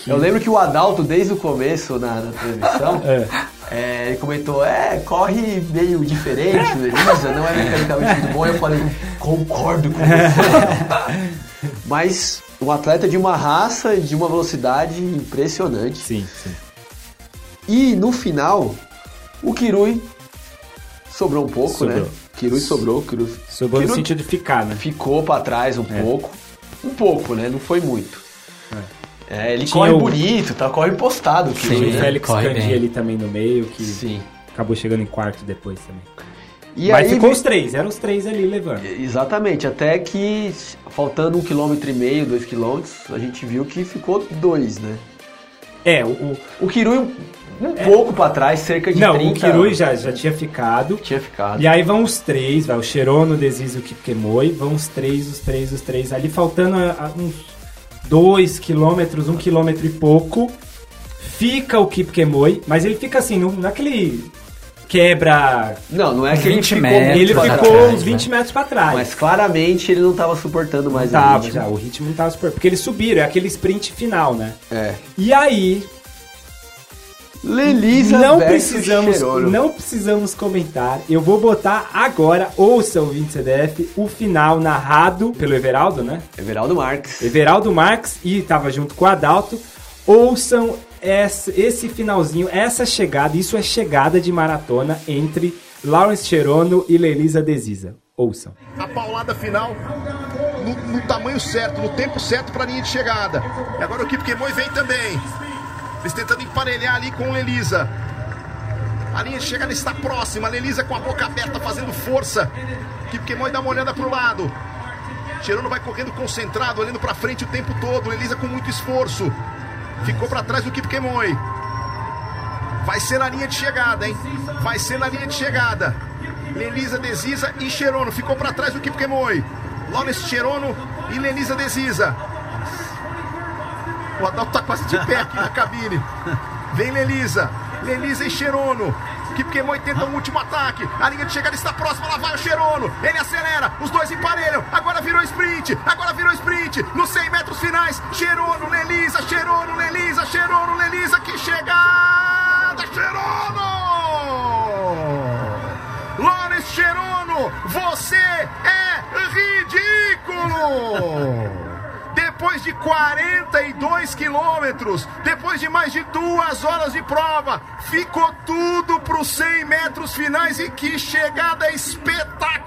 [SPEAKER 3] Eu lembro que o Adalto, desde o começo na, na transmissão, é, ele comentou, é, corre meio diferente, Lelisa, não é mecanicamente muito bom. Eu falei, concordo com você. Mas um atleta de uma raça, e de uma velocidade impressionante.
[SPEAKER 2] Sim, sim.
[SPEAKER 3] E no final, o Kirui sobrou um pouco, né?
[SPEAKER 2] Sobrou.
[SPEAKER 3] Kirui sobrou, Kirui,
[SPEAKER 2] Sobrou no
[SPEAKER 3] Kirui
[SPEAKER 2] sentido de ficar, né?
[SPEAKER 3] ficou pra trás um
[SPEAKER 2] É.
[SPEAKER 3] pouco. Um pouco, né? Não foi muito. É, ele
[SPEAKER 2] Tinha
[SPEAKER 3] corre
[SPEAKER 2] o-
[SPEAKER 3] bonito, tá? Corre postado, o
[SPEAKER 2] Tinha
[SPEAKER 3] Kirui,
[SPEAKER 2] o
[SPEAKER 4] Sim,
[SPEAKER 3] né?
[SPEAKER 2] Félix
[SPEAKER 4] corre
[SPEAKER 2] Candi
[SPEAKER 4] bem.
[SPEAKER 2] ali também no meio, que
[SPEAKER 3] Sim.
[SPEAKER 2] acabou chegando em quarto depois também.
[SPEAKER 3] E
[SPEAKER 2] Mas
[SPEAKER 3] aí,
[SPEAKER 2] ficou os três, eram os três ali levando.
[SPEAKER 3] Exatamente, até que faltando um quilômetro e meio, dois quilômetros, a gente viu que ficou dois, né?
[SPEAKER 2] É, o, o-
[SPEAKER 3] O Kirui um um pouco pra trás, cerca de
[SPEAKER 2] não,
[SPEAKER 3] 30.
[SPEAKER 2] o Kirui já, já tinha ficado.
[SPEAKER 3] tinha ficado.
[SPEAKER 2] E aí vão os três, vai o Cherono, o Desis e o Kipkemoi, vão os três, os três, os três ali, faltando a- a uns dois quilômetros, um quilômetro e pouco, fica o Kipkemoi, mas ele fica assim, num- naquele quebra...
[SPEAKER 3] Não, não é que ele
[SPEAKER 4] 20
[SPEAKER 3] ficou,
[SPEAKER 4] metros.
[SPEAKER 2] ele
[SPEAKER 4] pra
[SPEAKER 2] ficou
[SPEAKER 4] trás,
[SPEAKER 2] uns 20 metros pra trás.
[SPEAKER 3] né? mas claramente ele não tava suportando mais a
[SPEAKER 2] tava
[SPEAKER 3] ritmo.
[SPEAKER 2] já, o ritmo não tava super... Porque eles subiram, é aquele sprint final, né?
[SPEAKER 3] É.
[SPEAKER 2] E aí,
[SPEAKER 3] Lelisa
[SPEAKER 2] não
[SPEAKER 3] versus
[SPEAKER 2] precisamos,
[SPEAKER 3] Cherolo.
[SPEAKER 2] não precisamos comentar. Eu vou botar agora, ouça o 20 CDF, o final narrado pelo Everaldo, né?
[SPEAKER 3] Everaldo Marques.
[SPEAKER 2] Everaldo Marques e tava junto com o Adalto. Ouçam esse, esse finalzinho, essa chegada, isso é chegada de maratona entre Lawrence Cherono e Lelisa Desisa. Ouçam.
[SPEAKER 5] a paulada final no, no tamanho certo, no tempo certo para a linha de chegada. E agora o Kip Kemoi vem também. Eles tentando emparelhar ali com o Lelisa. A linha de chegada está próxima. Lelisa com a boca aberta, fazendo força. Kip Kemoi dá uma olhada para o lado. Tirano vai correndo concentrado, olhando para frente o tempo todo. Lelisa com muito esforço. Ficou para trás do Kip Kemoi. Vai ser na linha de chegada, hein? Vai ser na linha de chegada. Lenisa Desisa e Cherono. Ficou para trás do Kip Kemoi. Lawrence Cherono e Lenisa Desisa. O Adalto tá quase de pé aqui na cabine. Vem Lenisa. Lenisa e Cherono. Kip Kemoi tenta um último ataque. A linha de chegada está próxima. Lá vai o Cherono. Ele acelera. Os dois emparelham. Agora virou sprint. Agora virou sprint. Nos 100 metros finais. Cherono, Lenisa, Cherono, Lenisa, Cherono, Lenisa. Que chegada, Cherono! Lores Cherono, você é ridículo! Depois de 42 quilômetros, depois de mais de duas horas de prova, ficou tudo para os 100 metros finais e que chegada espetacular!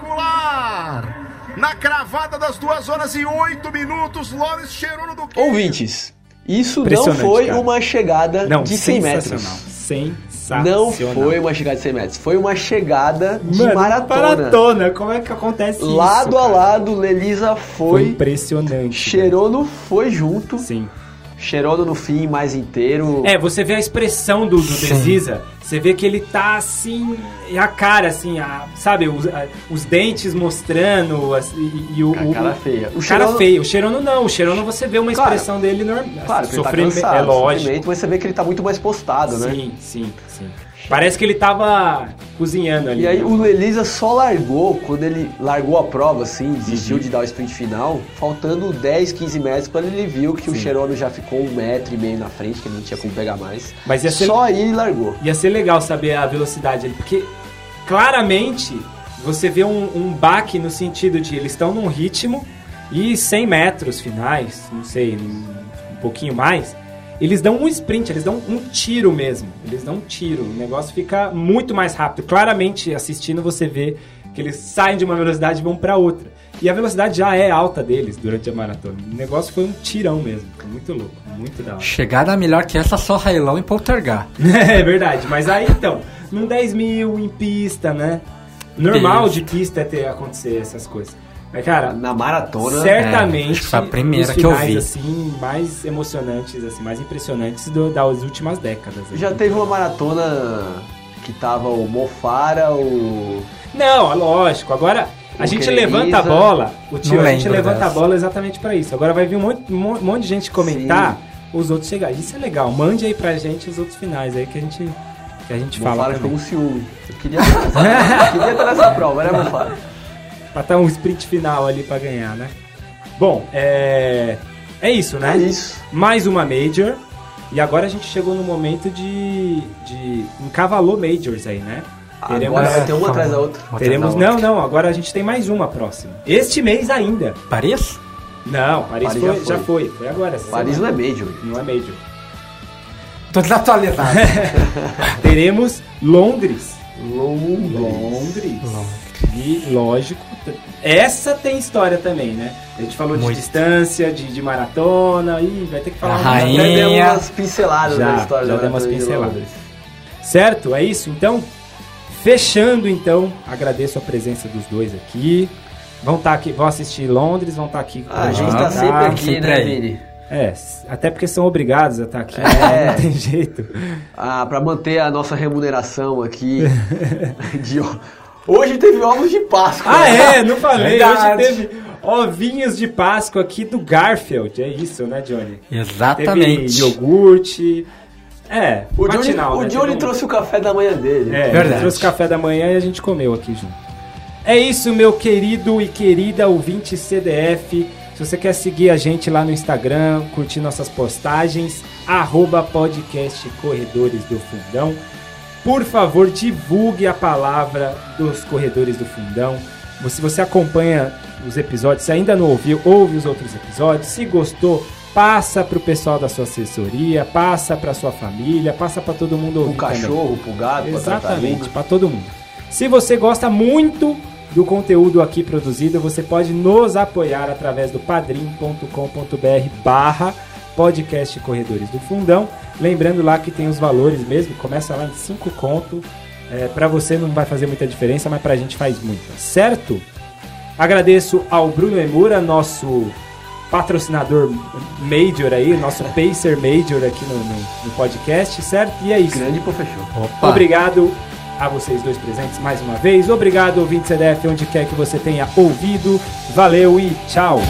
[SPEAKER 5] Na cravada das duas horas e oito minutos, Lores Cherono do
[SPEAKER 3] Ouvintes, isso não
[SPEAKER 2] Impressionante,
[SPEAKER 3] foi
[SPEAKER 2] cara.
[SPEAKER 3] uma chegada
[SPEAKER 2] Não,
[SPEAKER 3] de 100
[SPEAKER 2] sensacional. Tá
[SPEAKER 3] metros.
[SPEAKER 2] Sensacional.
[SPEAKER 3] Não foi uma chegada de 100 metros, foi uma chegada de
[SPEAKER 2] Mano, um
[SPEAKER 3] maratona.
[SPEAKER 2] maratona. Como é que acontece isso?
[SPEAKER 3] Lado a
[SPEAKER 2] cara?
[SPEAKER 3] lado, Lelisa
[SPEAKER 2] Foi um
[SPEAKER 3] foi,
[SPEAKER 2] impressionante.
[SPEAKER 3] Cherono foi junto,
[SPEAKER 2] velho. Sim.
[SPEAKER 3] Cherono no fim mais inteiro.
[SPEAKER 2] É, você vê a expressão do, do Desisa, você vê que ele tá assim, e a cara assim, a- sabe, os, a- os dentes mostrando assim, e, e o,
[SPEAKER 3] A cara
[SPEAKER 2] o-
[SPEAKER 3] feia.
[SPEAKER 2] o cara
[SPEAKER 3] Cherono-
[SPEAKER 2] feio. O Cherono não, o Cherono você vê uma
[SPEAKER 3] Claro.
[SPEAKER 2] expressão dele normal.
[SPEAKER 3] Claro, que ele tá
[SPEAKER 2] Sofrime-
[SPEAKER 3] cansado,
[SPEAKER 2] é lógico.
[SPEAKER 3] sofrimento, mas você vê que ele tá muito mais postado, né?
[SPEAKER 2] Sim, sim, sim. Parece que ele tava cozinhando ali.
[SPEAKER 3] E aí
[SPEAKER 2] né?
[SPEAKER 3] o Lelisa só largou quando ele largou a prova, assim, desistiu de dar o sprint final, faltando 10, 15 metros, quando ele viu que o Cherono já ficou um metro e meio na frente, que ele não tinha como pegar mais.
[SPEAKER 2] Mas ia ser-
[SPEAKER 3] Só aí ele largou.
[SPEAKER 2] Ia ser legal saber a velocidade ali, porque claramente você vê um, um baque no sentido de eles estão num ritmo e 100 metros finais, não sei, um, um pouquinho mais, eles dão um sprint, eles dão um tiro mesmo. Eles dão um tiro, o negócio fica muito mais rápido. Claramente assistindo você vê que eles saem de uma velocidade e vão pra outra. E a velocidade já é alta deles durante a maratona. O negócio foi um tirão mesmo, foi muito louco, muito da hora.
[SPEAKER 4] Chegada melhor que essa só Railão e Poltergar.
[SPEAKER 2] É verdade, mas aí então, num 10 mil em pista, né? Normal de pista é ter acontecer essas coisas. Mas, cara,
[SPEAKER 3] Na maratona.
[SPEAKER 4] É,
[SPEAKER 2] certamente
[SPEAKER 4] acho que foi a primeira
[SPEAKER 2] os
[SPEAKER 4] que eu
[SPEAKER 2] finais,
[SPEAKER 4] vi.
[SPEAKER 2] assim, mais emocionantes, assim, mais impressionantes do- das últimas décadas. né?
[SPEAKER 3] Já teve uma maratona que tava o Mofara, o.
[SPEAKER 2] Não, é lógico. Agora a
[SPEAKER 3] O
[SPEAKER 2] gente
[SPEAKER 3] Creniza.
[SPEAKER 2] levanta a bola, o tio,
[SPEAKER 4] Não
[SPEAKER 2] a gente
[SPEAKER 4] lembro
[SPEAKER 2] levanta a
[SPEAKER 4] dessa.
[SPEAKER 2] bola exatamente pra isso. Agora vai vir um monte, um monte de gente comentar, os outros chegarem. Isso é legal. Mande aí pra gente os outros finais aí que a gente que a gente
[SPEAKER 3] O Mofara
[SPEAKER 2] fala.
[SPEAKER 3] ficou
[SPEAKER 2] também.
[SPEAKER 3] com um ciúme. Eu queria queria estar nessa prova, né, Mofara?
[SPEAKER 2] Pra dar um sprint final ali pra ganhar, né? Bom, é. É isso, né?
[SPEAKER 3] É isso.
[SPEAKER 2] Mais uma Major. E agora a gente chegou no momento de. de. encavalou Majors aí, né? Ah,
[SPEAKER 3] Agora vai ter um uma atrás da outra.
[SPEAKER 4] Uma atrás
[SPEAKER 2] teremos.
[SPEAKER 4] da outra.
[SPEAKER 2] Não, não, agora a gente tem mais uma próxima. Este mês ainda.
[SPEAKER 4] Paris?
[SPEAKER 2] Não, Paris,
[SPEAKER 3] Paris
[SPEAKER 2] foi-
[SPEAKER 3] já foi.
[SPEAKER 2] já, foi. foi. agora. essa
[SPEAKER 3] Paris não é
[SPEAKER 2] semana.
[SPEAKER 3] major.
[SPEAKER 2] Não é Major.
[SPEAKER 4] Tô desatualizado.
[SPEAKER 2] Teremos Londres.
[SPEAKER 3] Londres.
[SPEAKER 2] Londres. E lógico, t- essa tem história também, né? A gente falou de
[SPEAKER 4] Muito.
[SPEAKER 2] distância, de, de maratona, e vai ter que falar
[SPEAKER 4] A
[SPEAKER 2] um
[SPEAKER 4] rainha.
[SPEAKER 2] pouquinho.
[SPEAKER 3] Já deu umas pinceladas
[SPEAKER 2] Já,
[SPEAKER 3] na história
[SPEAKER 2] já
[SPEAKER 3] da
[SPEAKER 2] deu umas
[SPEAKER 3] maratona de
[SPEAKER 2] pinceladas.
[SPEAKER 3] Londres.
[SPEAKER 2] Certo? É isso? Então, fechando então, agradeço a presença dos dois aqui. Vão estar aqui, vão assistir Londres, vão estar aqui.
[SPEAKER 3] Ah, a gente
[SPEAKER 4] Ah,
[SPEAKER 3] tá sempre
[SPEAKER 4] tá,
[SPEAKER 3] aqui,
[SPEAKER 4] sempre
[SPEAKER 3] né,
[SPEAKER 4] aí.
[SPEAKER 3] Vini?
[SPEAKER 2] É, s- até porque são obrigados a estar aqui, né?
[SPEAKER 3] É.
[SPEAKER 2] não tem jeito.
[SPEAKER 3] Ah, pra manter a nossa remuneração aqui. de... o- Hoje teve ovos de Páscoa.
[SPEAKER 2] Ah, é, não falei. Hoje
[SPEAKER 4] Verdade.
[SPEAKER 2] teve ovinhos de Páscoa aqui do Garfield. É isso, né, Johnny? Teve
[SPEAKER 4] Exatamente.
[SPEAKER 2] iogurte. É,
[SPEAKER 3] O Johnny,
[SPEAKER 2] matinal,
[SPEAKER 3] o
[SPEAKER 2] né?
[SPEAKER 3] Johnny
[SPEAKER 2] Teve um-
[SPEAKER 3] trouxe o café da manhã dele.
[SPEAKER 2] É,
[SPEAKER 4] Verdade.
[SPEAKER 2] ele trouxe café da manhã e a gente comeu aqui junto. É isso, meu querido e querida ouvinte CDF. Se você quer seguir a gente lá no Instagram, curtir nossas postagens, arroba podcast Corredores do Fundão. Por favor, divulgue a palavra dos Corredores do Fundão. Se você acompanha os episódios, se ainda não ouviu, ouve os outros episódios. Se gostou, Passa pro pessoal da sua assessoria, passa pra sua família, passa pra todo mundo
[SPEAKER 3] Pro
[SPEAKER 2] ouvir também.
[SPEAKER 3] cachorro, pro gato, pra né?
[SPEAKER 2] Exatamente,
[SPEAKER 3] tartaruga.
[SPEAKER 2] para todo mundo. Se você gosta muito do conteúdo aqui produzido, você pode nos apoiar através do padrim.com.br barra podcast Corredores do Fundão. Lembrando lá que tem os valores mesmo, começa lá em 5 conto. É, para você não vai fazer muita diferença, mas pra gente faz muita, certo? Agradeço ao Bruno Emura, nosso patrocinador major aí, nosso pacer major aqui no, no- no podcast, certo? E é isso.
[SPEAKER 3] Grande professor.
[SPEAKER 4] Opa.
[SPEAKER 2] Obrigado a vocês dois presentes mais uma vez. Obrigado, ouvinte CDF, onde quer que você tenha ouvido. Valeu e tchau!